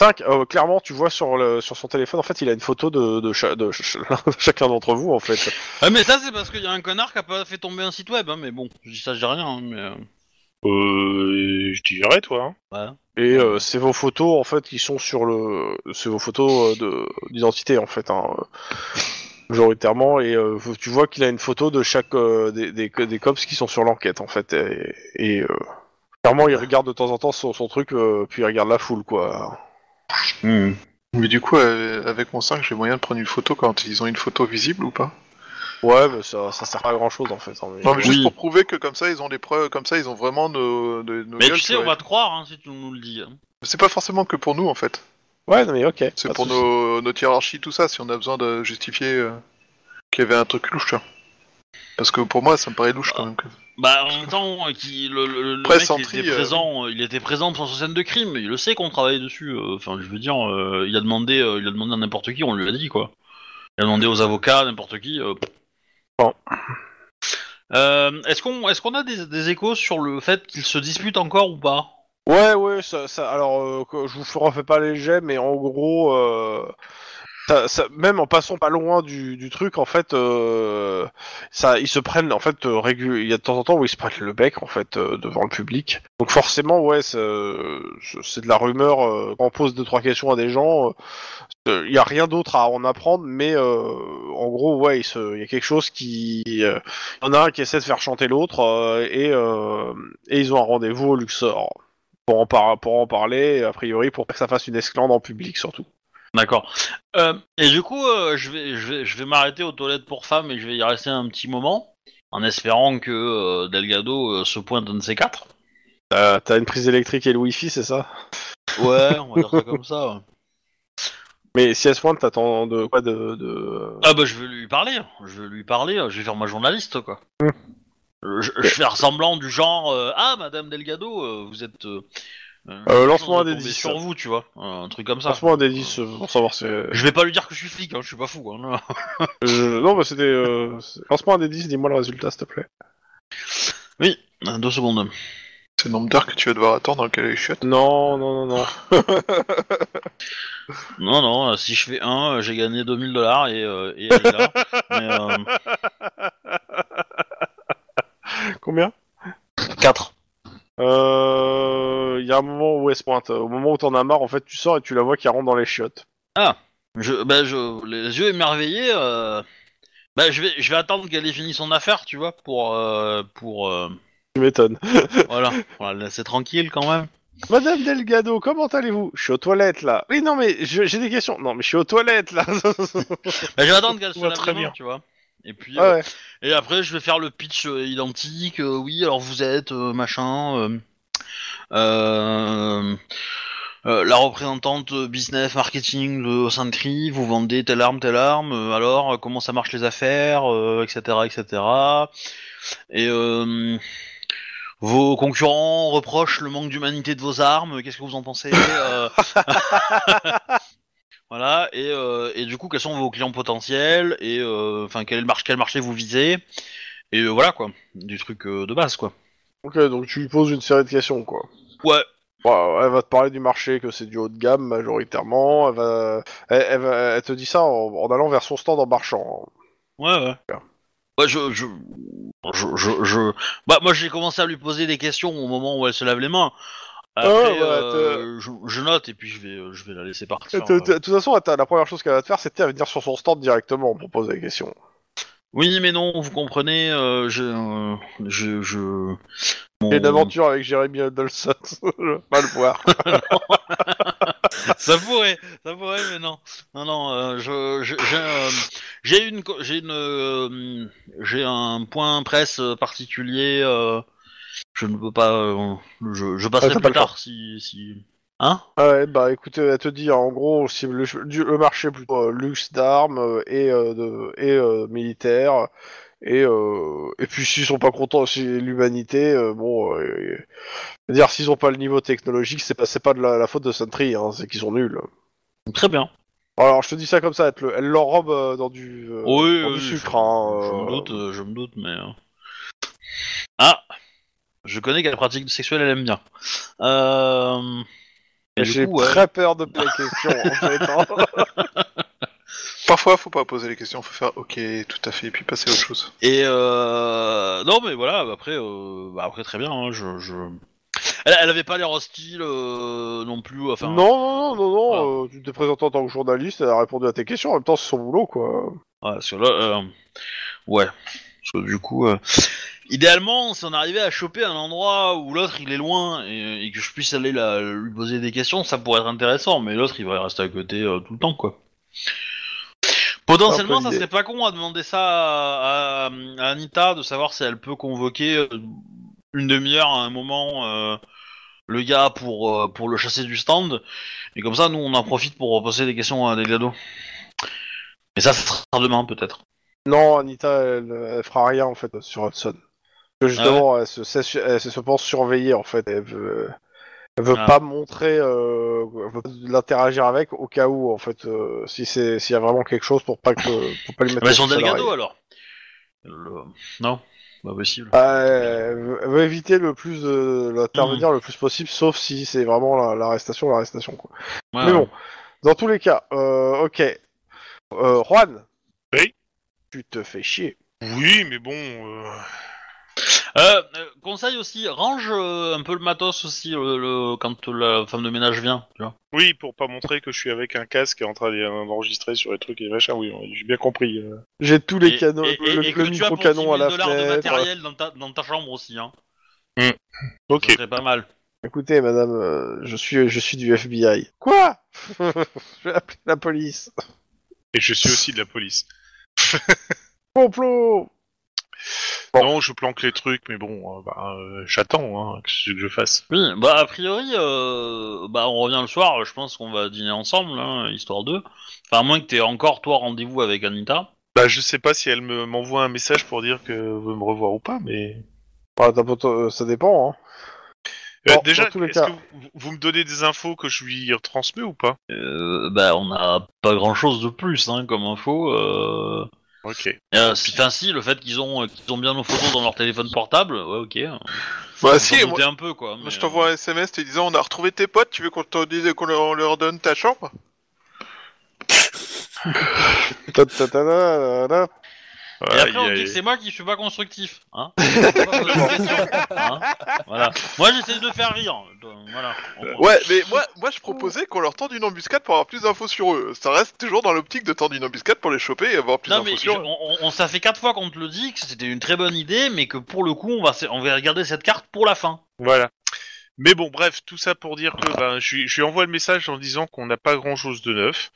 [SPEAKER 2] 5, euh, clairement, tu vois sur, le, sur son téléphone, en fait, il a une photo de, de, cha- de ch- [LAUGHS] chacun d'entre vous, en fait.
[SPEAKER 1] Ah, mais ça, c'est parce qu'il y a un connard qui a pas fait tomber un site web, hein, mais bon, je dis ça, je dis rien, hein, mais. euh,
[SPEAKER 4] Euh, je dirais, toi. hein.
[SPEAKER 1] Ouais.
[SPEAKER 2] Et euh, c'est vos photos en fait qui sont sur le, c'est vos photos euh, de d'identité en fait, hein, euh, majoritairement. Et euh, vous- tu vois qu'il a une photo de chaque euh, des, des des cops qui sont sur l'enquête en fait. Et, et, euh, clairement, il regarde de temps en temps son, son truc, euh, puis il regarde la foule quoi.
[SPEAKER 1] euh.
[SPEAKER 2] Hmm.
[SPEAKER 5] Mais du coup euh, avec mon 5 j'ai moyen de prendre une photo quand ils ont une photo visible ou pas
[SPEAKER 2] Ouais, mais ça ça sert pas à grand chose en fait. hein, mais-
[SPEAKER 5] Non mais juste
[SPEAKER 1] Oui.
[SPEAKER 5] pour prouver que comme ça ils ont des preuves, comme ça ils ont vraiment nos, de- nos
[SPEAKER 1] Mais
[SPEAKER 5] gueules,
[SPEAKER 1] tu sais,
[SPEAKER 5] tu
[SPEAKER 1] on
[SPEAKER 5] vois.
[SPEAKER 1] va te croire hein, si tu nous le dis. hein.
[SPEAKER 5] C'est pas forcément que pour nous en fait.
[SPEAKER 2] Ouais, non mais ok. pas
[SPEAKER 5] C'est
[SPEAKER 2] de
[SPEAKER 5] pour
[SPEAKER 2] soucis.
[SPEAKER 5] nos, notre hiérarchie, tout ça, si on a besoin de justifier euh, qu'il y avait un truc louche, tu vois. Parce que pour moi, ça me paraît louche quand même. que-
[SPEAKER 1] Bah, en même temps, euh, qui, le, le- le
[SPEAKER 5] Presse
[SPEAKER 1] mec
[SPEAKER 5] en
[SPEAKER 1] il
[SPEAKER 5] tri,
[SPEAKER 1] était
[SPEAKER 5] euh,
[SPEAKER 1] présent, euh, il était présent sur sa scène de crime, il le sait qu'on travaille dessus. euh, Enfin, je veux dire, euh, il a demandé, euh, il a demandé à n'importe qui, on lui a dit quoi. Il a demandé aux avocats, n'importe qui. euh,
[SPEAKER 2] Bon.
[SPEAKER 1] Euh, est-ce qu'on, est-ce qu'on a des, des échos sur le fait qu'ils se disputent encore ou pas
[SPEAKER 2] Ouais, ouais, ça, ça- alors euh, que- je vous refais pas les jets, mais en gros, euh, ça- ça- même en passant pas loin du, du truc, en fait, euh, ça, ils se prennent, en fait, euh, régu- il y a de temps en temps où ils se prennent le bec, en fait, euh, devant le public. Donc forcément, ouais, ça- c'est c'est de la rumeur. euh, quand on pose deux trois questions à des gens, euh, il y a rien d'autre à en apprendre, mais euh, en gros, ouais, il se- il y a quelque chose qui, euh, il y en a un qui essaie de faire chanter l'autre, euh, et, euh, et ils ont un rendez-vous au Luxor pour en, par- pour en parler, a priori, pour pas que ça fasse une esclandre en public, surtout.
[SPEAKER 1] D'accord. Euh, et du coup, euh, je vais, je vais, je vais m'arrêter aux toilettes pour femmes et je vais y rester un petit moment, en espérant que euh, Delgado euh, se pointe un de ces quatre.
[SPEAKER 2] Euh, T'as une prise électrique et le wifi, c'est ça
[SPEAKER 1] Ouais, on va [LAUGHS] dire ça comme ça. ouais.
[SPEAKER 2] Mais si elle se pointe, t'attends de quoi de, de...
[SPEAKER 1] Ah bah je vais lui parler, je vais lui parler, euh, je vais faire ma journaliste quoi. Euh, Je, je fais ressemblant du genre euh, ah Madame Delgado, euh, vous êtes. Euh, euh,
[SPEAKER 2] Euh, lance-moi
[SPEAKER 1] on
[SPEAKER 2] un
[SPEAKER 1] va
[SPEAKER 2] des
[SPEAKER 1] tomber
[SPEAKER 2] 10,
[SPEAKER 1] sur
[SPEAKER 2] ça.
[SPEAKER 1] vous, tu vois, euh, un truc comme ça.
[SPEAKER 2] Franchement, un des 10 euh, pour savoir si... euh,
[SPEAKER 1] Je vais pas lui dire que je suis flic, hein, je suis pas fou. Hein,
[SPEAKER 2] je- Non, bah c'était... Euh... c'est- Lance-moi un des 10, dis-moi le résultat, s'il te plaît.
[SPEAKER 1] oui, euh, deux secondes.
[SPEAKER 5] C'est le nombre d'heures que tu vas devoir attendre dans quelle chiottes.
[SPEAKER 2] Non, non, non, non.
[SPEAKER 1] Non non, euh, si je fais un, euh, j'ai gagné 2000 dollars et, euh, et elle est [LAUGHS] là. Mais, euh,
[SPEAKER 2] Combien
[SPEAKER 1] quatre.
[SPEAKER 2] Euh... Il y a un moment où elle se pointe. Au moment où t'en as marre, en fait, tu sors et tu la vois qui rentre dans les chiottes.
[SPEAKER 1] Je, bah, je, les yeux émerveillés, euh, bah, je vais, je vais attendre qu'elle ait fini son affaire, tu vois, pour, euh, pour, euh,
[SPEAKER 2] Tu m'étonnes.
[SPEAKER 1] voilà, voilà, laisser tranquille quand même.
[SPEAKER 2] Madame Delgado, comment allez-vous Je suis aux toilettes, là. Oui, non, mais je- j'ai des questions. Non, mais je suis aux toilettes, là. [LAUGHS]
[SPEAKER 1] Bah, je vais attendre qu'elle se
[SPEAKER 4] Ouais,
[SPEAKER 1] lave
[SPEAKER 4] très
[SPEAKER 1] les mains,
[SPEAKER 4] bien.
[SPEAKER 1] tu vois. Et puis,
[SPEAKER 2] Ah
[SPEAKER 1] euh,
[SPEAKER 2] ouais.
[SPEAKER 1] et après, je vais faire le pitch euh, identique. euh, oui, alors vous êtes euh, machin. euh, euh, euh, la représentante business marketing de Sainte-Crie, vous vendez telle arme, telle arme, euh, alors euh, comment ça marche les affaires, euh, etc., etc. Et euh, vos concurrents reprochent le manque d'humanité de vos armes. Qu'est-ce que vous en pensez Euh, Voilà. Et, euh, et du coup, quels sont vos clients potentiels et euh, enfin quel, marché, quel marché vous visez Et euh, voilà quoi, des trucs euh, de base quoi.
[SPEAKER 2] Ok, donc tu lui poses une série de questions, quoi.
[SPEAKER 1] Ouais.
[SPEAKER 2] Bon, elle va te parler du marché, que c'est du haut de gamme majoritairement. Elle, va... elle, elle va- elle te dit ça en, en allant vers son stand en marchant.
[SPEAKER 1] Ouais, ouais. Ouais, je, je, je, je, je- Bah, moi, j'ai commencé à lui poser des questions au moment où elle se lave les mains. Après,
[SPEAKER 2] Ouais, Oh, ouais,
[SPEAKER 1] euh, je, je note et puis je vais, euh, je vais la laisser
[SPEAKER 2] Et
[SPEAKER 1] partir.
[SPEAKER 2] te- te-
[SPEAKER 1] euh.
[SPEAKER 2] De toute façon, elle t'a- la première chose qu'elle va te faire, c'était à venir sur son stand directement pour poser des questions.
[SPEAKER 1] Oui, mais non, vous comprenez, euh, je, euh, je, je. mon-
[SPEAKER 2] J'ai une aventure avec Jérémy [LAUGHS] Adolson, va le voir.
[SPEAKER 1] [LAUGHS] ça pourrait, ça pourrait, mais non, non, non. euh, je, je- j'ai, euh, j'ai une, co- j'ai une, euh, j'ai un point presse euh, particulier. euh, je ne peux pas. euh, je, je passerai
[SPEAKER 2] Ah, t'as pas
[SPEAKER 1] plus
[SPEAKER 2] le temps.
[SPEAKER 1] tard si, si. Hein
[SPEAKER 2] ouais, bah écoute, elle te dit en gros si le, du- le marché plutôt euh, luxe d'armes euh, et, euh, de, et euh, militaire. Et, euh, et puis s'ils sont pas contents, si l'humanité, euh, bon, euh, dire s'ils ont pas le niveau technologique, c'est pas, c'est pas de la, la faute de Sentry, hein, c'est qu'ils sont nuls.
[SPEAKER 1] Très bien.
[SPEAKER 2] Alors je te dis ça comme ça, elle, te le- elle l'enrobe euh, dans du, euh,
[SPEAKER 1] oui,
[SPEAKER 2] dans du
[SPEAKER 1] oui,
[SPEAKER 2] sucre.
[SPEAKER 1] je,
[SPEAKER 2] hein,
[SPEAKER 1] je me
[SPEAKER 2] euh,
[SPEAKER 1] doute, euh, je me doute, mais. euh. Ah Je connais qu'elle pratique sexuelle, elle aime bien. Euh. et du
[SPEAKER 2] J'ai
[SPEAKER 1] coup, ouais.
[SPEAKER 2] très peur de poser la question
[SPEAKER 1] [LAUGHS]
[SPEAKER 2] en fait. hein.
[SPEAKER 5] Parfois, faut pas poser les questions, faut faire ok, tout à fait, et puis passer à autre chose.
[SPEAKER 1] Et euh... Non, mais voilà, après, euh, bah, après très bien, hein, je. je... Elle, elle avait pas l'air hostile euh, non plus, enfin.
[SPEAKER 2] non, non, non, non, non, euh, tu te présentes en tant que journaliste, elle a répondu à tes questions, en même temps c'est son boulot quoi.
[SPEAKER 1] Ouais, parce que là, euh, ouais. Parce que du coup, euh, idéalement, si on arrivait à choper un endroit où l'autre il est loin et, et que je puisse aller la- lui poser des questions, ça pourrait être intéressant. Mais l'autre, il va rester à côté euh, tout le temps, quoi. Potentiellement,
[SPEAKER 2] Un peu
[SPEAKER 1] ça
[SPEAKER 2] l'idée.
[SPEAKER 1] serait pas con à demander ça à, à- à Anita de savoir si elle peut convoquer euh, une demi-heure à un moment euh, le gars pour euh, pour le chasser du stand. Et comme ça, nous, on en profite pour poser des questions à des glados. Mais ça, ça sera demain peut-être.
[SPEAKER 2] Non, Anita, elle, elle fera rien en fait sur Hudson. Parce que justement,
[SPEAKER 1] Ah
[SPEAKER 2] elle, se, sait- elle se pense surveillée en fait. Elle veut, elle veut
[SPEAKER 1] Ah.
[SPEAKER 2] pas montrer, euh, elle veut pas l'interagir avec au cas où en fait, euh, si c'est s'il y a vraiment quelque chose pour pas que pour pas lui mettre.
[SPEAKER 1] Mais
[SPEAKER 2] la
[SPEAKER 1] son
[SPEAKER 2] puce à l'oreille.
[SPEAKER 1] Bah, Delgado alors Le- Non, pas possible.
[SPEAKER 2] Euh, elle veut- elle veut éviter le plus de
[SPEAKER 1] Mm.
[SPEAKER 2] d'intervenir le plus possible, sauf si c'est vraiment la- l'arrestation, l'arrestation quoi.
[SPEAKER 1] Ouais,
[SPEAKER 2] Mais
[SPEAKER 1] ouais.
[SPEAKER 2] bon, dans tous les cas, euh, ok. Euh, Juan
[SPEAKER 4] Oui
[SPEAKER 2] Tu te fais chier.
[SPEAKER 4] Oui, mais bon. euh,
[SPEAKER 1] Euh, euh, conseil aussi, range euh, un peu le matos aussi euh, le, quand la femme de ménage vient. Tu vois.
[SPEAKER 4] Oui, pour pas montrer que je suis avec un casque et en train d'enregistrer sur les trucs et les machins. Oui, j'ai bien compris. euh.
[SPEAKER 2] J'ai tous les
[SPEAKER 1] Et-
[SPEAKER 2] canons,
[SPEAKER 1] et, et-
[SPEAKER 2] le,
[SPEAKER 1] et que tu as
[SPEAKER 2] le
[SPEAKER 1] pour 10
[SPEAKER 2] micro-canon
[SPEAKER 1] 000
[SPEAKER 2] à la
[SPEAKER 1] dollars de
[SPEAKER 2] fenêtre.
[SPEAKER 1] matériel dans ta, dans ta chambre aussi. Hein.
[SPEAKER 4] Ok.
[SPEAKER 1] Ça serait pas mal.
[SPEAKER 2] Écoutez, madame, euh, je suis, je suis du FBI. Quoi [LAUGHS] Je vais appeler la police.
[SPEAKER 4] Et je suis aussi de la police.
[SPEAKER 2] Complot Bon.
[SPEAKER 4] Non, je planque les trucs, mais bon, euh, bah, euh, j'attends. Hein, que ce que je fasse.
[SPEAKER 1] Oui, bah a priori, euh, bah on revient le soir. Je pense qu'on va dîner ensemble, hein, histoire d'eux. Enfin, à moins que t'aies encore toi rendez-vous avec Anita.
[SPEAKER 4] Bah, je sais pas si elle me- m'envoie un message pour dire que veut me revoir ou pas, mais.
[SPEAKER 2] Bah, t'as pas- euh, Ça dépend. Hein.
[SPEAKER 4] Euh,
[SPEAKER 2] Bon,
[SPEAKER 4] déjà,
[SPEAKER 2] dans tous les
[SPEAKER 4] est-ce
[SPEAKER 2] cas.
[SPEAKER 4] que vous, vous me donnez des infos que je lui transmets ou pas
[SPEAKER 1] Euh, bah on a pas grand-chose de plus hein, comme info. Euh...
[SPEAKER 4] Ok.
[SPEAKER 1] Euh, si- Enfin, si, le fait qu'ils ont, euh, qu'ils ont bien nos photos dans leur téléphone portable, ouais, ok.
[SPEAKER 5] Bah
[SPEAKER 1] On
[SPEAKER 5] si,
[SPEAKER 1] s'en
[SPEAKER 5] moi,
[SPEAKER 1] doutait un peu, quoi.
[SPEAKER 5] moi,
[SPEAKER 1] mais, euh.
[SPEAKER 5] je t'envoie un SMS te disant on a retrouvé tes potes, tu veux qu'on te dise qu'on leur, leur donne ta chambre
[SPEAKER 2] Ta- ta- ta- ta- ta- ta.
[SPEAKER 1] euh, Et
[SPEAKER 4] Voilà,
[SPEAKER 1] après, on
[SPEAKER 4] il y a-
[SPEAKER 1] dit que c'est moi qui suis pas constructif.
[SPEAKER 4] [LAUGHS]
[SPEAKER 1] Hein On peut pas poser de questions, hein voilà. Moi, j'essaie de faire rire. donc, Voilà. On-
[SPEAKER 5] Ouais, mais moi, moi je proposais qu'on leur tende une embuscade pour avoir plus d'infos sur eux. Ça reste toujours dans l'optique de tendre une embuscade pour les choper et avoir plus
[SPEAKER 1] Non,
[SPEAKER 5] d'infos
[SPEAKER 1] mais je-
[SPEAKER 5] sur eux.
[SPEAKER 1] on, on- on- ça fait quatre fois qu'on te le dit, que c'était une très bonne idée, mais que pour le coup, on va, se- on va regarder cette carte pour la fin.
[SPEAKER 4] Voilà. Mais bon, bref, tout ça pour dire que ben, je, lui- je lui envoie le message en disant qu'on n'a pas grand-chose de neuf.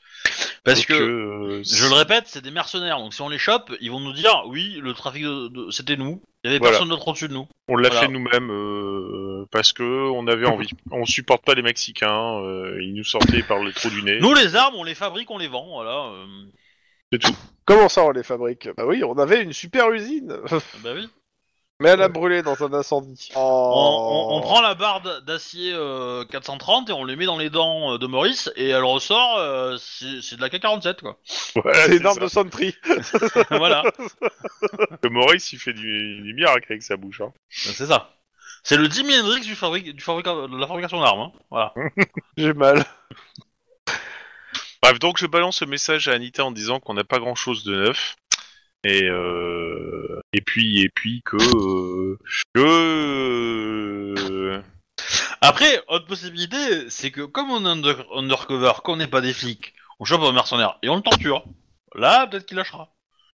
[SPEAKER 1] Parce
[SPEAKER 4] et
[SPEAKER 1] que,
[SPEAKER 4] euh,
[SPEAKER 1] je le répète, c'est des mercenaires. Donc, si on les chope, ils vont nous dire oui, le trafic, de, de- c'était nous. Il y avait
[SPEAKER 4] Voilà.
[SPEAKER 1] personne d'autre au-dessus de nous.
[SPEAKER 4] On l'a
[SPEAKER 1] Voilà.
[SPEAKER 4] fait nous-mêmes euh, parce que on avait envie. On supporte pas les Mexicains. euh, ils nous sortaient par le trou du nez.
[SPEAKER 1] Nous, les armes, on les fabrique, on les vend. Voilà. euh.
[SPEAKER 4] C'est tout.
[SPEAKER 2] Comment ça, on les fabrique Bah oui, on avait une super usine. [LAUGHS]
[SPEAKER 1] Bah oui.
[SPEAKER 2] Mais elle a brûlé dans un incendie.
[SPEAKER 1] On, on-
[SPEAKER 2] Oh.
[SPEAKER 1] on prend la barre d- d'acier euh, 430 et on les met dans les dents euh, de Maurice et elle ressort, euh, c'est c'est de la K47 quoi.
[SPEAKER 4] [LAUGHS]
[SPEAKER 1] Ben,
[SPEAKER 4] Voilà,
[SPEAKER 2] C'est
[SPEAKER 4] c'est
[SPEAKER 2] une arme
[SPEAKER 4] ça.
[SPEAKER 2] de Sentry.
[SPEAKER 1] voilà,
[SPEAKER 4] Le Maurice, il fait du, du miracle avec sa bouche. hein.
[SPEAKER 1] c'est ça. C'est le Jimi Hendrix du fabric- du fabrica- de la fabrication d'armes. hein. Voilà.
[SPEAKER 2] J'ai mal.
[SPEAKER 4] Bref, donc je balance ce message à Anita en disant qu'on n'a pas grand chose de neuf. Et, euh, et puis, et puis que. euh, que. euh,
[SPEAKER 1] Après, autre possibilité, c'est que comme on est under- undercover, qu'on n'est pas des flics, on chope un mercenaire et on le torture. Là, peut-être qu'il lâchera.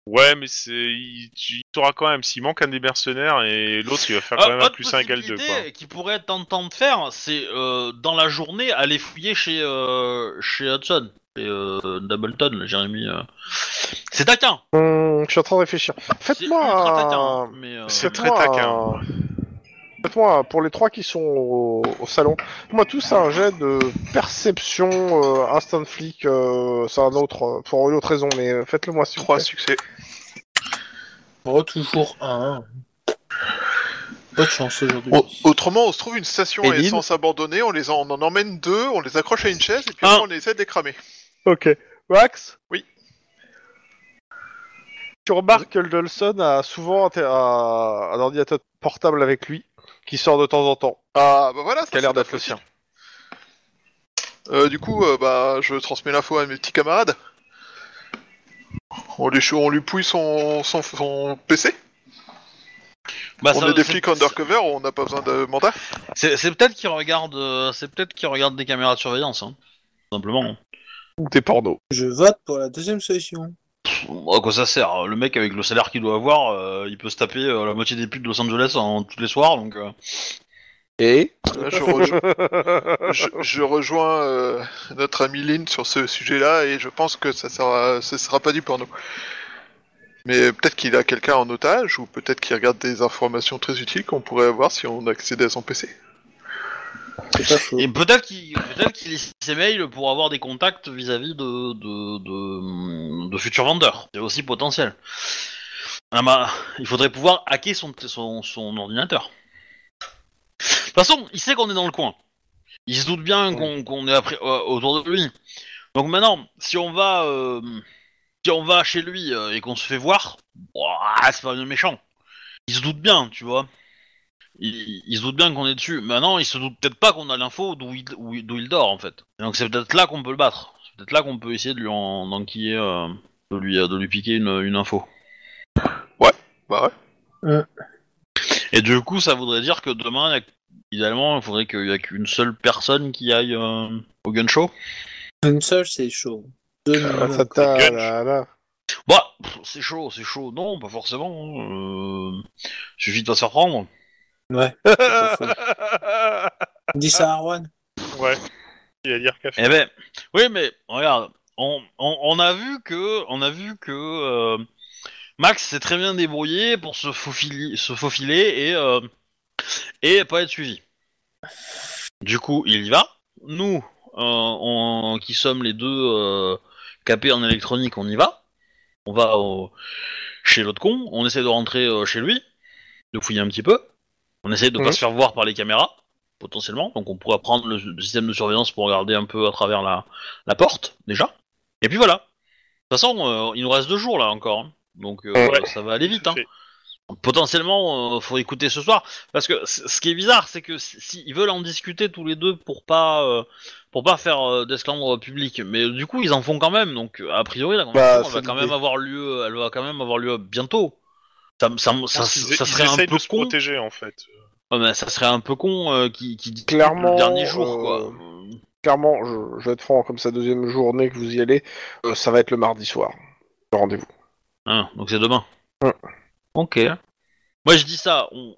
[SPEAKER 4] Ouais, mais c'est. Il, il saura quand même. S'il manque un des mercenaires et l'autre, il va faire quand
[SPEAKER 1] Ah,
[SPEAKER 4] même un
[SPEAKER 1] autre
[SPEAKER 4] plus 1 égale 2. Quoi.
[SPEAKER 1] possibilité qui pourrait être tentant de faire, c'est euh, dans la journée aller fouiller chez euh, chez Hudson, chez euh, Doubleton, là, Jérémy. euh. C'est taquin.
[SPEAKER 2] Hum, je suis en train de réfléchir.
[SPEAKER 1] C'est ultra
[SPEAKER 2] Faites-moi
[SPEAKER 1] taquin.
[SPEAKER 2] un...
[SPEAKER 1] Mais euh,
[SPEAKER 4] C'est
[SPEAKER 2] Faites-moi
[SPEAKER 4] très taquin.
[SPEAKER 2] un- euh, Faites-moi, un- pour les trois qui sont au, au salon, moi tous un jet de perception euh, instant flic, euh, c'est un autre, euh, pour une autre raison, mais euh, faites-le moi si vous
[SPEAKER 5] Trois
[SPEAKER 2] plaît.
[SPEAKER 5] succès.
[SPEAKER 3] Oh, toujours un. Bonne chance aujourd'hui.
[SPEAKER 5] Au- autrement, on se trouve une station à
[SPEAKER 2] Éline
[SPEAKER 5] essence abandonnée, on, les en, on en emmène deux, on les accroche à une chaise et puis
[SPEAKER 1] Ah.
[SPEAKER 5] après, on essaie de les cramer.
[SPEAKER 2] Ok. Max
[SPEAKER 5] Oui.
[SPEAKER 2] Tu remarques que le Dolson a souvent un, t- un- un ordinateur portable avec lui, qui sort de temps en temps,
[SPEAKER 5] Ah bah voilà, ça,
[SPEAKER 2] qui a l'air
[SPEAKER 5] c'est pas
[SPEAKER 2] d'être le sien.
[SPEAKER 5] possible. Euh, du coup, euh, bah, je transmets l'info à mes petits camarades. On lui, chou- on lui pouille son, son, son PC.
[SPEAKER 1] bah,
[SPEAKER 5] on
[SPEAKER 1] ça-
[SPEAKER 5] est des
[SPEAKER 1] c'est-
[SPEAKER 5] flics undercover, on n'a pas besoin de mandat.
[SPEAKER 1] C'est c'est peut-être qu'il regarde, euh, c'est peut-être qu'il regarde des caméras de surveillance, hein. Tout simplement.
[SPEAKER 2] Ou
[SPEAKER 1] [LAUGHS]
[SPEAKER 2] des pornos.
[SPEAKER 3] Je vote pour la deuxième solution.
[SPEAKER 1] Pff, à quoi ça sert Le mec avec le salaire qu'il doit avoir, euh, il peut se taper euh, la moitié des putes de Los Angeles en, tous les soirs, donc. euh.
[SPEAKER 2] Et
[SPEAKER 5] Là, je, rejo- je- je rejoins euh, notre ami Lynn sur ce sujet-là et je pense que ça sera, ce sera pas du porno. Mais peut-être qu'il a quelqu'un en otage ou peut-être qu'il regarde des informations très utiles qu'on pourrait avoir si on accédait à son PC.
[SPEAKER 3] C'est pas faux.
[SPEAKER 1] Et peut-être qu'il peut-être qu'il lit ses mails pour avoir des contacts vis-à-vis de, de, de, de futurs vendeurs. C'est aussi potentiel. Ah bah, il faudrait pouvoir hacker son, son, son ordinateur. De toute façon, il sait qu'on est dans le coin. Il se doute bien qu'on qu'on est après, euh, autour de lui. Donc maintenant, si on va, euh, si on va chez lui euh, et qu'on se fait voir, ouah, c'est pas bien méchant. Il se doute bien, tu vois. Il, il se doute bien qu'on est dessus. Maintenant, il se doute peut-être pas qu'on a l'info d'où il, où- d'où il dort, en fait. Et donc c'est peut-être là qu'on peut le battre. C'est peut-être là qu'on peut essayer de lui en d'enquiller, euh, de, lui, euh, de lui piquer une, une info.
[SPEAKER 5] Bah ouais.
[SPEAKER 1] Et du coup, ça voudrait dire que demain, il y a- idéalement, il faudrait qu'il y ait qu'une seule personne qui aille euh, au gun show.
[SPEAKER 3] Une seule, c'est chaud. Deux
[SPEAKER 2] Ah,
[SPEAKER 3] minimum.
[SPEAKER 2] ça t'a-
[SPEAKER 4] Guns.
[SPEAKER 2] là, là.
[SPEAKER 1] Bah, pff, c'est chaud, c'est chaud. Non, pas forcément. hein. Euh, suffit de pas se faire prendre.
[SPEAKER 2] [LAUGHS]
[SPEAKER 3] Ouais. c'est pas faux. Dis ça à Arwan.
[SPEAKER 4] Ouais. Il va dire qu'à faire.
[SPEAKER 1] Eh ben, oui, mais regarde, on, on- on a vu que, on a vu que euh, Max s'est très bien débrouillé pour se faufiler, se faufiler et euh, et pas être suivi. Du coup, il y va. Nous, euh, on- qui sommes les deux euh, capés en électronique, on y va. On va au- chez l'autre con. On essaie de rentrer euh, chez lui, de fouiller un petit peu. On essaie de
[SPEAKER 2] Mhm.
[SPEAKER 1] pas se faire voir par les caméras potentiellement. Donc on pourra prendre le, le système de surveillance pour regarder un peu à travers la, la porte, déjà. Et puis voilà. De toute façon, euh, il nous reste deux jours là encore. hein. Donc euh,
[SPEAKER 4] Ouais.
[SPEAKER 1] ça va aller vite. Hein.
[SPEAKER 4] Tout à fait.
[SPEAKER 1] Potentiellement, euh, faut écouter ce soir. Parce que c- ce qui est bizarre, c'est que s'ils veulent en discuter tous les deux pour pas, euh, pour pas faire euh, d'esclandre public, mais euh, du coup ils en font quand même. Donc euh, a priori la
[SPEAKER 4] Bah,
[SPEAKER 1] conversation elle
[SPEAKER 2] c'est
[SPEAKER 1] va quand
[SPEAKER 2] l'idée.
[SPEAKER 1] même avoir lieu, elle va quand même avoir lieu bientôt. Ça, me- ça, me- ça,
[SPEAKER 4] Ils-
[SPEAKER 1] ça
[SPEAKER 4] e-, ils
[SPEAKER 1] serait un
[SPEAKER 4] essayent
[SPEAKER 1] peu
[SPEAKER 4] de se
[SPEAKER 1] con.
[SPEAKER 4] protéger en fait.
[SPEAKER 1] Ouais, mais ça serait un peu con euh, qui, qui discute
[SPEAKER 2] Clairement,
[SPEAKER 1] le dernier jour,
[SPEAKER 2] euh,
[SPEAKER 1] quoi.
[SPEAKER 2] Clairement, je, je vais être franc, comme c'est la deuxième journée que vous y allez, euh, ça va être le mardi soir. Le rendez-vous.
[SPEAKER 1] Hein, donc c'est demain.
[SPEAKER 2] Ouais.
[SPEAKER 1] Ok. Moi je dis ça. On,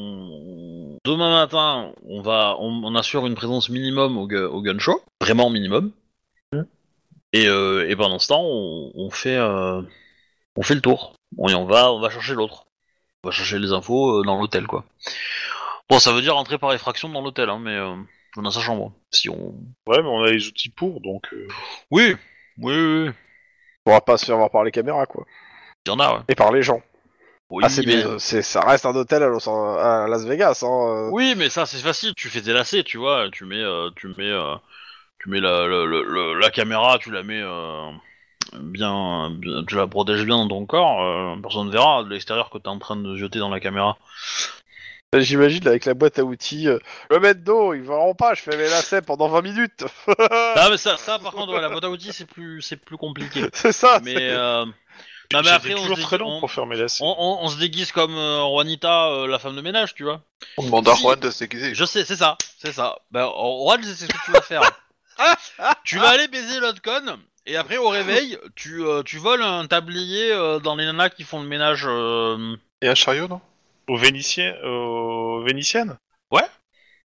[SPEAKER 1] on- Demain matin, on va, on, on assure une présence minimum au, gu- au gun show, vraiment minimum.
[SPEAKER 3] Ouais.
[SPEAKER 1] Et, euh, et pendant ce temps, on, on fait, euh, on fait le tour. On y en va, on va chercher l'autre. On va chercher les infos euh, dans l'hôtel, quoi. Bon, ça veut dire entrer par effraction dans l'hôtel, hein, mais euh, dans sa chambre, si on.
[SPEAKER 4] Ouais, mais on a les outils pour, donc. euh,
[SPEAKER 1] Oui, oui, oui, oui.
[SPEAKER 2] On pourra pas se faire voir par les caméras, quoi.
[SPEAKER 1] Il y en a, ouais.
[SPEAKER 2] Et par les gens.
[SPEAKER 1] Oui,
[SPEAKER 2] Ah, c'est
[SPEAKER 1] mais...
[SPEAKER 2] des- c'est- ça reste un hôtel à, Los- à Las Vegas. Hein. euh.
[SPEAKER 1] Oui, mais ça c'est facile. Tu fais des lacets, tu vois. Tu mets, euh, tu mets, euh, tu mets la, la, la- la- la caméra, tu la mets euh, bien, bien- tu la protèges bien dans ton corps. euh, personne ne verra de l'extérieur que t'es en train de jeter dans la caméra.
[SPEAKER 2] Euh, J'imagine avec la boîte à outils, euh, le maître d'eau, ils verront pas, je fais mes lacets pendant 20 minutes.
[SPEAKER 1] Ah, mais ça, ça par contre, ouais, la boîte à outils c'est plus, c'est plus compliqué.
[SPEAKER 2] c'est ça.
[SPEAKER 1] Mais,
[SPEAKER 2] c'est-
[SPEAKER 1] euh, non, mais
[SPEAKER 4] J'étais
[SPEAKER 1] après on se,
[SPEAKER 4] toujours
[SPEAKER 1] déguise,
[SPEAKER 4] très long
[SPEAKER 1] on-
[SPEAKER 4] pour fermer la scène.
[SPEAKER 1] on- on- on se déguise comme euh, Juanita, euh, la femme de ménage, tu vois.
[SPEAKER 5] On demande à
[SPEAKER 1] Si.
[SPEAKER 5] Juan de se déguiser.
[SPEAKER 1] Je sais, c'est ça, c'est ça. Ben, en- Juan, c'est ce que tu vas faire. tu vas aller baiser l'autre conne, et après, au réveil, tu, euh, tu voles un tablier euh, dans les nanas qui font le ménage. euh,
[SPEAKER 5] Et un chariot, non
[SPEAKER 4] Aux Vénitiens, aux Vénitiennes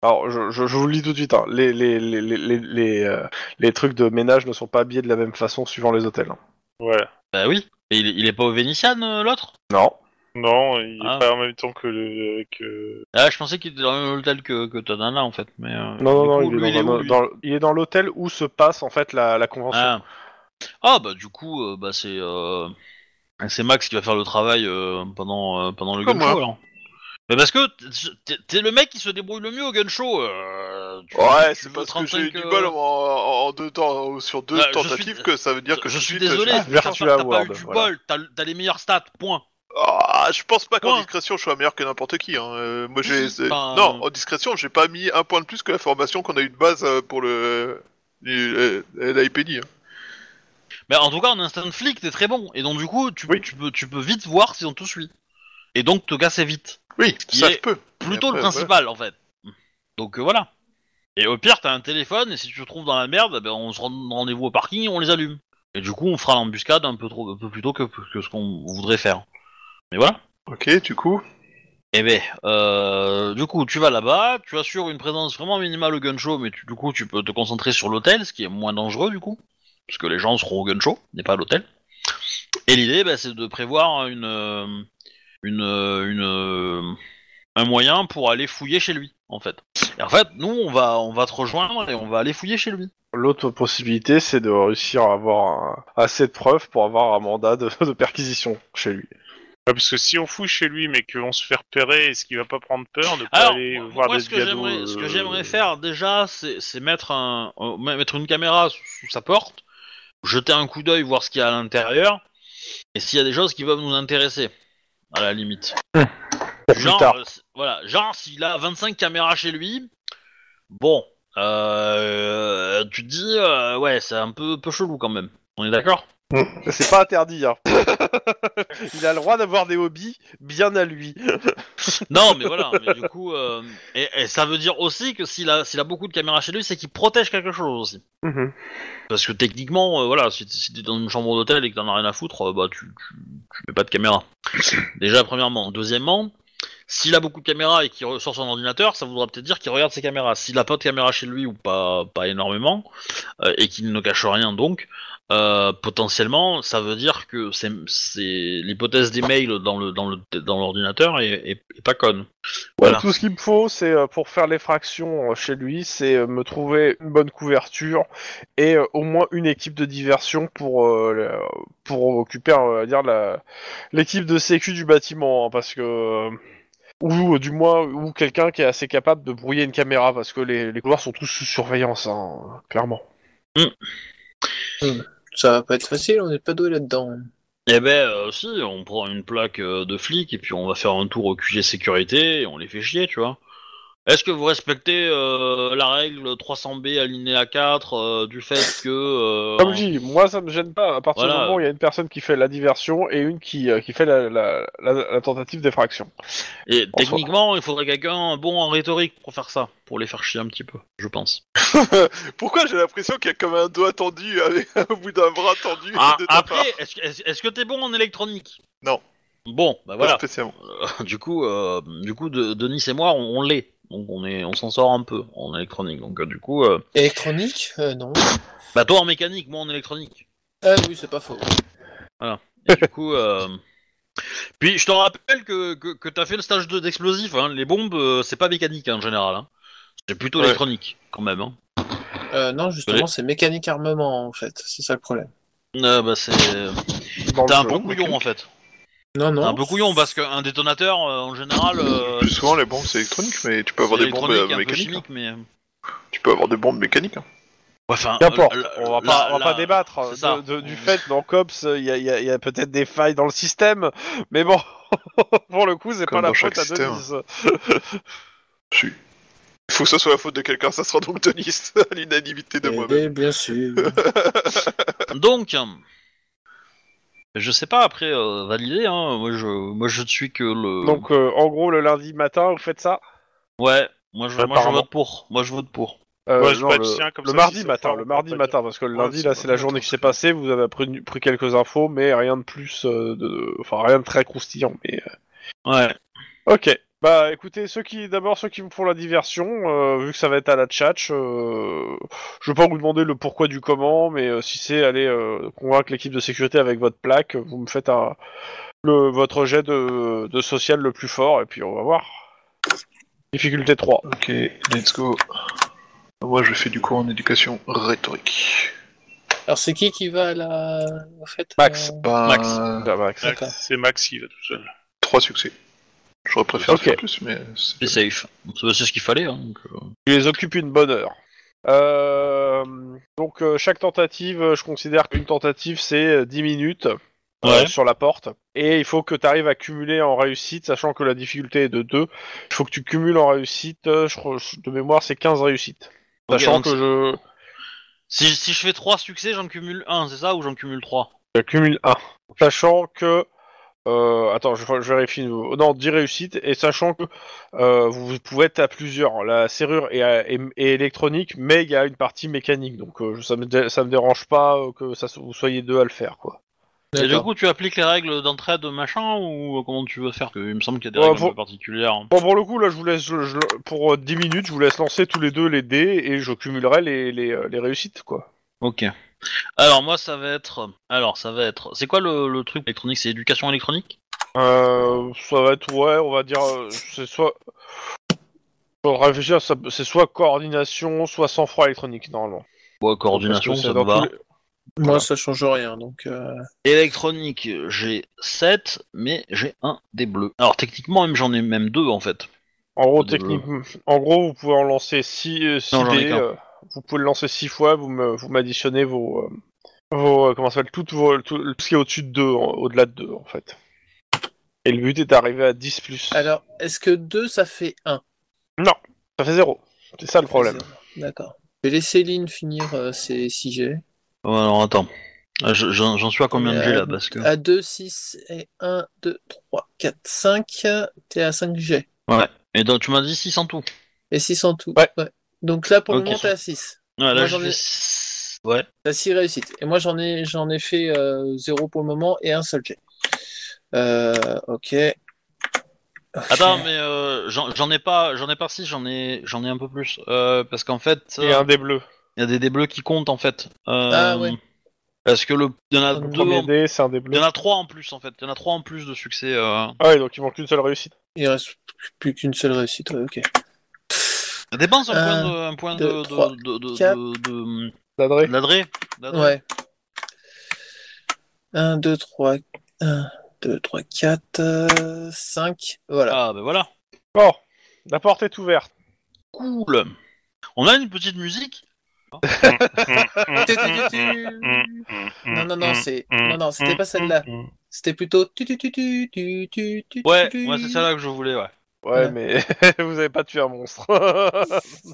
[SPEAKER 2] Alors, je, je- je vous le dis tout de suite, hein, les, les, les, les, les, les, euh, les trucs de ménage ne sont pas habillés de la même façon suivant les hôtels. hein.
[SPEAKER 4] Voilà.
[SPEAKER 1] Ben oui. Et il, il est pas au Vénitian, euh, l'autre
[SPEAKER 2] Non.
[SPEAKER 4] Non, il est
[SPEAKER 1] Ah.
[SPEAKER 4] pas en même temps que le. euh, que-
[SPEAKER 1] Ah, je pensais qu'il était dans le même hôtel que, que ta nana, en fait. Mais, euh,
[SPEAKER 2] Non, non,
[SPEAKER 1] du
[SPEAKER 2] non,
[SPEAKER 1] coup,
[SPEAKER 2] il
[SPEAKER 1] lui,
[SPEAKER 2] est, dans,
[SPEAKER 1] où,
[SPEAKER 2] un-
[SPEAKER 1] lui
[SPEAKER 2] dans- il est dans l'hôtel où se passe en fait la, la convention.
[SPEAKER 1] Ah. Ah, bah, du coup, euh, bah, c'est. euh, C'est Max qui va faire le travail euh, pendant, euh, pendant le
[SPEAKER 5] Comme
[SPEAKER 1] gun show,
[SPEAKER 5] moi.
[SPEAKER 1] alors. Mais parce que t'es- t'es- t'es le mec qui se débrouille le mieux au gun show. euh, tu-
[SPEAKER 5] Ouais,
[SPEAKER 1] tu
[SPEAKER 5] c'est
[SPEAKER 1] veux
[SPEAKER 5] parce que j'ai
[SPEAKER 1] 35,
[SPEAKER 5] eu du
[SPEAKER 1] euh,
[SPEAKER 5] bol en, en deux temps, sur deux
[SPEAKER 1] Bah, je
[SPEAKER 5] tentatives
[SPEAKER 1] suis-
[SPEAKER 5] que ça veut dire que
[SPEAKER 1] euh, je
[SPEAKER 5] tout
[SPEAKER 1] suis
[SPEAKER 5] de suite,
[SPEAKER 1] désolé,
[SPEAKER 5] j'ai-
[SPEAKER 1] je veux dire,
[SPEAKER 2] Virtue
[SPEAKER 1] t'as t'as pas eu
[SPEAKER 2] Award,
[SPEAKER 1] du
[SPEAKER 2] voilà.
[SPEAKER 1] bol, t'as t'as les meilleurs stats, point.
[SPEAKER 5] Ah, je pense pas qu'en
[SPEAKER 1] Point.
[SPEAKER 5] discrétion je sois meilleur que n'importe qui. Hein. Euh, moi, j'ai.
[SPEAKER 1] Si,
[SPEAKER 5] c'est-
[SPEAKER 1] ben,
[SPEAKER 5] Non,
[SPEAKER 1] euh,
[SPEAKER 5] en discrétion, j'ai pas mis un point de plus que la formation qu'on a eu de base euh, pour le. du- euh, la IPD. hein.
[SPEAKER 1] Mais en tout cas, en instant flic, t'es très bon, et donc du coup, tu, tu, peux, tu peux vite voir si on te suit. Et donc te casser vite.
[SPEAKER 5] Oui,
[SPEAKER 1] Il
[SPEAKER 5] ça
[SPEAKER 1] est
[SPEAKER 5] je peux.
[SPEAKER 1] Plutôt
[SPEAKER 5] Et après,
[SPEAKER 1] le principal, en fait. Donc euh, voilà. Et au pire, t'as un téléphone, et si tu te trouves dans la merde, ben, on se rend rendez-vous au parking et on les allume. Et du coup, on fera l'embuscade un peu trop, un peu plus tôt que, que ce qu'on voudrait faire. Mais voilà.
[SPEAKER 5] Ok, du coup.
[SPEAKER 1] Eh ben, euh, du coup, tu vas là-bas, tu assures une présence vraiment minimale au gun show, mais tu- du coup, tu peux te concentrer sur l'hôtel, ce qui est moins dangereux, du coup, parce que les gens seront au gun show, mais pas à l'hôtel. Et l'idée, bah, c'est de prévoir une, euh, une, euh, une, euh, un moyen pour aller fouiller chez lui, en fait. Et en fait, nous, on va, on va te rejoindre et on va aller fouiller chez lui.
[SPEAKER 2] L'autre possibilité, c'est de réussir à avoir un- assez de preuves pour avoir un mandat de, [LAUGHS] de perquisition chez lui.
[SPEAKER 4] Ah, parce que si on fouille chez lui, mais qu'on se fait repérer, est-ce qu'il va pas prendre peur de pas
[SPEAKER 1] Alors,
[SPEAKER 4] aller
[SPEAKER 1] moi,
[SPEAKER 4] voir
[SPEAKER 1] moi,
[SPEAKER 4] des
[SPEAKER 1] ce, que
[SPEAKER 4] gados
[SPEAKER 1] j'aimerais, ce que
[SPEAKER 4] euh,
[SPEAKER 1] j'aimerais faire déjà, c'est, c'est mettre, un, euh, mettre une caméra sous, sous sa porte, jeter un coup d'œil, voir ce qu'il y a à l'intérieur, et s'il y a des choses qui peuvent nous intéresser, à la limite.
[SPEAKER 2] Mmh. Plus
[SPEAKER 1] Genre,
[SPEAKER 2] tard.
[SPEAKER 1] euh, c'est- voilà, genre s'il a 25 caméras chez lui, bon, euh, tu te dis, euh, ouais, c'est un peu, peu chelou quand même. On est
[SPEAKER 2] [LAUGHS]
[SPEAKER 1] d'accord
[SPEAKER 2] C'est pas interdit. Hein. [LAUGHS] il a le droit d'avoir des hobbies bien à lui.
[SPEAKER 1] Non, mais voilà, mais du coup, euh, et, et ça veut dire aussi que s'il a, s'il a beaucoup de caméras chez lui, c'est qu'il protège quelque chose aussi. Parce que techniquement, euh, voilà, si, t- si t'es dans une chambre d'hôtel et que t'en as rien à foutre, euh, bah tu, tu, tu mets pas de caméra. Déjà, premièrement. Deuxièmement, s'il a beaucoup de caméras et qu'il ressort son ordinateur, ça voudra peut-être dire qu'il regarde ses caméras. S'il a pas de caméra chez lui ou pas, pas énormément, euh, et qu'il ne cache rien donc, euh, potentiellement, ça veut dire que c'est c'est- l'hypothèse des mails dans le dans le dans l'ordinateur est, est- est pas conne. Voilà.
[SPEAKER 2] Tout ce qu'il me faut, c'est euh, pour faire l'effraction euh, chez lui, c'est euh, me trouver une bonne couverture et euh, au moins une équipe de diversion pour euh, le- pour occuper, euh, on va dire la l'équipe de sécu du bâtiment, hein, parce que euh, ou euh, du moins ou quelqu'un qui est assez capable de brouiller une caméra, parce que les, les couloirs sont tous sous surveillance, hein, clairement.
[SPEAKER 3] Ça va pas être facile, on n'est pas doué là-dedans.
[SPEAKER 1] Eh ben, euh, si, on prend une plaque euh, de flic et puis on va faire un tour au QG sécurité et on les fait chier, tu vois. Est-ce que vous respectez euh, la règle 300B alinéa 4 euh, du fait que... euh,
[SPEAKER 2] Comme je dis, moi ça me gêne pas. À partir du
[SPEAKER 1] Voilà.
[SPEAKER 2] moment où il y a une personne qui fait la diversion et une qui euh, qui fait la- la- la- la tentative d'effraction.
[SPEAKER 1] et
[SPEAKER 2] Bonsoir.
[SPEAKER 1] techniquement, il faudrait quelqu'un bon en rhétorique pour faire ça, pour les faire chier un petit peu, je pense.
[SPEAKER 5] Pourquoi j'ai l'impression qu'il y a comme un doigt tendu [LAUGHS] avec au bout d'un bras tendu
[SPEAKER 1] [LAUGHS] Ah,
[SPEAKER 5] de ta part
[SPEAKER 1] après, est-ce que- est-ce est-ce que t'es bon en électronique
[SPEAKER 5] Non.
[SPEAKER 1] Bon, bah [LAUGHS]
[SPEAKER 5] Pas
[SPEAKER 1] voilà.
[SPEAKER 5] spécialement.
[SPEAKER 1] du coup, euh, du coup, de- Denis et moi, on, on l'est. Donc on est, on s'en sort un peu en électronique. Donc euh, du coup, euh,
[SPEAKER 3] Électronique Euh, Non.
[SPEAKER 1] bah toi en mécanique, moi en électronique.
[SPEAKER 3] Ah oui, c'est pas faux.
[SPEAKER 1] Et du coup, euh, puis je te rappelle que, que, que t'as fait le stage de- d'explosif. hein. Les bombes, euh, c'est pas mécanique hein, en général. hein. C'est plutôt
[SPEAKER 5] Ouais.
[SPEAKER 1] électronique quand même. hein.
[SPEAKER 3] Euh, non, justement, c'est mécanique armement en fait, c'est ça le problème.
[SPEAKER 1] Euh, bah, c'est
[SPEAKER 2] Dans
[SPEAKER 1] t'as un
[SPEAKER 2] le-
[SPEAKER 1] bon couillon en fait.
[SPEAKER 3] Non,
[SPEAKER 1] C'est
[SPEAKER 3] non.
[SPEAKER 1] un peu couillon parce qu'un détonateur, euh, en général, euh,
[SPEAKER 5] Plus souvent, les bombes, c'est électronique, mais tu peux
[SPEAKER 1] c'est
[SPEAKER 5] avoir des bombes
[SPEAKER 1] électronique,
[SPEAKER 5] euh,
[SPEAKER 1] un peu
[SPEAKER 5] mécaniques.
[SPEAKER 1] chimique, mais. Ouais,
[SPEAKER 5] hein. Tu peux avoir des bombes mécaniques. hein.
[SPEAKER 1] Enfin,
[SPEAKER 2] Qu'importe,
[SPEAKER 1] euh, la-
[SPEAKER 2] on va pas,
[SPEAKER 1] la-
[SPEAKER 2] on va pas
[SPEAKER 1] la-
[SPEAKER 2] débattre hein.
[SPEAKER 1] c'est ça.
[SPEAKER 2] de- de- du fait dans COPS, il y a, il y a- il y a peut-être des failles dans le système, mais bon, [LAUGHS] pour le coup, c'est
[SPEAKER 5] Comme
[SPEAKER 2] pas la
[SPEAKER 5] dans chaque
[SPEAKER 2] faute à
[SPEAKER 5] système. Euh,
[SPEAKER 2] Denise.
[SPEAKER 5] Si. Il faut que ça soit la faute de quelqu'un, ça sera donc Denis, [LAUGHS] à l'unanimité de
[SPEAKER 3] Eh
[SPEAKER 5] moi-même.
[SPEAKER 3] bien, bien sûr.
[SPEAKER 1] Donc, euh, je sais pas après euh, valider. Hein. Moi, je, moi, je ne suis que le.
[SPEAKER 2] Donc, euh, en gros, le lundi matin, vous faites ça
[SPEAKER 1] ouais. Moi, je, moi, je
[SPEAKER 2] Apparemment.
[SPEAKER 1] vote pour. Moi, je vote pour.
[SPEAKER 2] Euh,
[SPEAKER 4] Ouais, je
[SPEAKER 2] non,
[SPEAKER 4] peux
[SPEAKER 2] le,
[SPEAKER 4] être chien comme
[SPEAKER 2] le
[SPEAKER 4] ça, si
[SPEAKER 2] mardi
[SPEAKER 4] ça
[SPEAKER 2] matin,
[SPEAKER 4] part,
[SPEAKER 2] le
[SPEAKER 4] on
[SPEAKER 2] mardi
[SPEAKER 4] peut pas
[SPEAKER 2] matin, parce que le
[SPEAKER 4] Ouais,
[SPEAKER 2] lundi,
[SPEAKER 4] c'est
[SPEAKER 2] là,
[SPEAKER 4] pas
[SPEAKER 2] c'est la
[SPEAKER 4] mal,
[SPEAKER 2] journée
[SPEAKER 4] attends.
[SPEAKER 2] qui s'est passée, vous avez appris- pris quelques infos, mais rien de plus, euh, de... enfin, rien de très croustillant, mais... euh,
[SPEAKER 1] Ouais.
[SPEAKER 2] Ok, bah écoutez, ceux qui, d'abord, ceux qui me font la diversion, euh, vu que ça va être à la tchatch, euh, je vais pas vous demander le pourquoi du comment, mais euh, si c'est aller euh, convaincre l'équipe de sécurité avec votre plaque, vous me faites un... le... votre jet de... de social le plus fort, et puis on va voir. Difficulté 3.
[SPEAKER 5] Ok, let's go. Moi, je fais du cours en éducation rhétorique.
[SPEAKER 3] [LAUGHS] Alors, c'est qui qui va à la. En fait,
[SPEAKER 2] Max.
[SPEAKER 3] euh,
[SPEAKER 5] Ben,
[SPEAKER 1] Max.
[SPEAKER 2] Ah, Max.
[SPEAKER 4] Max,
[SPEAKER 3] D'accord.
[SPEAKER 4] C'est Max qui va tout seul.
[SPEAKER 5] Trois succès. J'aurais préféré
[SPEAKER 2] Ok.
[SPEAKER 5] faire plus, mais c'est
[SPEAKER 1] C'est safe. C'est c'est ce qu'il fallait. Hein, donc, euh.
[SPEAKER 2] Tu les occupes une bonne heure. Euh, donc euh, chaque tentative, euh, je considère qu'une tentative c'est euh, 10 minutes euh,
[SPEAKER 1] Ouais.
[SPEAKER 2] sur la porte. Et il faut que tu arrives à cumuler en réussite, sachant que la difficulté est de 2. Il faut que tu cumules en réussite, euh, je crois- je- de mémoire c'est 15 réussites.
[SPEAKER 1] Ok,
[SPEAKER 2] Sachant
[SPEAKER 1] donc
[SPEAKER 2] que je...
[SPEAKER 1] Si, si je fais 3 succès, j'en cumule 1, c'est ça Ou j'en cumule 3
[SPEAKER 2] je cumule 1. Euh, Sachant que... euh, attends, je, je vérifie. de nouveau. Non, 10 réussites. Et sachant que euh, vous pouvez être à plusieurs. La serrure est, euh, est- est électronique, mais il y a une partie mécanique. Donc euh, ça, me dé- ça me dérange pas euh, que ça, so- vous soyez deux à le faire. quoi.
[SPEAKER 1] Et du
[SPEAKER 3] d'accord.
[SPEAKER 1] coup, tu appliques les règles d'entraide machin ou comment tu veux faire Parce que Il me semble qu'il y a des
[SPEAKER 2] Ouais,
[SPEAKER 1] règles un
[SPEAKER 2] faut-
[SPEAKER 1] peu particulières. hein.
[SPEAKER 2] Bon, pour le coup, là, je vous laisse. je- je- pour euh, 10 minutes, je vous laisse lancer tous les deux les dés et je cumulerai les, les, euh, les réussites. quoi.
[SPEAKER 1] Ok. Alors, moi, ça va être. Alors, ça va être. C'est quoi le, le truc électronique C'est éducation électronique
[SPEAKER 2] Euh, ça va être, ouais, on va dire. euh, c'est soit. Pour réfléchir, ça- c'est soit coordination, soit sang-froid électronique, normalement.
[SPEAKER 1] Ouais, coordination,
[SPEAKER 2] Parce que
[SPEAKER 1] ça
[SPEAKER 2] c'est
[SPEAKER 1] me
[SPEAKER 2] dans
[SPEAKER 1] va.
[SPEAKER 2] tous les-
[SPEAKER 3] Moi, ça change rien. Donc, euh,
[SPEAKER 1] Électronique, j'ai 7, mais j'ai un des bleus. Alors, techniquement, même j'en ai même deux en fait.
[SPEAKER 2] En gros,
[SPEAKER 1] De-
[SPEAKER 2] technique, en gros, vous pouvez en lancer 6
[SPEAKER 1] Non, j'en ai qu'un.
[SPEAKER 2] euh, vous pouvez le lancer 6 fois, vous me- vous m'additionnez vos, euh, vos euh, comment ça s'appelle, toutes vos, tout, tout ce qui est au-dessus de 2, au-delà de 2 en fait. Et le but est d'arriver à 10 plus.
[SPEAKER 3] Alors, est-ce que 2, ça fait 1
[SPEAKER 2] Ça fait 0. C'est ça le problème.
[SPEAKER 3] D'accord. Je vais laisser Lynn finir euh, ses 6 jets.
[SPEAKER 1] Ouais, alors, attends. Ah, je- J'en j'en suis à combien de
[SPEAKER 3] Euh,
[SPEAKER 1] jets là Parce que.
[SPEAKER 3] À 2, 6 et 1, 2, 3, 4, 5. T'es à 5 jets.
[SPEAKER 1] Ouais. Et donc, tu m'as dit 6 en tout.
[SPEAKER 3] Et 6 en tout.
[SPEAKER 2] Ouais.
[SPEAKER 3] Donc là, pour
[SPEAKER 1] Ok.
[SPEAKER 3] le moment, t'es à 6.
[SPEAKER 1] Ouais, là,
[SPEAKER 3] Moi,
[SPEAKER 1] j'ai
[SPEAKER 3] j'en ai-
[SPEAKER 1] fait six- Ouais.
[SPEAKER 3] T'as 6 réussites. Et moi, j'en ai, j'en ai fait 0 pour le moment et un seul jet. Euh, ok.
[SPEAKER 1] Attends, mais euh, j'en j'en ai pas, j'en ai pas six, j'en ai, j'en ai un peu plus, Euh, parce qu'en fait,
[SPEAKER 2] Et
[SPEAKER 1] euh,
[SPEAKER 2] un des bleus.
[SPEAKER 1] il y a des dés bleus qui comptent en fait. Euh,
[SPEAKER 3] Ah, ouais.
[SPEAKER 1] Parce que le, il y en a
[SPEAKER 3] Le
[SPEAKER 2] Le
[SPEAKER 1] deux,
[SPEAKER 2] premier
[SPEAKER 1] en-
[SPEAKER 2] dé, c'est un des
[SPEAKER 1] il y
[SPEAKER 2] bleus.
[SPEAKER 1] en a trois en plus en fait, il y en a trois en plus de succès. euh.
[SPEAKER 2] Ah ouais, donc il manque une seule réussite.
[SPEAKER 3] Il reste plus qu'une seule réussite. ouais, ok.
[SPEAKER 1] Dépense un,
[SPEAKER 3] Un,
[SPEAKER 1] point de, un point
[SPEAKER 3] deux,
[SPEAKER 1] de,
[SPEAKER 3] trois,
[SPEAKER 1] de, de, de,
[SPEAKER 3] quatre.
[SPEAKER 1] de, de-
[SPEAKER 2] L'adresse.
[SPEAKER 1] de l'adré. L'adré.
[SPEAKER 3] Ouais. 1, 2, 3, 1, 2, 3, 4, 5. Voilà.
[SPEAKER 1] Ah ben voilà.
[SPEAKER 2] Bon, la porte est ouverte.
[SPEAKER 1] Cool. On a une petite musique.
[SPEAKER 3] Tu, tu, tu, tu. Non, non, non, c'est... non, non c'était pas celle-là. C'était plutôt. tu, tu, tu, tu, tu, tu, tu,
[SPEAKER 1] Ouais,
[SPEAKER 3] tu.
[SPEAKER 1] ouais c'est celle-là que je voulais. Ouais.
[SPEAKER 2] Ouais,
[SPEAKER 3] Ouais.
[SPEAKER 2] mais [LAUGHS] vous avez pas tué un monstre. [LAUGHS]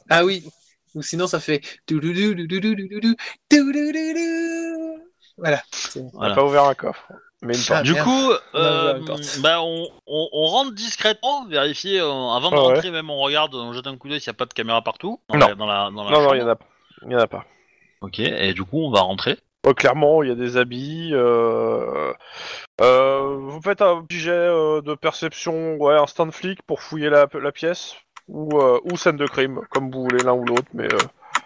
[SPEAKER 3] Ah oui. Ou sinon, ça fait. Toulouloulouloulouloulou, toulouloulou. Voilà. C'est-
[SPEAKER 2] On a
[SPEAKER 1] Voilà.
[SPEAKER 2] pas ouvert un coffre. Mais une porte.
[SPEAKER 3] Ah,
[SPEAKER 1] Du
[SPEAKER 3] merde.
[SPEAKER 1] coup,
[SPEAKER 3] On a ouvert
[SPEAKER 1] euh,
[SPEAKER 3] une porte.
[SPEAKER 1] bah, on, on, on rentre discrètement, vérifier euh, avant de
[SPEAKER 2] Ah ouais.
[SPEAKER 1] rentrer, même on regarde, on jette un coup d'œil s'il n'y a pas de caméra partout. Dans
[SPEAKER 2] Non.
[SPEAKER 1] la- dans la, dans la
[SPEAKER 2] Non, non,
[SPEAKER 1] chambre.
[SPEAKER 2] il y en a pas. Il y en a pas.
[SPEAKER 1] Ok, et du coup, on va rentrer.
[SPEAKER 2] Ouais, clairement, il y a des habits. euh, euh, vous faites un petit jet euh, de perception, ouais, instinct de flic pour fouiller la, la pièce ou, euh, ou scène de crime, comme vous voulez l'un ou l'autre. Mais euh,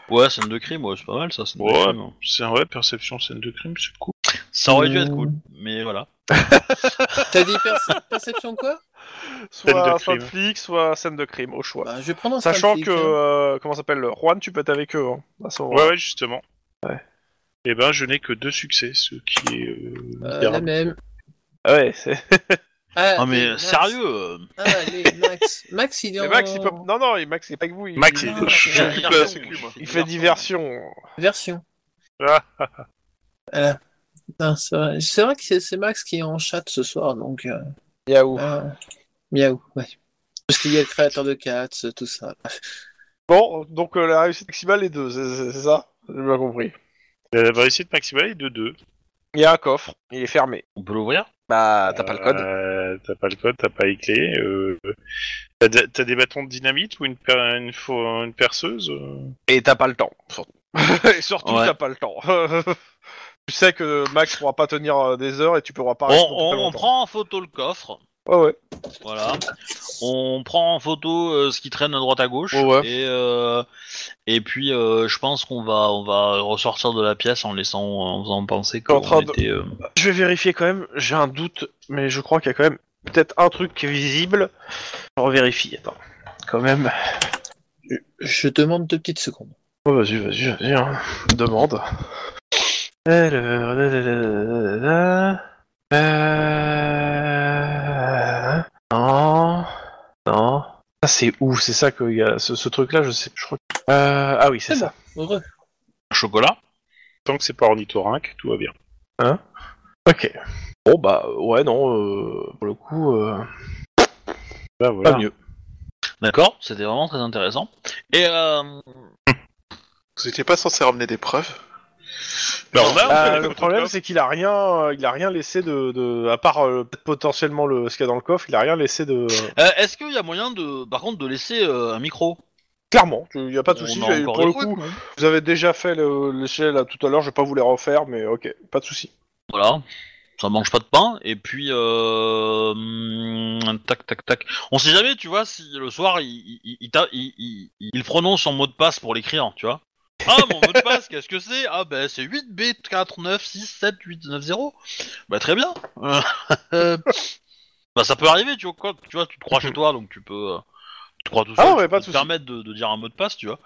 [SPEAKER 1] Ouais, scène de crime, ouais, c'est pas mal ça. Scène de
[SPEAKER 4] Ouais.
[SPEAKER 1] crime, hein.
[SPEAKER 4] C'est un ouais, perception, scène de crime, c'est cool.
[SPEAKER 1] Ça aurait dû être
[SPEAKER 3] Hmm.
[SPEAKER 1] cool, mais voilà.
[SPEAKER 3] T'as dit perce- perception quoi
[SPEAKER 2] soit
[SPEAKER 4] Scène de
[SPEAKER 2] instinct de
[SPEAKER 4] crime.
[SPEAKER 2] flic, soit scène de crime, au choix.
[SPEAKER 3] Bah, Je vais prendre un
[SPEAKER 2] Sachant
[SPEAKER 3] synthétique,
[SPEAKER 2] que
[SPEAKER 3] hein.
[SPEAKER 2] euh, comment ça s'appelle Juan, tu peux être avec eux. hein, à ce moment.
[SPEAKER 4] Ouais, ouais, justement. Eh
[SPEAKER 2] Ouais.
[SPEAKER 4] Et ben, je n'ai que deux succès, ce qui est. euh,
[SPEAKER 3] Euh, la
[SPEAKER 4] misérable.
[SPEAKER 3] même. Ah,
[SPEAKER 2] Ah ouais, c'est.
[SPEAKER 1] Non Ah, mais
[SPEAKER 3] Max.
[SPEAKER 1] sérieux, euh,
[SPEAKER 3] Allez, Max. Max, il est
[SPEAKER 2] Mais
[SPEAKER 3] en
[SPEAKER 2] Max, il peut. Non, non, il- Max, il est pas que vous. Il,
[SPEAKER 4] Max, il-
[SPEAKER 2] il-
[SPEAKER 4] je-
[SPEAKER 1] il y a- il y a-
[SPEAKER 5] je- la sécu, moi.
[SPEAKER 2] il fait diversion.
[SPEAKER 3] version.
[SPEAKER 4] Ah,
[SPEAKER 3] Putain, c'est vrai, c'est vrai que c'est- c'est Max qui est en chat ce soir, donc. euh,
[SPEAKER 2] Yahoo.
[SPEAKER 3] euh, miaou, ouais. Parce qu'il y a le créateur de Cats, tout ça.
[SPEAKER 2] Bon, donc euh, la réussite maximale est 2, c'est c'est- c'est ça J'ai bien compris.
[SPEAKER 4] La réussite maximale est bah, de 2.
[SPEAKER 2] Il y a un coffre, il est fermé.
[SPEAKER 1] on peut l'ouvrir
[SPEAKER 2] Bah, t'as pas le code.
[SPEAKER 4] Euh, t'as pas le code, t'as pas les clés. euh, t'as, de- t'as des bâtons de dynamite ou une, per- une, fo- une perceuse euh
[SPEAKER 2] Et t'as pas le temps, surtout. [LAUGHS] et surtout,
[SPEAKER 1] Ouais.
[SPEAKER 2] t'as pas le temps. [LAUGHS] tu sais que Max pourra pas tenir euh, des heures et tu pourras pas
[SPEAKER 1] On,
[SPEAKER 2] répondre
[SPEAKER 1] on-
[SPEAKER 2] très
[SPEAKER 1] on
[SPEAKER 2] longtemps.
[SPEAKER 1] prend en photo le coffre,
[SPEAKER 2] Ouais, ouais.
[SPEAKER 1] voilà. On prend en photo euh, ce qui traîne à droite à gauche.
[SPEAKER 2] Oh,
[SPEAKER 5] Ouais, ouais.
[SPEAKER 1] Et, euh, et puis euh, je pense qu'on va on va ressortir de la pièce en laissant en faisant penser
[SPEAKER 2] En
[SPEAKER 1] qu'on
[SPEAKER 2] train de-
[SPEAKER 1] était. euh,
[SPEAKER 2] Je vais vérifier quand même, j'ai un doute, mais je crois qu'il y a quand même peut-être un truc qui est visible. Je revérifie, attends. Quand même.
[SPEAKER 3] Je, je demande deux petites secondes.
[SPEAKER 2] Oh, vas-y, vas-y, vas-y, hein. demande. euh, Alors, da, da, da, da, da, da. Euh, Non, non. Ça c'est où C'est ça que y a ce, ce truc-là, je sais, je crois. que- Euh, ah oui, c'est
[SPEAKER 3] C'est
[SPEAKER 2] ça.
[SPEAKER 3] Heureux.
[SPEAKER 1] Chocolat.
[SPEAKER 4] Tant que c'est pas ornithorynque, tout va bien.
[SPEAKER 2] Ok. Bon bah ouais, non, euh, pour le coup, euh,
[SPEAKER 4] Bah
[SPEAKER 2] pas
[SPEAKER 4] voilà.
[SPEAKER 2] mieux.
[SPEAKER 1] D'accord, c'était vraiment très intéressant. Et euh,
[SPEAKER 5] Vous étiez pas censé ramener des preuves
[SPEAKER 4] Bah, on a-
[SPEAKER 2] Euh,
[SPEAKER 4] fait la
[SPEAKER 2] le
[SPEAKER 4] photo
[SPEAKER 2] problème
[SPEAKER 4] de
[SPEAKER 2] c'est qu'il a rien, euh, il a rien laissé de, de à part euh, peut-être potentiellement le ce qu'il y a dans le coffre, il a rien laissé de.
[SPEAKER 1] euh, est-ce qu'il y a moyen de par contre de laisser euh, un micro
[SPEAKER 2] Clairement, il y a pas de
[SPEAKER 1] On
[SPEAKER 2] souci.
[SPEAKER 1] a
[SPEAKER 2] j'ai-
[SPEAKER 1] encore
[SPEAKER 2] Pour
[SPEAKER 1] des
[SPEAKER 2] le
[SPEAKER 1] trucs,
[SPEAKER 2] coup,
[SPEAKER 1] non
[SPEAKER 2] vous avez déjà fait le- l'échelle là, tout à l'heure, je vais pas vous les refaire, mais ok, pas de souci.
[SPEAKER 1] Voilà. Ça mange pas de pain. Et puis, euh... hum, tac, tac, tac. On sait jamais, tu vois, si le soir, il, il, il, ta- il- il- il prononce son mot de passe pour l'écrire, tu vois. Ah, mon mot de passe, qu'est-ce que c'est Ah, ben, c'est 8B4967890. Bah, très bien. [LAUGHS] Euh, bah, ça peut arriver, tu vois, quoi. tu vois, tu te crois chez toi, donc tu peux... euh, Tu te crois tout
[SPEAKER 2] Ah,
[SPEAKER 1] seul,
[SPEAKER 2] non,
[SPEAKER 1] tu
[SPEAKER 2] mais
[SPEAKER 1] peux
[SPEAKER 2] pas
[SPEAKER 1] te
[SPEAKER 2] de souci.
[SPEAKER 1] permettre de, de dire un mot de passe, tu vois.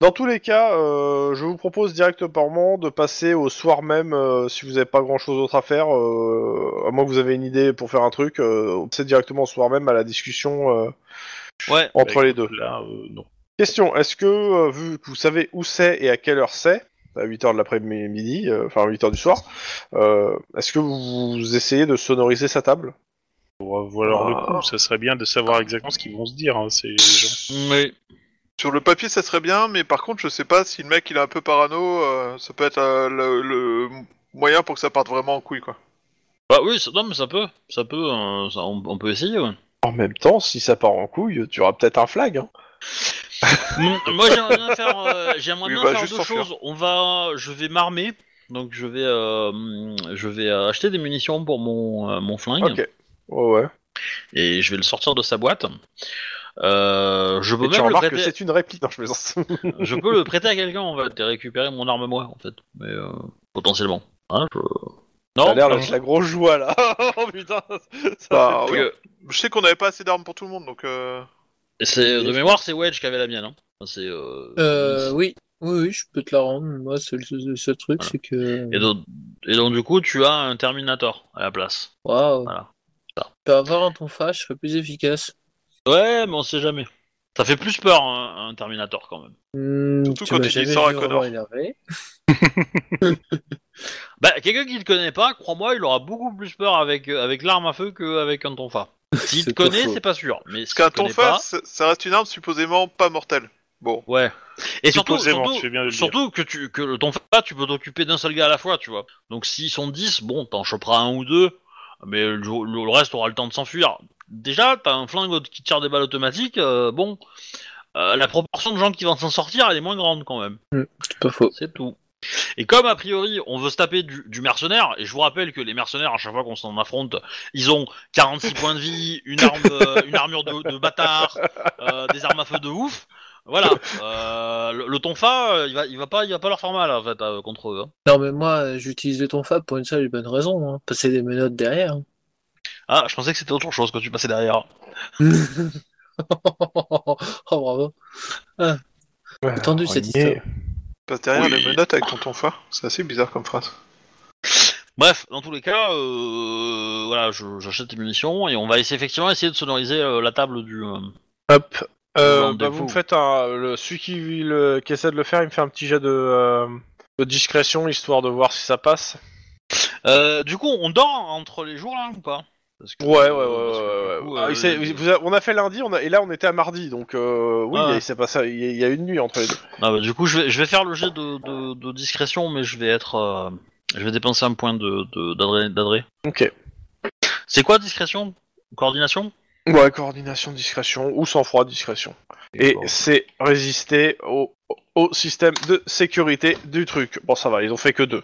[SPEAKER 2] Dans tous les cas, euh, je vous propose directement de passer au soir même, euh, si vous n'avez pas grand-chose d'autre à faire, euh, à moins que vous avez une idée pour faire un truc, euh, on passe directement au soir même à la discussion euh,
[SPEAKER 1] Ouais.
[SPEAKER 2] entre
[SPEAKER 4] Bah,
[SPEAKER 2] les deux.
[SPEAKER 4] Là, euh, non.
[SPEAKER 2] Question, est-ce que, euh, vu que vous savez où c'est et à quelle heure c'est, à 8h de l'après-midi, euh, enfin 8h du soir, euh, est-ce que vous, vous essayez de sonoriser sa table
[SPEAKER 4] Pour avoir
[SPEAKER 2] Ah.
[SPEAKER 4] le coup, ça serait bien de savoir exactement ce qu'ils vont se dire, hein, ces gens.
[SPEAKER 1] Mais...
[SPEAKER 5] Sur le papier, ça serait bien, mais par contre, je sais pas si le mec il est un peu parano, euh, ça peut être euh, le, le moyen pour que ça parte vraiment en couille, quoi.
[SPEAKER 1] Bah oui, ça, non, mais ça peut. Ça peut, euh, ça- on- on peut essayer, ouais.
[SPEAKER 2] En même temps, si ça part en couille, tu auras peut-être un flag. hein.
[SPEAKER 1] Mm, [LAUGHS] Moi j'aimerais bien faire, euh, j'aimerais
[SPEAKER 5] Oui,
[SPEAKER 1] bien
[SPEAKER 5] bah,
[SPEAKER 1] faire
[SPEAKER 5] juste
[SPEAKER 1] deux
[SPEAKER 5] en faire.
[SPEAKER 1] choses. On va, je vais m'armer, donc je vais, euh, mm, je vais euh, acheter des munitions pour mon, euh, mon flingue
[SPEAKER 2] Ok. Ouais, ouais.
[SPEAKER 1] et je vais le sortir de sa boîte. Euh, je peux
[SPEAKER 2] Et tu
[SPEAKER 1] même le
[SPEAKER 2] remarques que
[SPEAKER 1] prêter,
[SPEAKER 2] c'est une réplique. Non, je plaisante. [LAUGHS]
[SPEAKER 1] je peux le prêter à quelqu'un en fait et récupérer mon arme moi en fait, mais euh, potentiellement. Hein, je-
[SPEAKER 2] Ça
[SPEAKER 1] Non. Euh,
[SPEAKER 2] a l'air d'être la grosse joie là. [LAUGHS] oh putain, ça
[SPEAKER 1] Ah,
[SPEAKER 5] Bah,
[SPEAKER 2] fait
[SPEAKER 5] oui.
[SPEAKER 2] peur.
[SPEAKER 5] Je sais qu'on avait pas assez d'armes pour tout le monde, donc euh,
[SPEAKER 1] C'est de mémoire, c'est Wedge qui avait la mienne. Hein. Enfin, C'est. euh,
[SPEAKER 3] Euh, oui, oui, oui, je peux te la rendre. Moi, ce, ce- ce truc,
[SPEAKER 1] Voilà.
[SPEAKER 3] c'est que.
[SPEAKER 1] Et donc, et donc du coup, tu as un Terminator à la place.
[SPEAKER 3] Waouh.
[SPEAKER 1] Voilà.
[SPEAKER 3] Tu peux avoir un ton fâche, je serais plus efficace.
[SPEAKER 1] Ouais, mais on sait jamais. Ça fait plus peur hein, un Terminator quand même.
[SPEAKER 3] Hmm,
[SPEAKER 5] Surtout
[SPEAKER 3] tu
[SPEAKER 5] quand
[SPEAKER 3] m'as
[SPEAKER 5] il dit
[SPEAKER 3] jamais
[SPEAKER 5] sors
[SPEAKER 3] vu
[SPEAKER 5] à Connor.
[SPEAKER 3] vraiment énervé.
[SPEAKER 1] Bah, quelqu'un qui ne connaît pas, crois-moi, il aura beaucoup plus peur avec, euh, avec l'arme à feu qu'avec un tonfa.
[SPEAKER 3] [LAUGHS]
[SPEAKER 1] S'il te
[SPEAKER 3] C'est pas
[SPEAKER 1] connaît,
[SPEAKER 3] faux.
[SPEAKER 1] c'est pas sûr. Mais
[SPEAKER 5] parce
[SPEAKER 1] s'il
[SPEAKER 5] qu'un
[SPEAKER 1] te connaît
[SPEAKER 5] tonfa, ça- ça reste une arme supposément pas mortelle. Bon,
[SPEAKER 1] pas, ouais. Et surtout,
[SPEAKER 4] Supposément,
[SPEAKER 1] surtout,
[SPEAKER 4] tu fais bien de le dire.
[SPEAKER 1] surtout que, tu, que le tonfa, tu peux t'occuper d'un seul gars à la fois, tu vois. Donc s'ils sont 10, bon, t'en choperas un ou deux, mais le, le reste aura le temps de s'enfuir. Déjà, t'as un flingue qui tire des balles automatiques, euh, bon, euh, la proportion de gens qui vont s'en sortir, elle est moins grande quand même.
[SPEAKER 3] C'est pas faux.
[SPEAKER 1] C'est tout. Et comme a priori on veut se taper du, du mercenaire, et je vous rappelle que les mercenaires à chaque fois qu'on s'en affronte, ils ont 46 points de vie, une, arme, euh, une armure de, de bâtard, euh, des armes à feu de ouf. Voilà, Euh, le, le tonfa, euh, il va, il va pas, il va pas leur faire mal en fait euh, contre eux. hein.
[SPEAKER 3] Non, mais moi, euh, j'utilise le ton fab pour une seule et bonne raison, hein, passer des menottes derrière. hein.
[SPEAKER 1] Ah, je pensais que c'était autre chose quand tu passais derrière.
[SPEAKER 3] [LAUGHS] oh, bravo. Ah.
[SPEAKER 2] Ouais,
[SPEAKER 3] Entendu cette
[SPEAKER 2] on y est.
[SPEAKER 3] histoire.
[SPEAKER 5] Bah, passe derrière
[SPEAKER 1] Oui.
[SPEAKER 5] les menottes avec ton tonfa, c'est assez bizarre comme phrase.
[SPEAKER 1] Bref, dans tous les cas, euh, voilà, je- j'achète les munitions et on va essayer, effectivement essayer de sonoriser euh, la table du. euh,
[SPEAKER 2] Hop.
[SPEAKER 1] Dans
[SPEAKER 2] Euh,
[SPEAKER 1] le
[SPEAKER 2] bah,
[SPEAKER 1] dépôt.
[SPEAKER 2] vous me faites un. Le, celui qui, le- qui essaie de le faire, il me fait un petit jet de, euh, de discrétion histoire de voir si ça passe.
[SPEAKER 1] Euh, du coup, on dort entre les jours là ou pas Parce que-
[SPEAKER 2] Ouais, ouais, ouais. ouais,
[SPEAKER 1] parce que,
[SPEAKER 2] ouais,
[SPEAKER 1] du coup,
[SPEAKER 2] Ah,
[SPEAKER 1] euh,
[SPEAKER 2] il s'est-
[SPEAKER 1] les-
[SPEAKER 2] vous a- on a fait lundi, on a- et là on était à mardi, donc euh, oui,
[SPEAKER 1] Ouais.
[SPEAKER 2] il y a- il s'est passé, il y, a- il y a une nuit entre les deux.
[SPEAKER 1] Ah, bah, du coup, je vais, je vais faire le jet de, de- de discrétion, mais je vais être, euh, je vais dépenser un point de de- d'adré. d'adré.
[SPEAKER 2] Ok.
[SPEAKER 1] C'est quoi discrétion Coordination
[SPEAKER 2] Ouais, coordination, discrétion ou sang-froid, discrétion. Et
[SPEAKER 1] Bon.
[SPEAKER 2] c'est résister au, au système de sécurité du truc. Bon, ça va, ils ont fait que deux.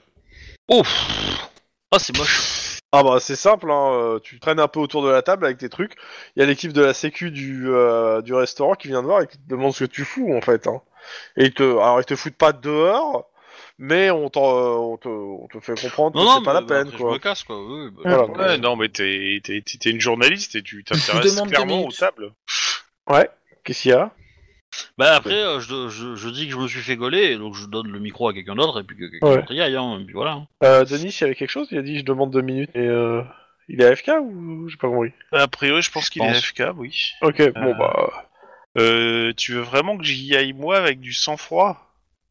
[SPEAKER 1] Oh, pff. Ah, c'est
[SPEAKER 2] [LAUGHS]
[SPEAKER 1] moche.
[SPEAKER 2] Ah bah c'est simple, hein, euh, tu traînes un peu autour de la table avec tes trucs. Il y a l'équipe de la sécu du, euh, du restaurant qui vient te voir et qui te demande ce que tu fous en fait. hein. Et ils te, alors ils te foutent pas dehors, mais on, t'en- euh, on, te, on te fait comprendre
[SPEAKER 1] Non,
[SPEAKER 2] que
[SPEAKER 1] non,
[SPEAKER 2] c'est pas la
[SPEAKER 1] mais
[SPEAKER 2] peine
[SPEAKER 1] après, Je
[SPEAKER 2] quoi.
[SPEAKER 1] me casse quoi. oui, bah,
[SPEAKER 2] Voilà,
[SPEAKER 4] Ouais, non, mais t'es t'es- t'es- t'es une journaliste et [LAUGHS] tu
[SPEAKER 3] Je vous
[SPEAKER 4] t'intéresses
[SPEAKER 3] demande deux
[SPEAKER 4] clairement aux
[SPEAKER 3] minutes.
[SPEAKER 4] tables.
[SPEAKER 2] Qu'est-ce qu'il y a
[SPEAKER 1] Bah après, euh, je, je, je dis que je me suis fait gauler, et donc je donne le micro à quelqu'un d'autre, et puis que quelqu'un
[SPEAKER 2] Ouais.
[SPEAKER 1] d'autre y aille, hein, et puis voilà.
[SPEAKER 2] euh, Denis, il y avait quelque chose Il a dit je demande deux minutes et euh, il est AFK ou j'ai pas compris
[SPEAKER 4] Bah, A priori, je pense qu'il est
[SPEAKER 1] pense.
[SPEAKER 4] AFK, oui.
[SPEAKER 2] Ok, bon bah.
[SPEAKER 4] Euh, tu veux vraiment que j'y aille moi avec du sang-froid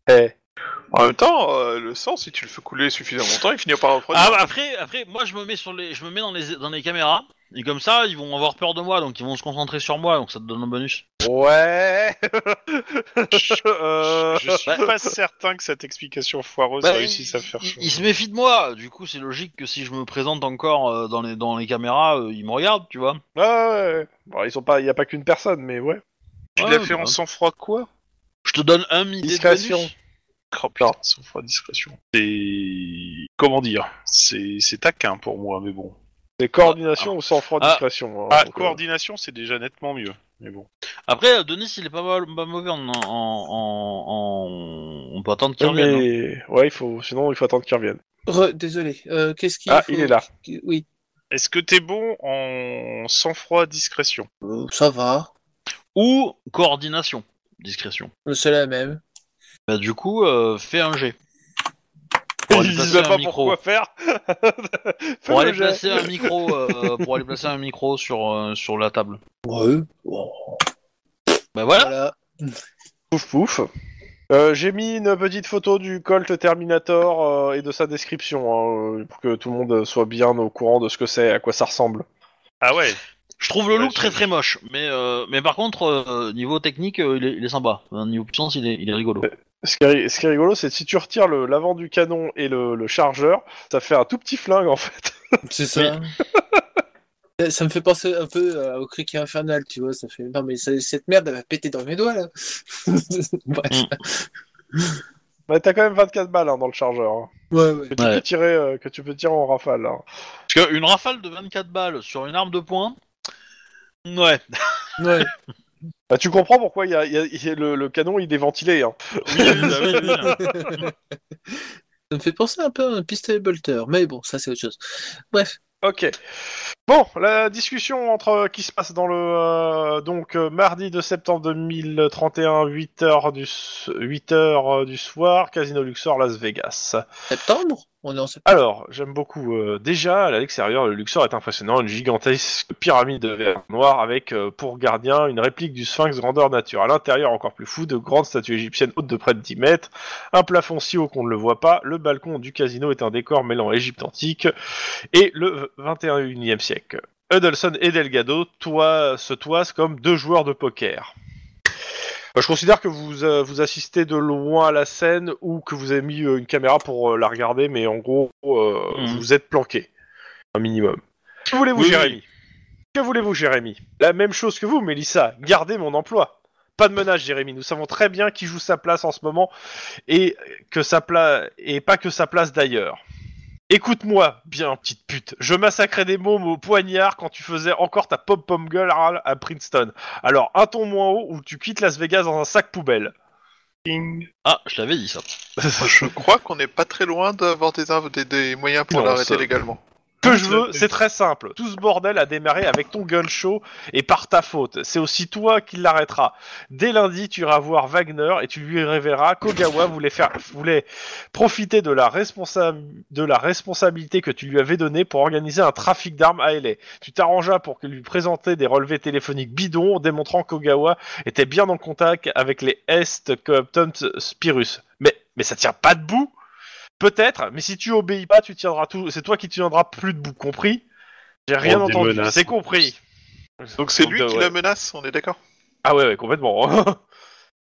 [SPEAKER 2] eh.
[SPEAKER 5] En même temps, euh, le sang, si tu le fais couler suffisamment longtemps, il finit par refroidir.
[SPEAKER 1] Ah, bah, après, après, moi je me mets sur les, je me mets dans les, dans les caméras, et comme ça, ils vont avoir peur de moi, donc ils vont se concentrer sur moi, donc ça te donne un bonus.
[SPEAKER 2] Ouais [LAUGHS] Euh,
[SPEAKER 4] Je suis
[SPEAKER 1] ouais.
[SPEAKER 4] pas certain que cette explication foireuse
[SPEAKER 1] Bah,
[SPEAKER 4] réussisse à faire
[SPEAKER 1] ils-
[SPEAKER 4] changer.
[SPEAKER 1] Ils se méfient de moi, du coup c'est logique que si je me présente encore euh, dans les, dans les caméras, euh, ils me regardent, tu vois.
[SPEAKER 2] Ouais, ah ouais, ouais. Bon, ils sont pas, il y a pas qu'une personne, mais ouais.
[SPEAKER 4] Tu
[SPEAKER 1] Ouais,
[SPEAKER 4] l'as fait
[SPEAKER 1] bah.
[SPEAKER 4] en sang-froid quoi
[SPEAKER 1] Je te donne un millier
[SPEAKER 2] Discrétion.
[SPEAKER 1] de bonus.
[SPEAKER 4] Oh putain, sang-froid discrétion. C'est... Comment dire C'est c'est taquin pour moi, mais bon.
[SPEAKER 2] C'est coordination ou sang-froid
[SPEAKER 1] Ah.
[SPEAKER 2] discrétion. hein,
[SPEAKER 4] Ah,
[SPEAKER 2] donc, euh,
[SPEAKER 4] coordination, c'est déjà nettement mieux. Mais bon.
[SPEAKER 1] Après, euh, Denis il est pas, mal- pas mauvais en, en, en, en- On peut attendre qu'il
[SPEAKER 2] Oui,
[SPEAKER 1] revienne. hein.
[SPEAKER 2] mais- Ouais, il faut... sinon il faut attendre qu'il revienne.
[SPEAKER 3] Re- Désolé. Euh, Qu'est-ce qu'il
[SPEAKER 2] Ah,
[SPEAKER 3] faut-
[SPEAKER 2] il est là.
[SPEAKER 3] qui- Oui.
[SPEAKER 4] Est-ce que t'es bon en sang-froid discrétion
[SPEAKER 3] Euh, ça va.
[SPEAKER 1] Ou coordination, discrétion.
[SPEAKER 3] C'est la même.
[SPEAKER 1] Bah du coup, euh, fais un G. Pour aller
[SPEAKER 2] Ils
[SPEAKER 1] placer
[SPEAKER 2] savent
[SPEAKER 1] un
[SPEAKER 2] pas
[SPEAKER 1] micro.
[SPEAKER 2] pourquoi [LAUGHS] faire. Fais
[SPEAKER 1] Pour
[SPEAKER 2] le
[SPEAKER 1] aller
[SPEAKER 2] jet.
[SPEAKER 1] placer un micro, euh, pour aller placer un micro sur euh, sur la table.
[SPEAKER 3] Ouais. Bon,
[SPEAKER 1] Bah voilà.
[SPEAKER 3] Voilà.
[SPEAKER 2] Pouf pouf. Euh, J'ai mis une petite photo du Colt Terminator euh, et de sa description hein, euh, pour que tout le monde soit bien au courant de ce que c'est, à quoi ça ressemble.
[SPEAKER 4] Ah ouais
[SPEAKER 1] Je trouve le
[SPEAKER 4] Ouais,
[SPEAKER 1] look
[SPEAKER 4] c'est-
[SPEAKER 1] très très moche, mais euh, mais par contre euh, niveau technique, euh, il, est, il est sympa. Euh, niveau puissance, il est il est rigolo.
[SPEAKER 2] Ce qui est, ce qui est rigolo, c'est que si tu retires le- l'avant du canon et le, le chargeur, ça fait un tout petit flingue en fait.
[SPEAKER 3] C'est ça. Ça- Ça me fait penser un peu euh, au criquet infernal, tu vois. Ça fait non mais ça- cette merde elle va péter dans mes doigts là. [LAUGHS] Bref.
[SPEAKER 2] Mais Bah, t'as quand même 24 balles hein, dans le chargeur hein,
[SPEAKER 3] Ouais ouais.
[SPEAKER 2] que, tu
[SPEAKER 1] Ouais.
[SPEAKER 2] peux tirer, euh, que tu peux tirer en rafale. hein.
[SPEAKER 1] Parce qu'une rafale de 24 balles sur une arme de poing. [LAUGHS] Ouais.
[SPEAKER 3] Ouais. [LAUGHS]
[SPEAKER 2] Bah, tu comprends pourquoi il y a- il y a- il y a le, le canon il est ventilé. Hein.
[SPEAKER 3] ça me fait penser un peu à un pistolet bolter, mais bon, ça c'est autre chose. Bref,
[SPEAKER 2] Ok. Bon, la discussion entre qui se passe dans le euh, donc euh, mardi 2 septembre 2031 8h du 8h euh, du soir Casino Luxor Las Vegas.
[SPEAKER 3] septembre On est en septembre.
[SPEAKER 2] Alors, j'aime beaucoup euh, déjà à l'extérieur le Luxor est impressionnant, une gigantesque pyramide de verre noir avec euh, pour gardien une réplique du sphinx grandeur nature. À l'intérieur encore plus fou, de grandes statues égyptiennes hautes de près de 10 mètres, un plafond si haut qu'on ne le voit pas, le balcon du casino est un décor mêlant Égypte antique et le 21e siècle. Edelson et Delgado toi, se toisent comme deux joueurs de poker. Euh, Je considère que vous, euh, vous assistez de loin à la scène ou que vous avez mis euh, une caméra pour euh, la regarder, mais en gros, euh,
[SPEAKER 1] Mhm.
[SPEAKER 2] vous êtes planqué, un minimum. Que voulez-vous,
[SPEAKER 1] Oui,
[SPEAKER 2] Jérémy Que voulez-vous, Jérémy La même chose que vous, Mélissa. Gardez mon emploi. Pas de menace, Jérémy. Nous savons très bien qui joue sa place en ce moment et que sa pla- et pas que sa place d'ailleurs. Écoute-moi, bien petite pute. Je massacrais des mômes au poignard quand tu faisais encore ta pop-pom girl à Princeton. Alors un ton moins haut ou tu quittes Las Vegas dans un sac poubelle.
[SPEAKER 1] Ah, je l'avais dit ça.
[SPEAKER 5] Je crois qu'on n'est pas très loin d'avoir des, inv- des- des moyens pour
[SPEAKER 2] Non,
[SPEAKER 5] l'arrêter
[SPEAKER 2] ça-
[SPEAKER 5] légalement.
[SPEAKER 2] que je veux, c'est très simple. Tout ce bordel a démarré avec ton gun show et par ta faute. C'est aussi toi qui l'arrêteras. Dès lundi, tu iras voir Wagner et tu lui révéleras qu'Ogawa voulait, faire, voulait profiter de la, responsab- de la responsabilité que tu lui avais donnée pour organiser un trafic d'armes à LA. Tu t'arrangeas pour que lui présenter des relevés téléphoniques bidons démontrant qu'Ogawa était bien en contact avec les Est Compton Spirus. Mais, mais ça tient pas debout Peut-être, mais si tu obéis pas, tu tiendras tout. C'est toi qui tiendras plus debout, compris J'ai rien
[SPEAKER 4] Oh, des
[SPEAKER 2] entendu.
[SPEAKER 4] menaces.
[SPEAKER 2] C'est compris.
[SPEAKER 5] Donc c'est lui
[SPEAKER 2] Donc, euh,
[SPEAKER 5] qui
[SPEAKER 2] ouais.
[SPEAKER 5] la menace, on est d'accord
[SPEAKER 2] Ah ouais, ouais complètement. [LAUGHS]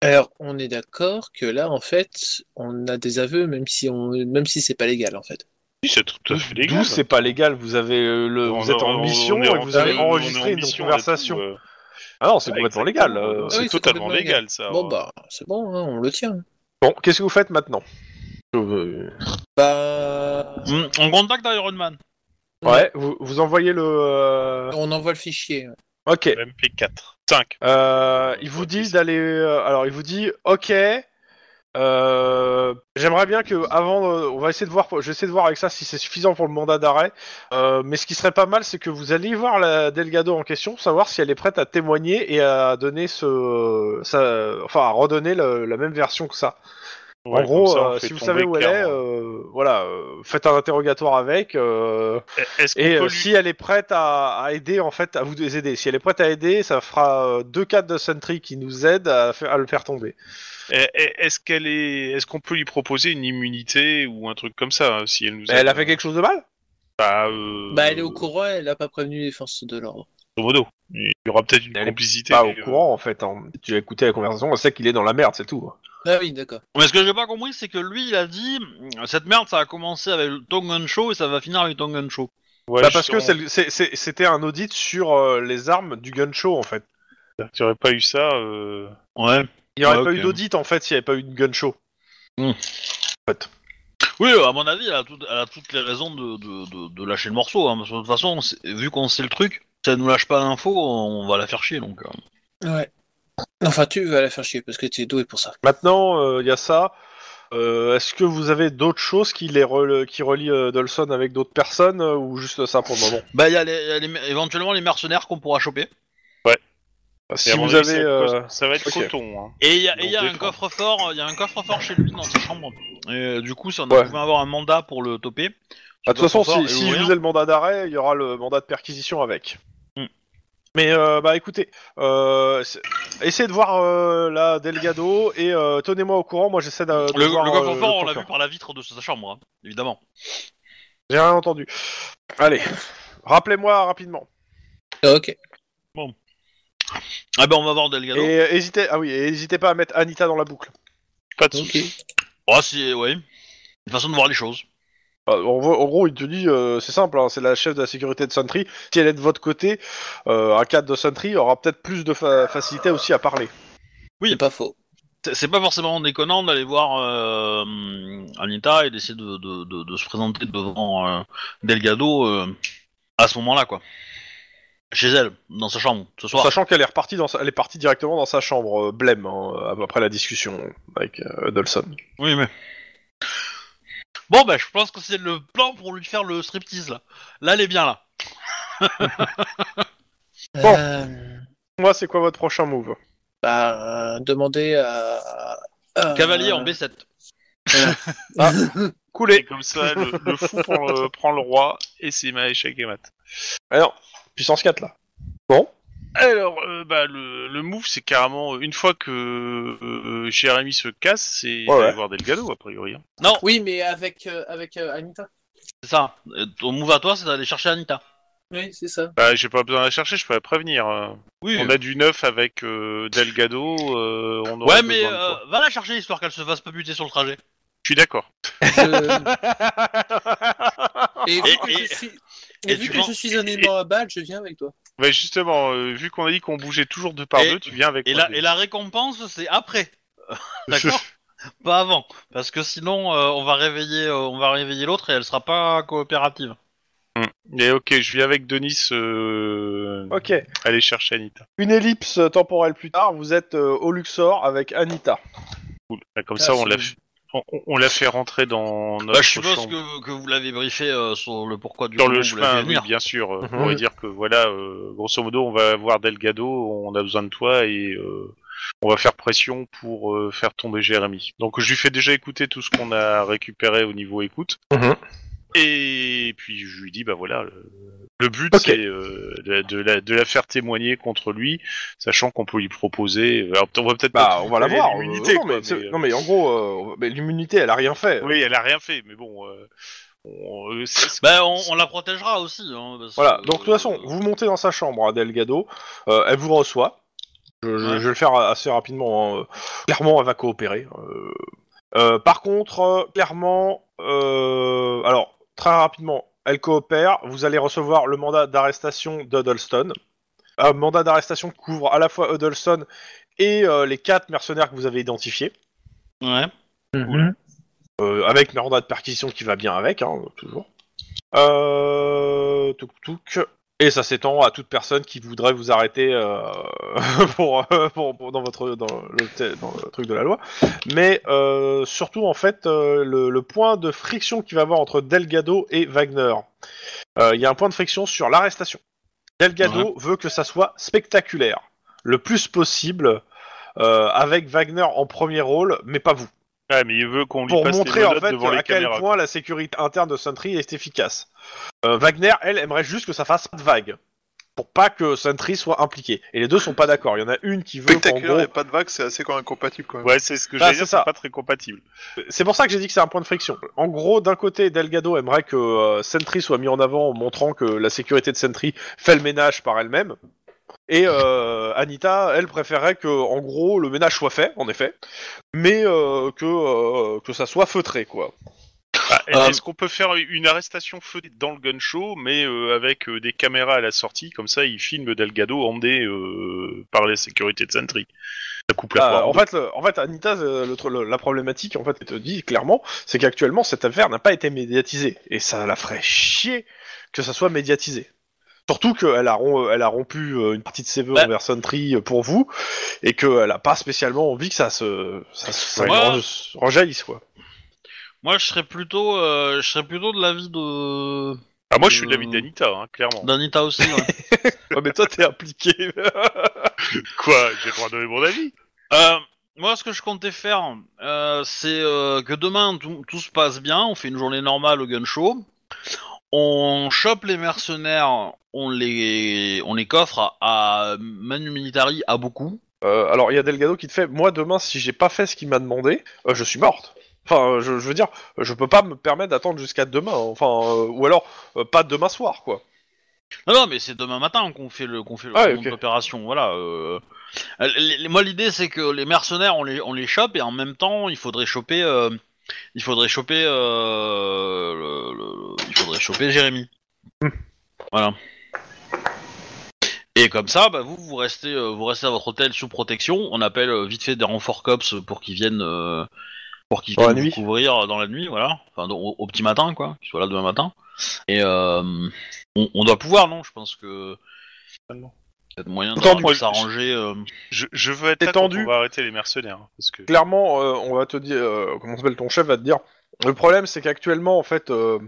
[SPEAKER 3] Alors, on est d'accord que là, en fait, on a des aveux, même si on, même si c'est pas légal, en fait.
[SPEAKER 4] Oui, c'est tout à fait légal.
[SPEAKER 2] D'où c'est pas légal. Vous avez euh, le,
[SPEAKER 4] On
[SPEAKER 2] vous êtes
[SPEAKER 4] a-
[SPEAKER 2] en
[SPEAKER 4] on-
[SPEAKER 2] mission
[SPEAKER 4] on est
[SPEAKER 2] et vous avez
[SPEAKER 4] on est en
[SPEAKER 2] enregistré une
[SPEAKER 4] mission, on a
[SPEAKER 2] conversation.
[SPEAKER 4] tout, euh,
[SPEAKER 2] Ah non, c'est
[SPEAKER 4] ouais,
[SPEAKER 2] complètement
[SPEAKER 4] exactement.
[SPEAKER 2] légal. euh.
[SPEAKER 4] C'est
[SPEAKER 3] oui, c'est
[SPEAKER 4] totalement
[SPEAKER 3] complètement
[SPEAKER 4] légal, ça.
[SPEAKER 3] Bon bah, c'est bon, hein, on le tient.
[SPEAKER 2] Bon, qu'est-ce que vous faites maintenant
[SPEAKER 3] Bah,
[SPEAKER 1] Mm, On contacte Iron Man.
[SPEAKER 2] Ouais, vous, vous envoyez le. euh,
[SPEAKER 3] on envoie le fichier.
[SPEAKER 2] Ok.
[SPEAKER 4] MP4. 5.
[SPEAKER 2] Euh, il vous dit d'aller. euh, alors, il vous dit, ok. euh, J'aimerais bien que avant, euh, on va essayer de voir. Je vais essayer de voir avec ça si c'est suffisant pour le mandat d'arrêt. Euh, mais ce qui serait pas mal, c'est que vous alliez voir la Delgado en question, pour savoir si elle est prête à témoigner et à donner ce, ça, enfin, à redonner le- la même version que ça. en gros, euh, si vous savez où elle est, euh, voilà, euh, faites un interrogatoire avec. euh,
[SPEAKER 4] Est-ce qu'on
[SPEAKER 2] et
[SPEAKER 4] peut
[SPEAKER 2] euh,
[SPEAKER 4] lui-
[SPEAKER 2] si elle est prête à, à aider, en fait, à vous aider. Si elle est prête à aider, ça fera euh, deux cadres de Sentry qui nous aident à, faire- à le faire tomber.
[SPEAKER 4] Eh, eh, Est-ce qu'elle est, est-ce qu'on peut lui proposer une immunité ou un truc comme ça hein, si elle nous
[SPEAKER 2] Mais elle a fait quelque chose de mal
[SPEAKER 4] Bah, euh,
[SPEAKER 3] Bah, elle est au courant, elle a pas prévenu les forces de l'ordre.
[SPEAKER 4] grosso modo. Il y aura peut-être une
[SPEAKER 2] Elle est
[SPEAKER 4] complicité.
[SPEAKER 2] Pas au
[SPEAKER 4] mais, euh,
[SPEAKER 2] courant, en fait. hein. Tu as écouté la conversation, on sait qu'il est dans la merde, c'est tout.
[SPEAKER 3] Ah oui, d'accord.
[SPEAKER 1] Mais ce que j'ai pas compris, c'est que lui, il a dit cette merde, ça a commencé avec le Tongan Show et ça va finir avec le Tongan Show.
[SPEAKER 4] ouais,
[SPEAKER 2] Bah,
[SPEAKER 4] je
[SPEAKER 2] parce que
[SPEAKER 4] sens-
[SPEAKER 2] c'est le- c'est- c'est- c'était un audit sur euh, les armes du gun show, en fait.
[SPEAKER 4] tu aurais pas eu ça. euh,
[SPEAKER 1] Ouais.
[SPEAKER 2] Il n'y aurait
[SPEAKER 1] Ouais,
[SPEAKER 2] pas
[SPEAKER 1] ok.
[SPEAKER 2] eu d'audit, en fait, s'il n'y avait pas eu de gun show.
[SPEAKER 1] Oui, à mon avis, elle a, tout- elle a toutes les raisons de, de- de- de lâcher le morceau. hein, parce que de toute façon, c'est- vu qu'on sait le truc, si elle nous lâche pas l'info, on va la faire chier. Donc, euh.
[SPEAKER 3] Ouais. Enfin, tu vas la faire chier parce que tu es doué pour ça.
[SPEAKER 2] Maintenant, euh, il y a ça. Euh, Est-ce que vous avez d'autres choses qui, les rel- qui relient euh, Dolson avec d'autres personnes euh, ou juste ça pour le moment
[SPEAKER 1] Bah, il y a, les- il y a les- éventuellement les mercenaires qu'on pourra choper.
[SPEAKER 4] et à
[SPEAKER 2] Si
[SPEAKER 4] mon
[SPEAKER 2] vous
[SPEAKER 4] avis,
[SPEAKER 2] avez.
[SPEAKER 4] ça va être
[SPEAKER 2] euh,
[SPEAKER 4] cos- ça va être
[SPEAKER 2] ok.
[SPEAKER 4] coton. hein.
[SPEAKER 1] Et il y a, et il y a
[SPEAKER 4] Donc,
[SPEAKER 1] un
[SPEAKER 4] défendre.
[SPEAKER 1] coffre-fort, il y a un coffre-fort chez lui dans sa chambre. Et euh, du coup, si on
[SPEAKER 2] Ouais.
[SPEAKER 1] pouvait avoir un mandat pour le toper.
[SPEAKER 2] Ah, De toute façon, si,
[SPEAKER 1] coffre-fort
[SPEAKER 2] si
[SPEAKER 1] et
[SPEAKER 2] je
[SPEAKER 1] ouvrir.
[SPEAKER 2] vous ai le mandat d'arrêt, il y aura le mandat de perquisition avec.
[SPEAKER 1] Hmm.
[SPEAKER 2] Mais euh, bah écoutez, euh, c'est- essayez de voir euh, la Delgado et euh, tenez-moi au courant. Moi j'essaie de, de
[SPEAKER 1] Le,
[SPEAKER 2] voir,
[SPEAKER 1] le
[SPEAKER 2] euh,
[SPEAKER 1] coffre-fort, on l'a
[SPEAKER 2] procureur.
[SPEAKER 1] vu par la vitre de sa chambre, hein, évidemment.
[SPEAKER 2] J'ai rien entendu. Allez, rappelez-moi rapidement.
[SPEAKER 3] Ah, ok.
[SPEAKER 1] Ah ben, on va voir Delgado.
[SPEAKER 2] Et euh, hésitez, ah oui, et hésitez pas à mettre Anita dans la boucle.
[SPEAKER 4] Pas de
[SPEAKER 3] Ok.
[SPEAKER 4] soucis.
[SPEAKER 1] Oh, si, ouais. Une façon de voir les choses.
[SPEAKER 2] Bah, en, gros- en gros, il te dit, euh, c'est simple, hein, c'est la chef de la sécurité de Sentry. Si elle est de votre côté, euh, un cadre de Sentry aura peut-être plus de fa- facilité aussi à parler.
[SPEAKER 3] C'est pas faux.
[SPEAKER 1] C'est- C'est pas forcément déconnant d'aller voir euh, hum, Anita et d'essayer de, de- de- de se présenter devant euh, Delgado euh, à ce moment-là, quoi. Chez elle, dans sa chambre, ce soir.
[SPEAKER 2] Sachant qu'elle est repartie dans sa- elle est partie directement dans sa chambre, euh, blême, hein, après la discussion avec euh, Dolson.
[SPEAKER 1] Oui, mais. Bon, bah, je pense que c'est le plan pour lui faire le striptease, là. Là, elle est bien, là.
[SPEAKER 2] Bon.
[SPEAKER 3] Euh,
[SPEAKER 2] Moi, c'est quoi votre prochain move
[SPEAKER 3] bah, demander à. à- euh, Ah.
[SPEAKER 1] Cavalier en B7.
[SPEAKER 4] Et
[SPEAKER 2] Couler.
[SPEAKER 4] comme ça, le, le fou prend
[SPEAKER 2] [LAUGHS]
[SPEAKER 4] le, prend le roi et c'est ma échec et mat.
[SPEAKER 2] Ah non, puissance 4 là.
[SPEAKER 4] Alors, euh, bah, le, le move, c'est carrément euh, une fois que euh, euh, Jérémy se casse, c'est
[SPEAKER 2] Ouais, ouais.
[SPEAKER 4] aller voir Delgado a priori. hein.
[SPEAKER 3] [LAUGHS] Oui, mais avec, euh, avec euh, Anita.
[SPEAKER 1] C'est ça. Et Ton move à toi, c'est d'aller chercher Anita.
[SPEAKER 3] Oui, c'est
[SPEAKER 4] [LAUGHS]
[SPEAKER 3] ça.
[SPEAKER 4] Bah, j'ai pas besoin de la chercher, je peux la prévenir. euh.
[SPEAKER 1] Oui.
[SPEAKER 4] On a du neuf avec euh, Delgado. euh, on aura
[SPEAKER 1] Ouais, mais
[SPEAKER 4] besoin de quoi.
[SPEAKER 1] euh, va la chercher histoire qu'elle se fasse pas buter sur le trajet.
[SPEAKER 4] je suis d'accord.
[SPEAKER 3] Je- Et, vu
[SPEAKER 1] Et-
[SPEAKER 3] que
[SPEAKER 1] et-
[SPEAKER 3] je suis, et
[SPEAKER 1] et
[SPEAKER 3] vu
[SPEAKER 1] tu
[SPEAKER 3] que
[SPEAKER 1] penses-
[SPEAKER 3] je suis un aimant à balle, je viens avec toi.
[SPEAKER 4] Bah, justement, euh, vu qu'on a dit qu'on bougeait toujours deux par
[SPEAKER 1] Et-
[SPEAKER 4] deux, tu viens avec
[SPEAKER 1] Et
[SPEAKER 4] moi.
[SPEAKER 1] la, et la récompense, c'est [LAUGHS] après. D'accord Pas avant. Parce que sinon, euh, on va réveiller euh, on va réveiller l'autre et elle sera pas coopérative.
[SPEAKER 4] Hum. Mais ok, je viens avec Denis euh,
[SPEAKER 2] Ok.
[SPEAKER 4] aller chercher Anita.
[SPEAKER 2] Une ellipse temporelle plus tard, vous êtes euh, au euh, Luxor avec Anita.
[SPEAKER 4] Cool. Bah, comme
[SPEAKER 3] Ah,
[SPEAKER 4] ça, on
[SPEAKER 3] c'est
[SPEAKER 4] la,
[SPEAKER 3] bon.
[SPEAKER 4] f- on, on- on l'a fait rentrer dans notre
[SPEAKER 1] Bah, je suppose
[SPEAKER 4] chambre.
[SPEAKER 1] que, que vous l'avez briefé euh, sur le pourquoi du
[SPEAKER 4] Sur
[SPEAKER 1] comment
[SPEAKER 4] le
[SPEAKER 1] vous l'avez
[SPEAKER 4] chemin,
[SPEAKER 1] fait
[SPEAKER 4] oui,
[SPEAKER 1] venir.
[SPEAKER 4] bien sûr. euh,
[SPEAKER 2] Mhm.
[SPEAKER 4] Pour lui dire que voilà, euh, grosso modo, on va voir Delgado, on a besoin de toi et euh, on va faire pression pour euh, faire tomber Jérémy. Donc je lui fais déjà écouter tout ce qu'on a récupéré au niveau écoute.
[SPEAKER 2] Mhm.
[SPEAKER 4] Et puis je lui dis, bah voilà, le, le but
[SPEAKER 2] Ok.
[SPEAKER 4] c'est euh, de, de la, de la faire témoigner contre lui, sachant qu'on peut lui proposer. euh, Alors on va peut-être
[SPEAKER 2] Bah, on va la
[SPEAKER 4] Et
[SPEAKER 2] voir. euh,
[SPEAKER 4] l'immunité,
[SPEAKER 2] non,
[SPEAKER 4] quoi,
[SPEAKER 2] mais, c'est-
[SPEAKER 4] mais, euh,
[SPEAKER 2] non, mais en gros, euh, mais l'immunité, elle a rien fait.
[SPEAKER 4] Oui, elle a rien fait, mais bon. euh, on- euh, c'est-
[SPEAKER 1] Bah, on, on la protégera aussi. hein, parce
[SPEAKER 2] Voilà,
[SPEAKER 1] que- euh,
[SPEAKER 2] donc de toute façon, vous montez dans sa chambre à Delgado, euh, elle vous reçoit. Je, je- je vais le faire assez rapidement. hein. Clairement, elle va coopérer. Euh, euh, par contre, euh, clairement, euh, alors très rapidement, elle coopère. Vous allez recevoir le mandat d'arrestation d'Huddleston. Un mandat d'arrestation qui couvre à la fois Huddleston et euh, les quatre mercenaires que vous avez identifiés,
[SPEAKER 1] Ouais.
[SPEAKER 2] Euh, avec le mandat de perquisition qui va bien avec, hein, toujours. Euh, touc touc. Et ça s'étend à toute personne qui voudrait vous arrêter euh, [LAUGHS] pour, euh, pour- pour- dans votre dans le, dans le truc de la loi. Mais euh, surtout en fait euh, le, le point de friction qu'il va y avoir entre Delgado et Wagner. Euh, Il y a un point de friction sur l'arrestation. Delgado veut que ça soit spectaculaire, le plus possible, euh, avec Wagner en premier rôle, mais pas vous,
[SPEAKER 4] Ah, mais il veut qu'on lui
[SPEAKER 2] pour
[SPEAKER 4] passe
[SPEAKER 2] montrer
[SPEAKER 4] les
[SPEAKER 2] en
[SPEAKER 4] menottes
[SPEAKER 2] fait
[SPEAKER 4] devant les
[SPEAKER 2] à quel
[SPEAKER 4] caméras.
[SPEAKER 2] point la sécurité interne de Sentry est efficace. Euh, Wagner, elle, aimerait juste que ça fasse pas de vague, pour pas que Sentry soit impliqué. Et les deux sont pas d'accord. Il y en a une qui veut qu'en
[SPEAKER 5] Spectaculaire
[SPEAKER 2] gros,
[SPEAKER 5] et pas de vague, c'est assez quand même compatible quand même.
[SPEAKER 4] Ouais, c'est ce que
[SPEAKER 2] Ah,
[SPEAKER 4] j'allais
[SPEAKER 2] c'est
[SPEAKER 4] dire,
[SPEAKER 2] ça.
[SPEAKER 4] c'est pas très compatible.
[SPEAKER 2] C'est pour ça que j'ai dit que c'est un point de friction. En gros, d'un côté, Delgado aimerait que euh, Sentry soit mis en avant en montrant que la sécurité de Sentry fait le ménage par elle-même. Et euh, Anita, elle préférait que, en gros, le ménage soit fait, en effet, mais euh, que, euh, que ça soit feutré, quoi.
[SPEAKER 4] Ah, et
[SPEAKER 3] Euh,
[SPEAKER 4] Est-ce qu'on peut faire une arrestation feu dans le gun show, mais euh, avec euh, des caméras à la sortie, comme ça il filme Delgado emmené euh, par la sécurité de Sentry La coupe la
[SPEAKER 2] Ah,
[SPEAKER 4] poire.
[SPEAKER 2] en, fait, le- en fait, Anita, euh, le tr- le- la problématique, en fait, elle te dit clairement, c'est qu'actuellement, cette affaire n'a pas été médiatisée. Et ça la ferait chier que ça soit médiatisé. Surtout qu'elle a, rom- elle a rompu euh, une partie de ses vœux
[SPEAKER 1] Bah.
[SPEAKER 2] envers Sentry euh, pour vous, et qu'elle a pas spécialement envie que ça se ça, se- ça
[SPEAKER 1] Ouais.
[SPEAKER 2] re- rejaillisse, quoi.
[SPEAKER 1] Moi, je serais plutôt, euh, je serais plutôt de l'avis de
[SPEAKER 4] Ah, moi je suis de
[SPEAKER 1] euh,
[SPEAKER 4] l'avis d'Anita, hein,
[SPEAKER 2] bah,
[SPEAKER 4] clairement.
[SPEAKER 1] d'Anita aussi. hein. ouais.
[SPEAKER 2] Ouais, mais toi, t'es impliqué. [LAUGHS]
[SPEAKER 4] Quoi J'ai le droit de donner mon avis
[SPEAKER 1] Euh, moi, ce que je comptais faire, euh, c'est euh, que demain tout, tout se passe bien, on fait une journée normale au gun show, on chope les mercenaires, on les, on les coffre à, à Manu Militari à beaucoup.
[SPEAKER 2] Euh, alors, il y a Delgado qui te fait Moi, demain, si j'ai pas fait ce qu'il m'a demandé, euh, je suis morte. Enfin, euh, je, je veux dire, je peux pas me permettre d'attendre jusqu'à demain. hein. Enfin, euh, ou alors, euh, pas demain soir, quoi.
[SPEAKER 1] Non, non, mais c'est demain matin qu'on fait le, qu'on fait le
[SPEAKER 2] Ah,
[SPEAKER 1] commande
[SPEAKER 2] ok.
[SPEAKER 1] d'opération, Voilà. euh. Euh, les- les- moi, l'idée, c'est que les mercenaires, on les, on les chope et en même temps, il faudrait choper, euh, il faudrait choper, euh, le- le- il faudrait choper Jérémy.
[SPEAKER 2] Hmm.
[SPEAKER 1] Voilà. Et comme ça, bah, vous, vous restez, euh, vous restez à votre hôtel sous protection. On appelle euh, vite fait des renforts cops pour qu'ils viennent, euh, pour qu'ils
[SPEAKER 2] Dans la
[SPEAKER 1] viennent vous
[SPEAKER 2] nuit.
[SPEAKER 1] couvrir dans la nuit, voilà. Enfin, au, au petit matin, quoi. Qu'ils soient là demain matin. Et euh, on, on doit pouvoir, non Je pense que. Peut-être moyen
[SPEAKER 2] Autant
[SPEAKER 1] de
[SPEAKER 2] du-
[SPEAKER 1] s'arranger. euh,
[SPEAKER 4] je, je veux être
[SPEAKER 2] T'es
[SPEAKER 4] là quand
[SPEAKER 2] tendu
[SPEAKER 4] on va arrêter les mercenaires. hein, Parce que...
[SPEAKER 2] clairement, euh, on va te dire, euh, comment s'appelle ton chef va te dire. Le problème, c'est qu'actuellement, en fait, euh,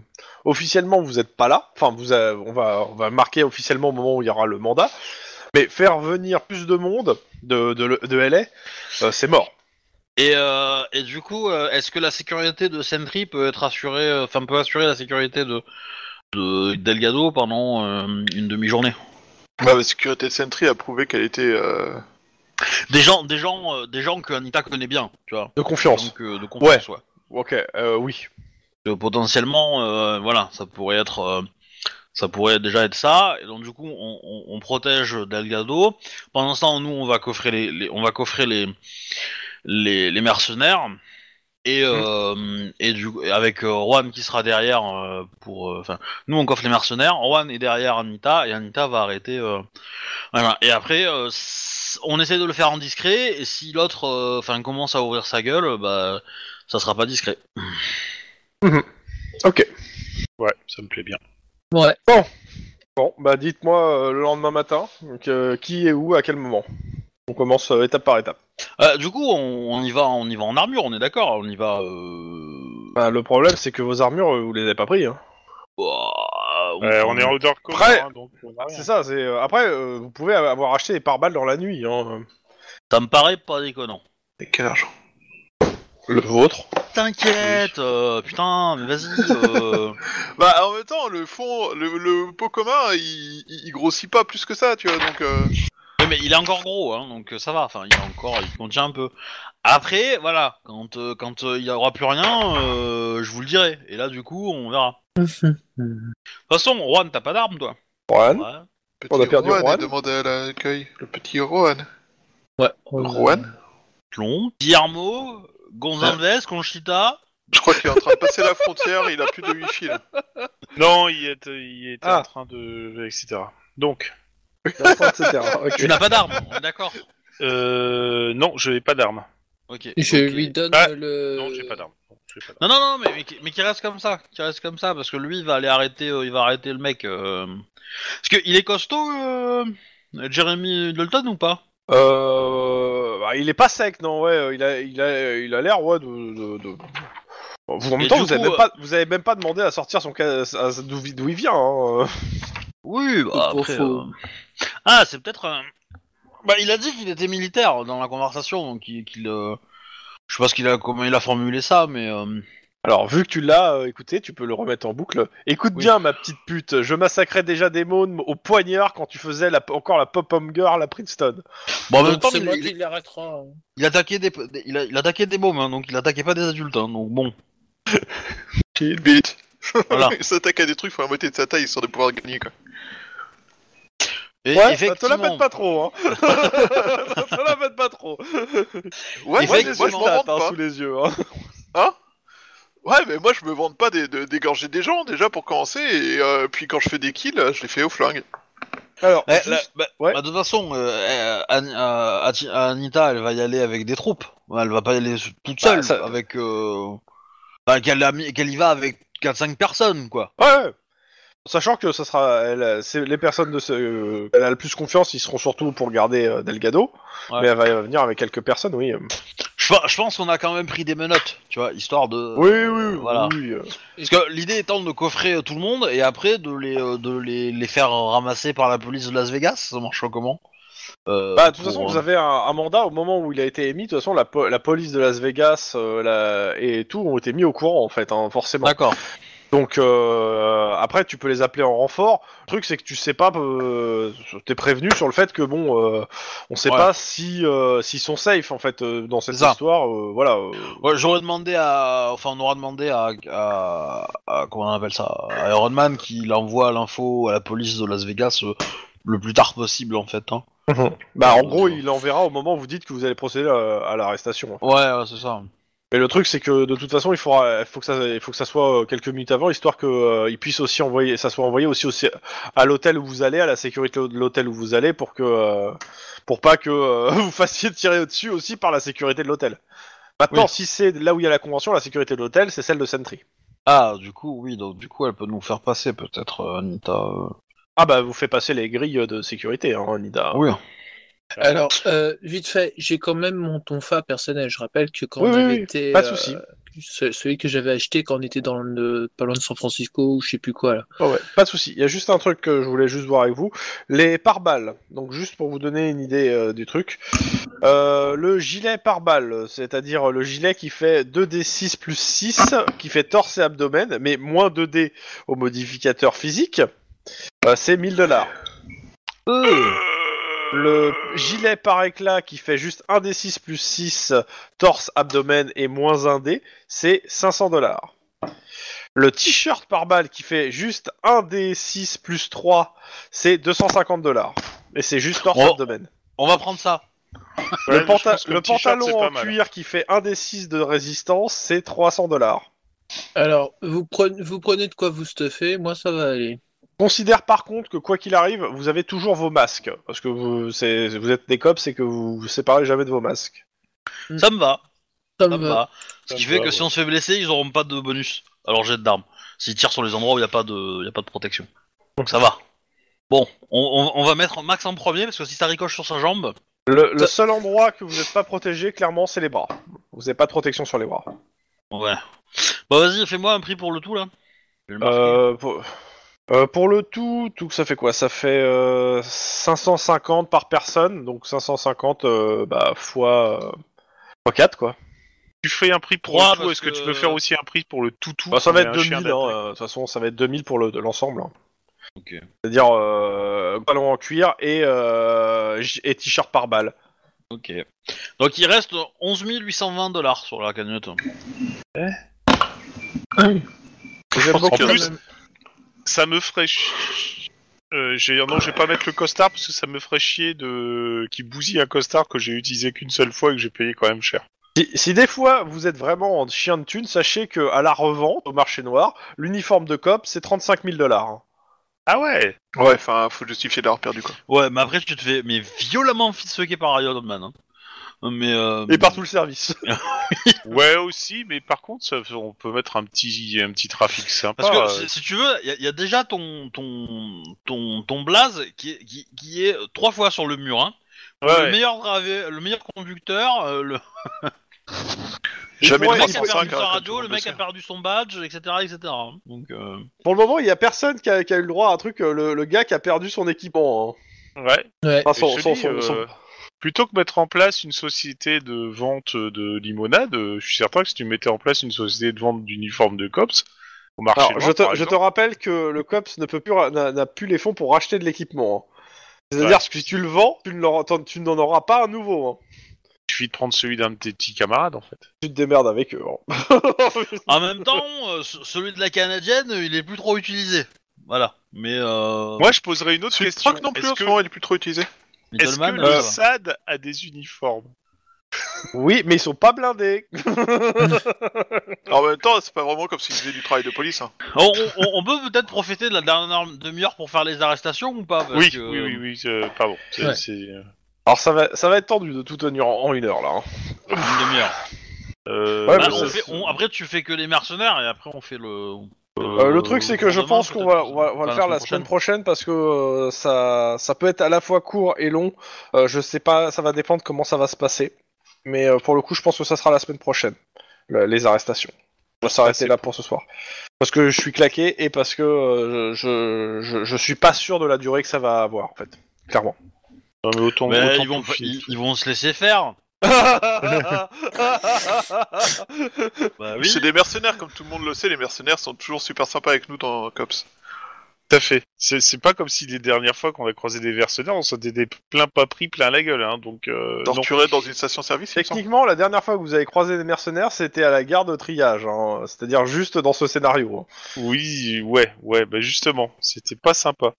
[SPEAKER 2] officiellement, vous n'êtes pas là. Enfin, vous, euh, on va, on va marquer officiellement au moment où il y aura le mandat. Mais faire venir plus de monde de, de, le- de LA, euh, c'est mort.
[SPEAKER 1] Et, euh, et du coup, euh, est-ce que la sécurité de Sentry peut être assurée, euh, enfin peut assurer la sécurité de, de Delgado pendant euh, une demi-journée
[SPEAKER 5] Bah, la sécurité de Sentry a prouvé qu'elle était. euh,
[SPEAKER 1] Des gens, des gens, euh, des gens que Anita connaît bien, tu vois.
[SPEAKER 2] De confiance.
[SPEAKER 1] Donc euh, de confiance, ouais.
[SPEAKER 2] Ok, euh, oui.
[SPEAKER 1] Euh, potentiellement, euh, voilà, ça pourrait être, euh, ça pourrait déjà être ça. Et donc du coup, on, on- on protège Delgado. Pendant ce temps, nous, on va coffrer les, les- on va coffrer les, les, les mercenaires. Et, euh, et du, et avec euh, Juan qui sera derrière euh, pour, euh, enfin, nous on coffre les mercenaires, Juan est derrière Anita et Anita va arrêter. euh, voilà. Et après, euh, s- on essaie de le faire en discret. Et si l'autre, euh, enfin, commence à ouvrir sa gueule, bah, ça sera pas discret.
[SPEAKER 4] Ouais, ça me plaît bien.
[SPEAKER 3] Ouais.
[SPEAKER 2] Bon, bah dites-moi euh, le lendemain matin, donc, euh, qui est où, à quel moment On commence euh, étape par étape.
[SPEAKER 1] Euh, du coup, on, on y va, on y va en armure, on est d'accord. On y va. euh,
[SPEAKER 2] Bah, le problème, c'est que vos armures, euh, vous les avez pas pris. Hein.
[SPEAKER 1] bah, ouah, on-
[SPEAKER 4] Euh, on est en odeur commun,
[SPEAKER 2] Après-
[SPEAKER 4] hein, donc on a rien.
[SPEAKER 2] C'est ça. C'est euh, après, euh, vous pouvez avoir acheté des pare-balles dans la nuit. Hein.
[SPEAKER 1] Ça me paraît pas déconnant.
[SPEAKER 5] Avec quel argent
[SPEAKER 2] Le vôtre.
[SPEAKER 1] T'inquiète, euh, putain, mais vas-y.
[SPEAKER 4] [LAUGHS]
[SPEAKER 1] euh,
[SPEAKER 5] Bah en même temps, le fond, le, le pot commun, il, il- il grossit pas plus que ça, tu vois. Donc euh,
[SPEAKER 1] Ouais, mais il est encore gros, hein, donc euh, ça va. Enfin, il est encore, il contient un peu. Après, voilà, quand euh, quand euh, il y aura plus rien, euh, je vous le dirai. Et là, du coup, on verra. De toute façon, Juan, t'as pas d'arme, toi.
[SPEAKER 2] Juan.
[SPEAKER 1] Ouais.
[SPEAKER 5] petit
[SPEAKER 2] On a perdu
[SPEAKER 5] Rohan,
[SPEAKER 2] Rohan.
[SPEAKER 5] il demande à l'accueil. Le petit Rohan.
[SPEAKER 3] Ouais.
[SPEAKER 5] Rohan
[SPEAKER 1] Tlon, Guillermo, Gonzalez, Conchita.
[SPEAKER 5] Je crois qu'il est en train de passer la frontière. Il a plus de wifi là.
[SPEAKER 4] Non, il est, il est
[SPEAKER 2] Ah.
[SPEAKER 4] en train de... etc. Donc,
[SPEAKER 2] etc.
[SPEAKER 1] Tu n'as pas d'arme, on est d'accord.
[SPEAKER 4] euh, non, je n'ai pas d'arme.
[SPEAKER 1] Ok.
[SPEAKER 3] Je
[SPEAKER 1] ok.
[SPEAKER 3] lui donne
[SPEAKER 4] Ah,
[SPEAKER 3] le.
[SPEAKER 4] Non, j'ai pas d'arme. Bon, j'ai pas d'arme.
[SPEAKER 1] Non, non, non, mais, mais, qui- mais qui reste comme ça, qui reste comme ça, parce que lui, il va aller arrêter, euh, il va arrêter le mec. euh. Parce que il est costaud, euh, Jeremy Dalton ou pas
[SPEAKER 2] Euh, bah, il est pas sec, non, ouais, euh, il a, il a, il a l'air, ouais, de, de- de- Vous, en même
[SPEAKER 1] Et
[SPEAKER 2] temps,
[SPEAKER 1] du
[SPEAKER 2] vous avez,
[SPEAKER 1] coup, euh,
[SPEAKER 2] même pas, vous avez même pas demandé à sortir son cas, à- à- d'où vi- d'où il vient. hein, euh.
[SPEAKER 1] Oui, bah
[SPEAKER 3] Ou
[SPEAKER 1] après.
[SPEAKER 3] faux.
[SPEAKER 1] euh, Ah, c'est peut-être. un- Bah, il a dit qu'il était militaire dans la conversation, donc il- qu'il. euh, Je sais pas ce qu'il a, comment il a formulé ça, mais. euh,
[SPEAKER 2] Alors, vu que tu l'as euh, écouté, tu peux le remettre en boucle. Écoute
[SPEAKER 1] Oui.
[SPEAKER 2] bien, ma petite pute, je massacrais déjà des mônes au poignard quand tu faisais la, encore la pop-home girl à Princeton.
[SPEAKER 1] Bon, en même
[SPEAKER 3] Donc,
[SPEAKER 1] temps,
[SPEAKER 3] c'est
[SPEAKER 1] il,
[SPEAKER 3] moi
[SPEAKER 1] il-
[SPEAKER 3] qui hein. l'arrêtera.
[SPEAKER 1] il attaquait des, des- il, a- il attaquait des mômes, hein, donc il attaquait pas des adultes, hein, donc bon.
[SPEAKER 5] Kill Bill.
[SPEAKER 1] Voilà.
[SPEAKER 5] [LAUGHS] il s'attaque à des trucs, faut la moitié de sa taille histoire de pouvoir gagner quoi.
[SPEAKER 1] Et
[SPEAKER 2] Ouais, ça te
[SPEAKER 1] effectivement,
[SPEAKER 2] la pète
[SPEAKER 1] [LAUGHS]
[SPEAKER 2] pas trop, hein. ça te la pète pas trop.
[SPEAKER 1] Effectivement.
[SPEAKER 5] Ouais, ouais,
[SPEAKER 2] J'ai
[SPEAKER 5] mais
[SPEAKER 2] des
[SPEAKER 5] moi je
[SPEAKER 2] yeux
[SPEAKER 5] m'en
[SPEAKER 2] tapes,
[SPEAKER 5] vante
[SPEAKER 2] hein,
[SPEAKER 5] pas.
[SPEAKER 2] sous les yeux, hein.
[SPEAKER 5] Hein Ouais, mais moi je me vante pas d'é- de- d'égorger des gens déjà pour commencer, et euh, puis quand je fais des kills, euh, je les fais au flingue.
[SPEAKER 2] [LAUGHS] Alors,
[SPEAKER 1] Eh,
[SPEAKER 2] juste-
[SPEAKER 1] la- bah,
[SPEAKER 2] ouais.
[SPEAKER 1] bah, de toute façon, euh, euh, An- euh, Ati- Anita, elle va y aller avec des troupes. Elle va pas y aller s- toute
[SPEAKER 2] Bah,
[SPEAKER 1] seule,
[SPEAKER 2] ça-
[SPEAKER 1] avec. euh, bah, qu'elle a mis- qu'elle y va avec 4-5 personnes, quoi.
[SPEAKER 2] Ouais. ouais. Sachant que ça sera elle, euh, c'est les personnes de ce, euh, elle a le plus confiance, ils seront surtout pour garder euh, Delgado,
[SPEAKER 1] Ouais.
[SPEAKER 2] mais elle va, elle va venir avec quelques personnes, oui. euh.
[SPEAKER 1] Je, pe- je pense qu'on a quand même pris des menottes, tu vois, histoire de.
[SPEAKER 2] oui, oui, oui,
[SPEAKER 1] voilà.
[SPEAKER 2] oui, euh.
[SPEAKER 1] Parce que l'idée étant de coffrer euh, tout le monde et après de les, euh, de les, les faire ramasser par la police de Las Vegas, ça marche comment Euh,
[SPEAKER 2] Bah, de toute
[SPEAKER 1] pour,
[SPEAKER 2] façon,
[SPEAKER 1] euh,
[SPEAKER 2] vous avez un, un mandat au moment où il a été émis. De toute façon, la, po- la police de Las Vegas euh, la- et tout ont été mis au courant, en fait, hein, forcément.
[SPEAKER 1] D'accord.
[SPEAKER 2] Donc, euh, après, tu peux les appeler en renfort. Le truc, c'est que tu sais pas, euh, t'es prévenu sur le fait que, bon, euh, on sait
[SPEAKER 1] Ouais.
[SPEAKER 2] pas si euh, s'ils sont safe, en fait, euh, dans cette
[SPEAKER 1] C'est ça.
[SPEAKER 2] histoire. euh, voilà. euh.
[SPEAKER 1] Ouais, j'aurais demandé à. Enfin, on aura demandé à. à- à- comment on appelle ça À Iron Man qui l'envoie l'info à la police de Las Vegas euh, le plus tard possible, en fait. Hein.
[SPEAKER 2] Bah, en
[SPEAKER 1] Euh,
[SPEAKER 2] gros,
[SPEAKER 1] je-
[SPEAKER 2] il enverra au moment où vous dites que vous allez procéder euh, à, l'arrestation.
[SPEAKER 1] Ouais, ouais, c'est ça.
[SPEAKER 2] Mais le truc, c'est que de toute façon, il faudra, il faut que ça, il faut que ça soit euh, quelques minutes avant, histoire que euh, il puisse aussi envoyer, ça soit envoyé aussi, aussi à l'hôtel où vous allez, à la sécurité de l'hôtel où vous allez, pour que, euh, pour pas que euh, [LAUGHS] vous fassiez tirer au-dessus aussi par la sécurité de l'hôtel. Maintenant,
[SPEAKER 1] Oui.
[SPEAKER 2] si c'est là où il y a la convention, la sécurité de l'hôtel, c'est celle de Sentry.
[SPEAKER 1] Ah, du coup, oui, donc du coup, elle peut nous faire passer, peut-être, euh, Anita. euh.
[SPEAKER 2] Ah bah, vous faites passer les grilles de sécurité, hein, Nida.
[SPEAKER 1] Oui.
[SPEAKER 3] Alors, euh, vite fait, j'ai quand même mon tonfa personnel. Je rappelle que quand
[SPEAKER 2] Oui, oui,
[SPEAKER 3] j'avais
[SPEAKER 2] oui,
[SPEAKER 3] été.
[SPEAKER 2] Pas de
[SPEAKER 3] euh,
[SPEAKER 2] souci.
[SPEAKER 3] ce- celui que j'avais acheté quand on était dans le. pas loin de San Francisco ou je sais plus quoi, là.
[SPEAKER 2] Ah ouais, pas de souci. Il y a juste un truc que je voulais juste voir avec vous. Les pare-balles. Donc juste pour vous donner une idée euh, du truc. Euh, le gilet pare-balles, c'est-à-dire le gilet qui fait 2d6 plus 6, qui fait torse et abdomen, mais moins 2d au modificateur physique, euh, c'est 1000 dollars.
[SPEAKER 1] Euh.
[SPEAKER 2] Le gilet par éclat qui fait juste 1d6 plus 6, torse, abdomen et moins 1d, c'est 500 dollars. Le t-shirt par balle qui fait juste 1d6 plus 3, c'est 250 dollars. Et c'est juste torse,
[SPEAKER 1] Oh.
[SPEAKER 2] abdomen.
[SPEAKER 1] On va prendre ça.
[SPEAKER 4] Ouais,
[SPEAKER 2] le
[SPEAKER 4] mais
[SPEAKER 2] panta-
[SPEAKER 4] je pense que
[SPEAKER 2] le
[SPEAKER 4] t-shirt, c'est
[SPEAKER 2] pantalon
[SPEAKER 4] pas
[SPEAKER 2] en
[SPEAKER 4] mal.
[SPEAKER 2] cuir qui fait 1d6 de résistance, c'est 300 dollars.
[SPEAKER 3] Alors, vous prenez, vous prenez de quoi vous stuffez, moi ça va aller.
[SPEAKER 2] Considère par contre que quoi qu'il arrive, vous avez toujours vos masques. Parce que vous, c'est- vous êtes des cops et que vous vous séparez jamais de vos masques.
[SPEAKER 1] Ça me va.
[SPEAKER 3] Ça me
[SPEAKER 1] Ça me
[SPEAKER 3] va.
[SPEAKER 1] va. Ce qui fait que si on se fait blesser, ils auront pas de bonus. Alors jet d'armes. S'ils tirent sur les endroits où il n'y a, pas de- y a pas de protection. Donc ça va. Bon, on, on- on va mettre Max en premier parce que si ça ricoche sur sa jambe,
[SPEAKER 2] Le, le seul endroit que vous n'êtes pas protégé, clairement, c'est les bras. Vous n'avez pas de protection sur les bras.
[SPEAKER 1] Ouais. Bah vas-y, fais-moi un prix pour le tout là. Je vais le marquer.
[SPEAKER 2] Euh, pour... euh, pour le tout, tout ça fait quoi Ça fait euh, 550 par personne, donc 550 euh, bah, fois, 4 quoi.
[SPEAKER 4] Tu fais un prix pour
[SPEAKER 1] Trois,
[SPEAKER 4] le tout,
[SPEAKER 1] parce
[SPEAKER 4] est-ce que... tu
[SPEAKER 1] que-
[SPEAKER 4] peux faire aussi un prix pour le toutou
[SPEAKER 2] Bah, ça va
[SPEAKER 4] mais
[SPEAKER 2] être
[SPEAKER 4] un
[SPEAKER 2] 2000,
[SPEAKER 4] chien
[SPEAKER 2] hein,
[SPEAKER 4] d'attaque
[SPEAKER 2] euh, de toute façon ça va être 2000 pour le- de l'ensemble. hein.
[SPEAKER 1] Ok.
[SPEAKER 2] C'est-à-dire euh, ballon en cuir et, euh, j- et t-shirt par balle.
[SPEAKER 1] Ok. Donc il reste 11 820 dollars sur la cagnotte.
[SPEAKER 2] J'aime beaucoup
[SPEAKER 4] que-
[SPEAKER 2] la-
[SPEAKER 4] plus- Ça me ferait chier. Euh, j'ai- non, je vais pas mettre le costard parce que ça me ferait chier de qui bousille un costard que j'ai utilisé qu'une seule fois et que j'ai payé quand même cher.
[SPEAKER 2] Si, si des fois vous êtes vraiment en chien de thune, sachez que à la revente au marché noir, l'uniforme de cop c'est 35 000 dollars. hein.
[SPEAKER 4] Ah ouais
[SPEAKER 5] Ouais, enfin, faut justifier d'avoir perdu quoi.
[SPEAKER 1] Ouais, mais après tu te fais mais violemment fissuquer par Iron Man. hein. Mais euh,
[SPEAKER 2] Et par tout le service. [LAUGHS]
[SPEAKER 4] Ouais aussi, mais par contre, ça- on peut mettre un petit un petit trafic sympa.
[SPEAKER 1] Parce que
[SPEAKER 4] euh,
[SPEAKER 1] si, si tu veux, il y, a déjà ton ton ton ton blaze qui est, qui, qui est trois fois sur le mur. Hein.
[SPEAKER 4] ouais,
[SPEAKER 1] Le
[SPEAKER 4] ouais.
[SPEAKER 1] meilleur driver- le meilleur conducteur, euh, le
[SPEAKER 5] Jamais
[SPEAKER 1] le
[SPEAKER 2] Ouais,
[SPEAKER 1] mec
[SPEAKER 2] ils
[SPEAKER 1] a
[SPEAKER 2] sont
[SPEAKER 1] perdu
[SPEAKER 5] 3.5,
[SPEAKER 1] sa
[SPEAKER 5] hein, comme tout
[SPEAKER 1] radio,
[SPEAKER 5] le
[SPEAKER 1] le
[SPEAKER 5] monde
[SPEAKER 1] mec
[SPEAKER 5] le
[SPEAKER 1] a
[SPEAKER 5] sait.
[SPEAKER 1] perdu son badge, etc., etc. hein. Donc euh,
[SPEAKER 2] Pour le moment, il y a personne qui a, qui a eu le droit à un truc. euh, Le, le gars qui a perdu son équipement. hein.
[SPEAKER 4] Ouais.
[SPEAKER 3] Ouais.
[SPEAKER 2] Enfin, son-
[SPEAKER 4] Et je te
[SPEAKER 2] son-
[SPEAKER 4] dis,
[SPEAKER 2] son-
[SPEAKER 4] euh,
[SPEAKER 2] son-
[SPEAKER 4] Plutôt que mettre en place une société de vente de limonade, euh, je suis certain que si tu mettais en place une société de vente d'uniformes de cops au marché
[SPEAKER 2] Alors,
[SPEAKER 4] noir,
[SPEAKER 2] je, te,
[SPEAKER 4] par
[SPEAKER 2] je te
[SPEAKER 4] exemple,
[SPEAKER 2] rappelle que le COPS ne peut plus ra- n'a n'a plus les fonds pour racheter de l'équipement. hein. C'est-à-dire que si tu le vends, tu ne l'auras- t'en- tu n'en auras pas un nouveau. hein.
[SPEAKER 4] il suffit de prendre celui d'un de tes petits camarades en fait.
[SPEAKER 2] Tu te démerdes avec eux. hein.
[SPEAKER 1] en même temps, euh, ce- celui de la canadienne, euh, il est plus trop utilisé. Voilà. Mais euh,
[SPEAKER 4] Moi, je poserais une autre
[SPEAKER 5] Celui de
[SPEAKER 4] question.
[SPEAKER 5] Proc non plus
[SPEAKER 4] Est-ce
[SPEAKER 5] en ce
[SPEAKER 4] que,
[SPEAKER 5] moment, il est plus trop utilisé.
[SPEAKER 4] est-ce que
[SPEAKER 1] Middleman,
[SPEAKER 4] le
[SPEAKER 1] euh,
[SPEAKER 4] SAD a des uniformes
[SPEAKER 2] oui, mais ils sont pas blindés.
[SPEAKER 5] Alors, en même temps, c'est pas vraiment comme s'il faisait du travail de police. Hein.
[SPEAKER 1] On, on- on peut peut-être profiter de la dernière demi-heure pour faire les arrestations ou pas parce
[SPEAKER 4] oui,
[SPEAKER 1] que-
[SPEAKER 4] oui, oui, oui, euh, pardon. C'est,
[SPEAKER 3] Ouais.
[SPEAKER 4] c'est, euh,
[SPEAKER 2] Alors ça va, ça va être tendu de tout tenir en, en une heure là. hein.
[SPEAKER 1] Une demi-heure.
[SPEAKER 4] euh,
[SPEAKER 2] Ouais,
[SPEAKER 1] Bah,
[SPEAKER 2] mais
[SPEAKER 1] on
[SPEAKER 2] Ah, ça-
[SPEAKER 1] fait- on- après, tu fais que les mercenaires et après, on fait le.
[SPEAKER 2] Euh, le truc, c'est que je
[SPEAKER 1] demain,
[SPEAKER 2] pense qu'on va,
[SPEAKER 1] peut-être,
[SPEAKER 2] on va, on va
[SPEAKER 1] enfin,
[SPEAKER 2] le faire la semaine prochaine parce que euh, ça, ça peut être à la fois court et long. Euh, je sais pas, ça va dépendre comment ça va se passer. Mais euh, pour le coup, je pense que ça sera la semaine prochaine, le- les arrestations. On va s'arrêter là pour ce soir. Parce que je suis claqué et parce que euh, je, je, je suis pas sûr de la durée que ça va avoir, en fait. [LAUGHS] Clairement.
[SPEAKER 4] Non, mais autant,
[SPEAKER 1] Mais
[SPEAKER 4] autant
[SPEAKER 1] ils, vont,
[SPEAKER 4] qu'on finisse.
[SPEAKER 1] ils, ils vont se laisser faire. Bah
[SPEAKER 4] Ah
[SPEAKER 1] oui.
[SPEAKER 5] C'est des mercenaires, comme tout le monde le sait, les mercenaires sont toujours super sympas avec nous dans Cops.
[SPEAKER 4] Tout à fait. C'est, c'est pas comme si les dernières fois qu'on a croisé des mercenaires, on s'était des plein pas pris, plein la gueule. Hein, donc, euh, non.
[SPEAKER 5] Torturés dans une station-service, il me semble.
[SPEAKER 2] Techniquement, la dernière fois que vous avez croisé des mercenaires, c'était à la gare de triage. hein. C'est-à-dire juste dans ce scénario. hein.
[SPEAKER 4] Oui, ouais, ouais, bah justement, c'était pas sympa.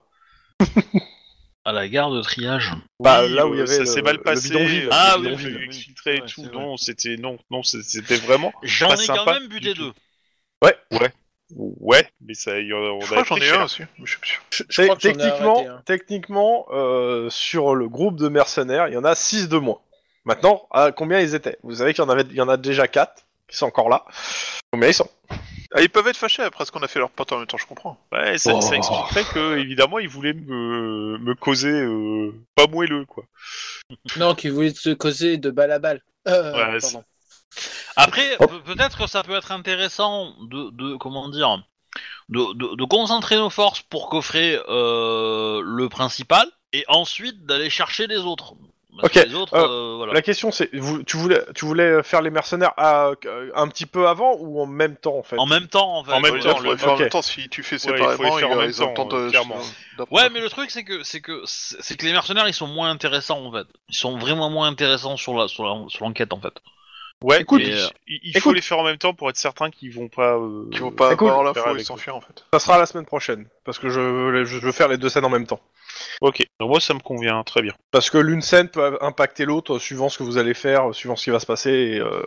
[SPEAKER 1] À la gare de triage.
[SPEAKER 2] Bah,
[SPEAKER 4] Oui,
[SPEAKER 2] là où il y
[SPEAKER 4] euh,
[SPEAKER 2] avait
[SPEAKER 4] ça
[SPEAKER 2] le-
[SPEAKER 4] s'est mal
[SPEAKER 2] le
[SPEAKER 4] passé.
[SPEAKER 2] bidonville.
[SPEAKER 4] ah
[SPEAKER 1] Le
[SPEAKER 4] oui,
[SPEAKER 1] bidonville.
[SPEAKER 4] oui, exfiltré et
[SPEAKER 1] Ouais,
[SPEAKER 4] tout.
[SPEAKER 1] c'est vrai.
[SPEAKER 4] Non, c'était non, non, c'est- c'était vraiment.
[SPEAKER 1] J'en
[SPEAKER 4] Pas
[SPEAKER 1] ai quand
[SPEAKER 4] sympa
[SPEAKER 1] même buté
[SPEAKER 4] du tout.
[SPEAKER 1] deux.
[SPEAKER 4] Ouais, mais ça, y en a- on
[SPEAKER 5] Je
[SPEAKER 4] a
[SPEAKER 5] crois que j'en
[SPEAKER 4] pris
[SPEAKER 5] ai
[SPEAKER 4] cher.
[SPEAKER 5] un aussi, mais je suis plus sûr.
[SPEAKER 3] Je, je
[SPEAKER 2] Té-
[SPEAKER 3] crois que j'en ai
[SPEAKER 2] techniquement,
[SPEAKER 3] arrêté, hein.
[SPEAKER 2] techniquement euh, sur le groupe de mercenaires, il y en a 6 de moins. Maintenant, à combien ils étaient Vous savez qu'il y, en avait- il y en a déjà 4 qui sont encore là. Combien ils sont
[SPEAKER 5] Ah, ils peuvent être fâchés après ce qu'on a fait leur pote en même temps, je comprends.
[SPEAKER 4] Ouais, ça,
[SPEAKER 2] Oh.
[SPEAKER 4] ça expliquerait que évidemment, ils voulaient me, me causer euh, pas moelleux quoi.
[SPEAKER 3] Non, qui voulait se causer de balle à balle. Euh,
[SPEAKER 4] Ouais,
[SPEAKER 3] pardon.
[SPEAKER 1] Après, pe- peut-être que ça peut être intéressant de, de comment dire, de, de- de concentrer nos forces pour coffrer euh, le principal et ensuite d'aller chercher les autres. Parce
[SPEAKER 2] Ok,
[SPEAKER 1] que les autres, euh, voilà.
[SPEAKER 2] La question c'est, vous- tu, voulais, tu voulais faire les mercenaires à- euh, un petit peu avant ou en même temps en fait
[SPEAKER 1] En même temps, en fait.
[SPEAKER 4] En même
[SPEAKER 1] Ouais,
[SPEAKER 5] Attends,
[SPEAKER 4] temps,
[SPEAKER 5] je
[SPEAKER 1] le-
[SPEAKER 5] pourrais faire en
[SPEAKER 2] ok.
[SPEAKER 5] même temps si tu fais
[SPEAKER 4] il faut les
[SPEAKER 5] séparément,
[SPEAKER 4] faire en
[SPEAKER 5] ils-
[SPEAKER 4] même
[SPEAKER 5] ils ont le temps
[SPEAKER 4] temps, euh,
[SPEAKER 5] de.
[SPEAKER 4] clairement.
[SPEAKER 5] d'apprendre.
[SPEAKER 1] Ouais, mais le truc c'est que c'est que c'est c'est que les mercenaires ils sont moins intéressants en fait. Ils sont vraiment moins intéressants sur la sur la- sur l'enquête en fait.
[SPEAKER 4] Ouais,
[SPEAKER 1] Écoute,
[SPEAKER 4] mais,
[SPEAKER 1] euh,
[SPEAKER 4] il, il faut
[SPEAKER 2] écoute.
[SPEAKER 4] les faire en même temps pour être certain qu'ils vont pas. euh,
[SPEAKER 5] Qui vont pas
[SPEAKER 2] Écoute,
[SPEAKER 5] avoir
[SPEAKER 4] faire
[SPEAKER 5] l'info
[SPEAKER 4] avec
[SPEAKER 5] et s'enfuir en fait.
[SPEAKER 2] Ça sera la semaine prochaine parce que je, veux- je veux faire les deux scènes en même temps.
[SPEAKER 4] Ok, donc moi ça me convient très bien.
[SPEAKER 2] Parce que l'une scène peut impacter l'autre euh, suivant ce que vous allez faire, euh, suivant ce qui va se passer. et, euh,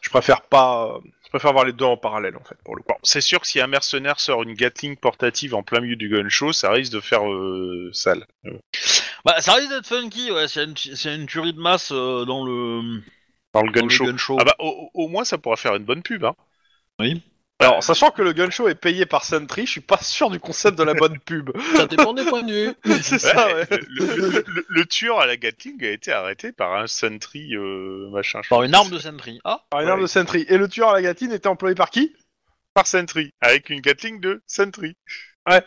[SPEAKER 2] je préfère pas, euh, je préfère voir les deux en parallèle en fait pour le coup.
[SPEAKER 4] Bon, c'est sûr que si un mercenaire sort une Gatling portative en plein milieu du gun show, ça risque de faire euh, sale.
[SPEAKER 1] Bah ça risque d'être funky ouais. S'il y, a une- s'il y a une tuerie de masse euh, dans le
[SPEAKER 4] Dans le
[SPEAKER 1] dans
[SPEAKER 4] gun
[SPEAKER 1] le
[SPEAKER 4] show. bah.
[SPEAKER 1] gun show.
[SPEAKER 4] Ah bah au, au- au moins ça pourra faire une bonne pub. Hein.
[SPEAKER 1] Oui.
[SPEAKER 2] Alors, sachant que le gun show est payé par Sentry, je suis pas sûr du concept de la [LAUGHS] bonne pub.
[SPEAKER 3] Ça dépend des points de vue.
[SPEAKER 2] C'est ça, ouais.
[SPEAKER 4] [LAUGHS] le, le- le- le tueur à la Gatling a été arrêté par un Sentry euh, machin. je
[SPEAKER 1] Par
[SPEAKER 4] crois.
[SPEAKER 1] une arme de Sentry. Ah
[SPEAKER 2] Par une arme de Sentry. Et le tueur à la gatine était employé par qui
[SPEAKER 4] par Sentry, avec une Gatling de Sentry.
[SPEAKER 2] Ouais.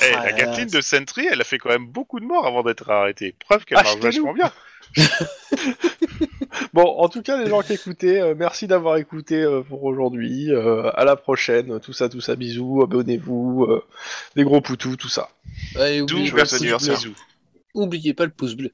[SPEAKER 4] Eh,
[SPEAKER 3] Ah,
[SPEAKER 4] la
[SPEAKER 3] là,
[SPEAKER 4] Gatling de Sentry, elle a fait quand même beaucoup de morts avant d'être arrêtée. Preuve
[SPEAKER 5] Ah,
[SPEAKER 4] qu'elle marche
[SPEAKER 2] Achetez-nous.
[SPEAKER 4] Bah, vachement bien.
[SPEAKER 2] Bon, en tout cas, les gens qui écoutaient, euh, merci d'avoir écouté euh, pour aujourd'hui. Euh, à la prochaine. Tout ça, tout ça. Bisous. Abonnez-vous. euh, des gros poutous, tout ça.
[SPEAKER 3] Allez,
[SPEAKER 5] D'où
[SPEAKER 3] oubliez
[SPEAKER 5] je
[SPEAKER 3] pas le
[SPEAKER 5] vais
[SPEAKER 3] pouce
[SPEAKER 5] anniversaire.
[SPEAKER 3] bleu. Oubliez pas le pouce bleu.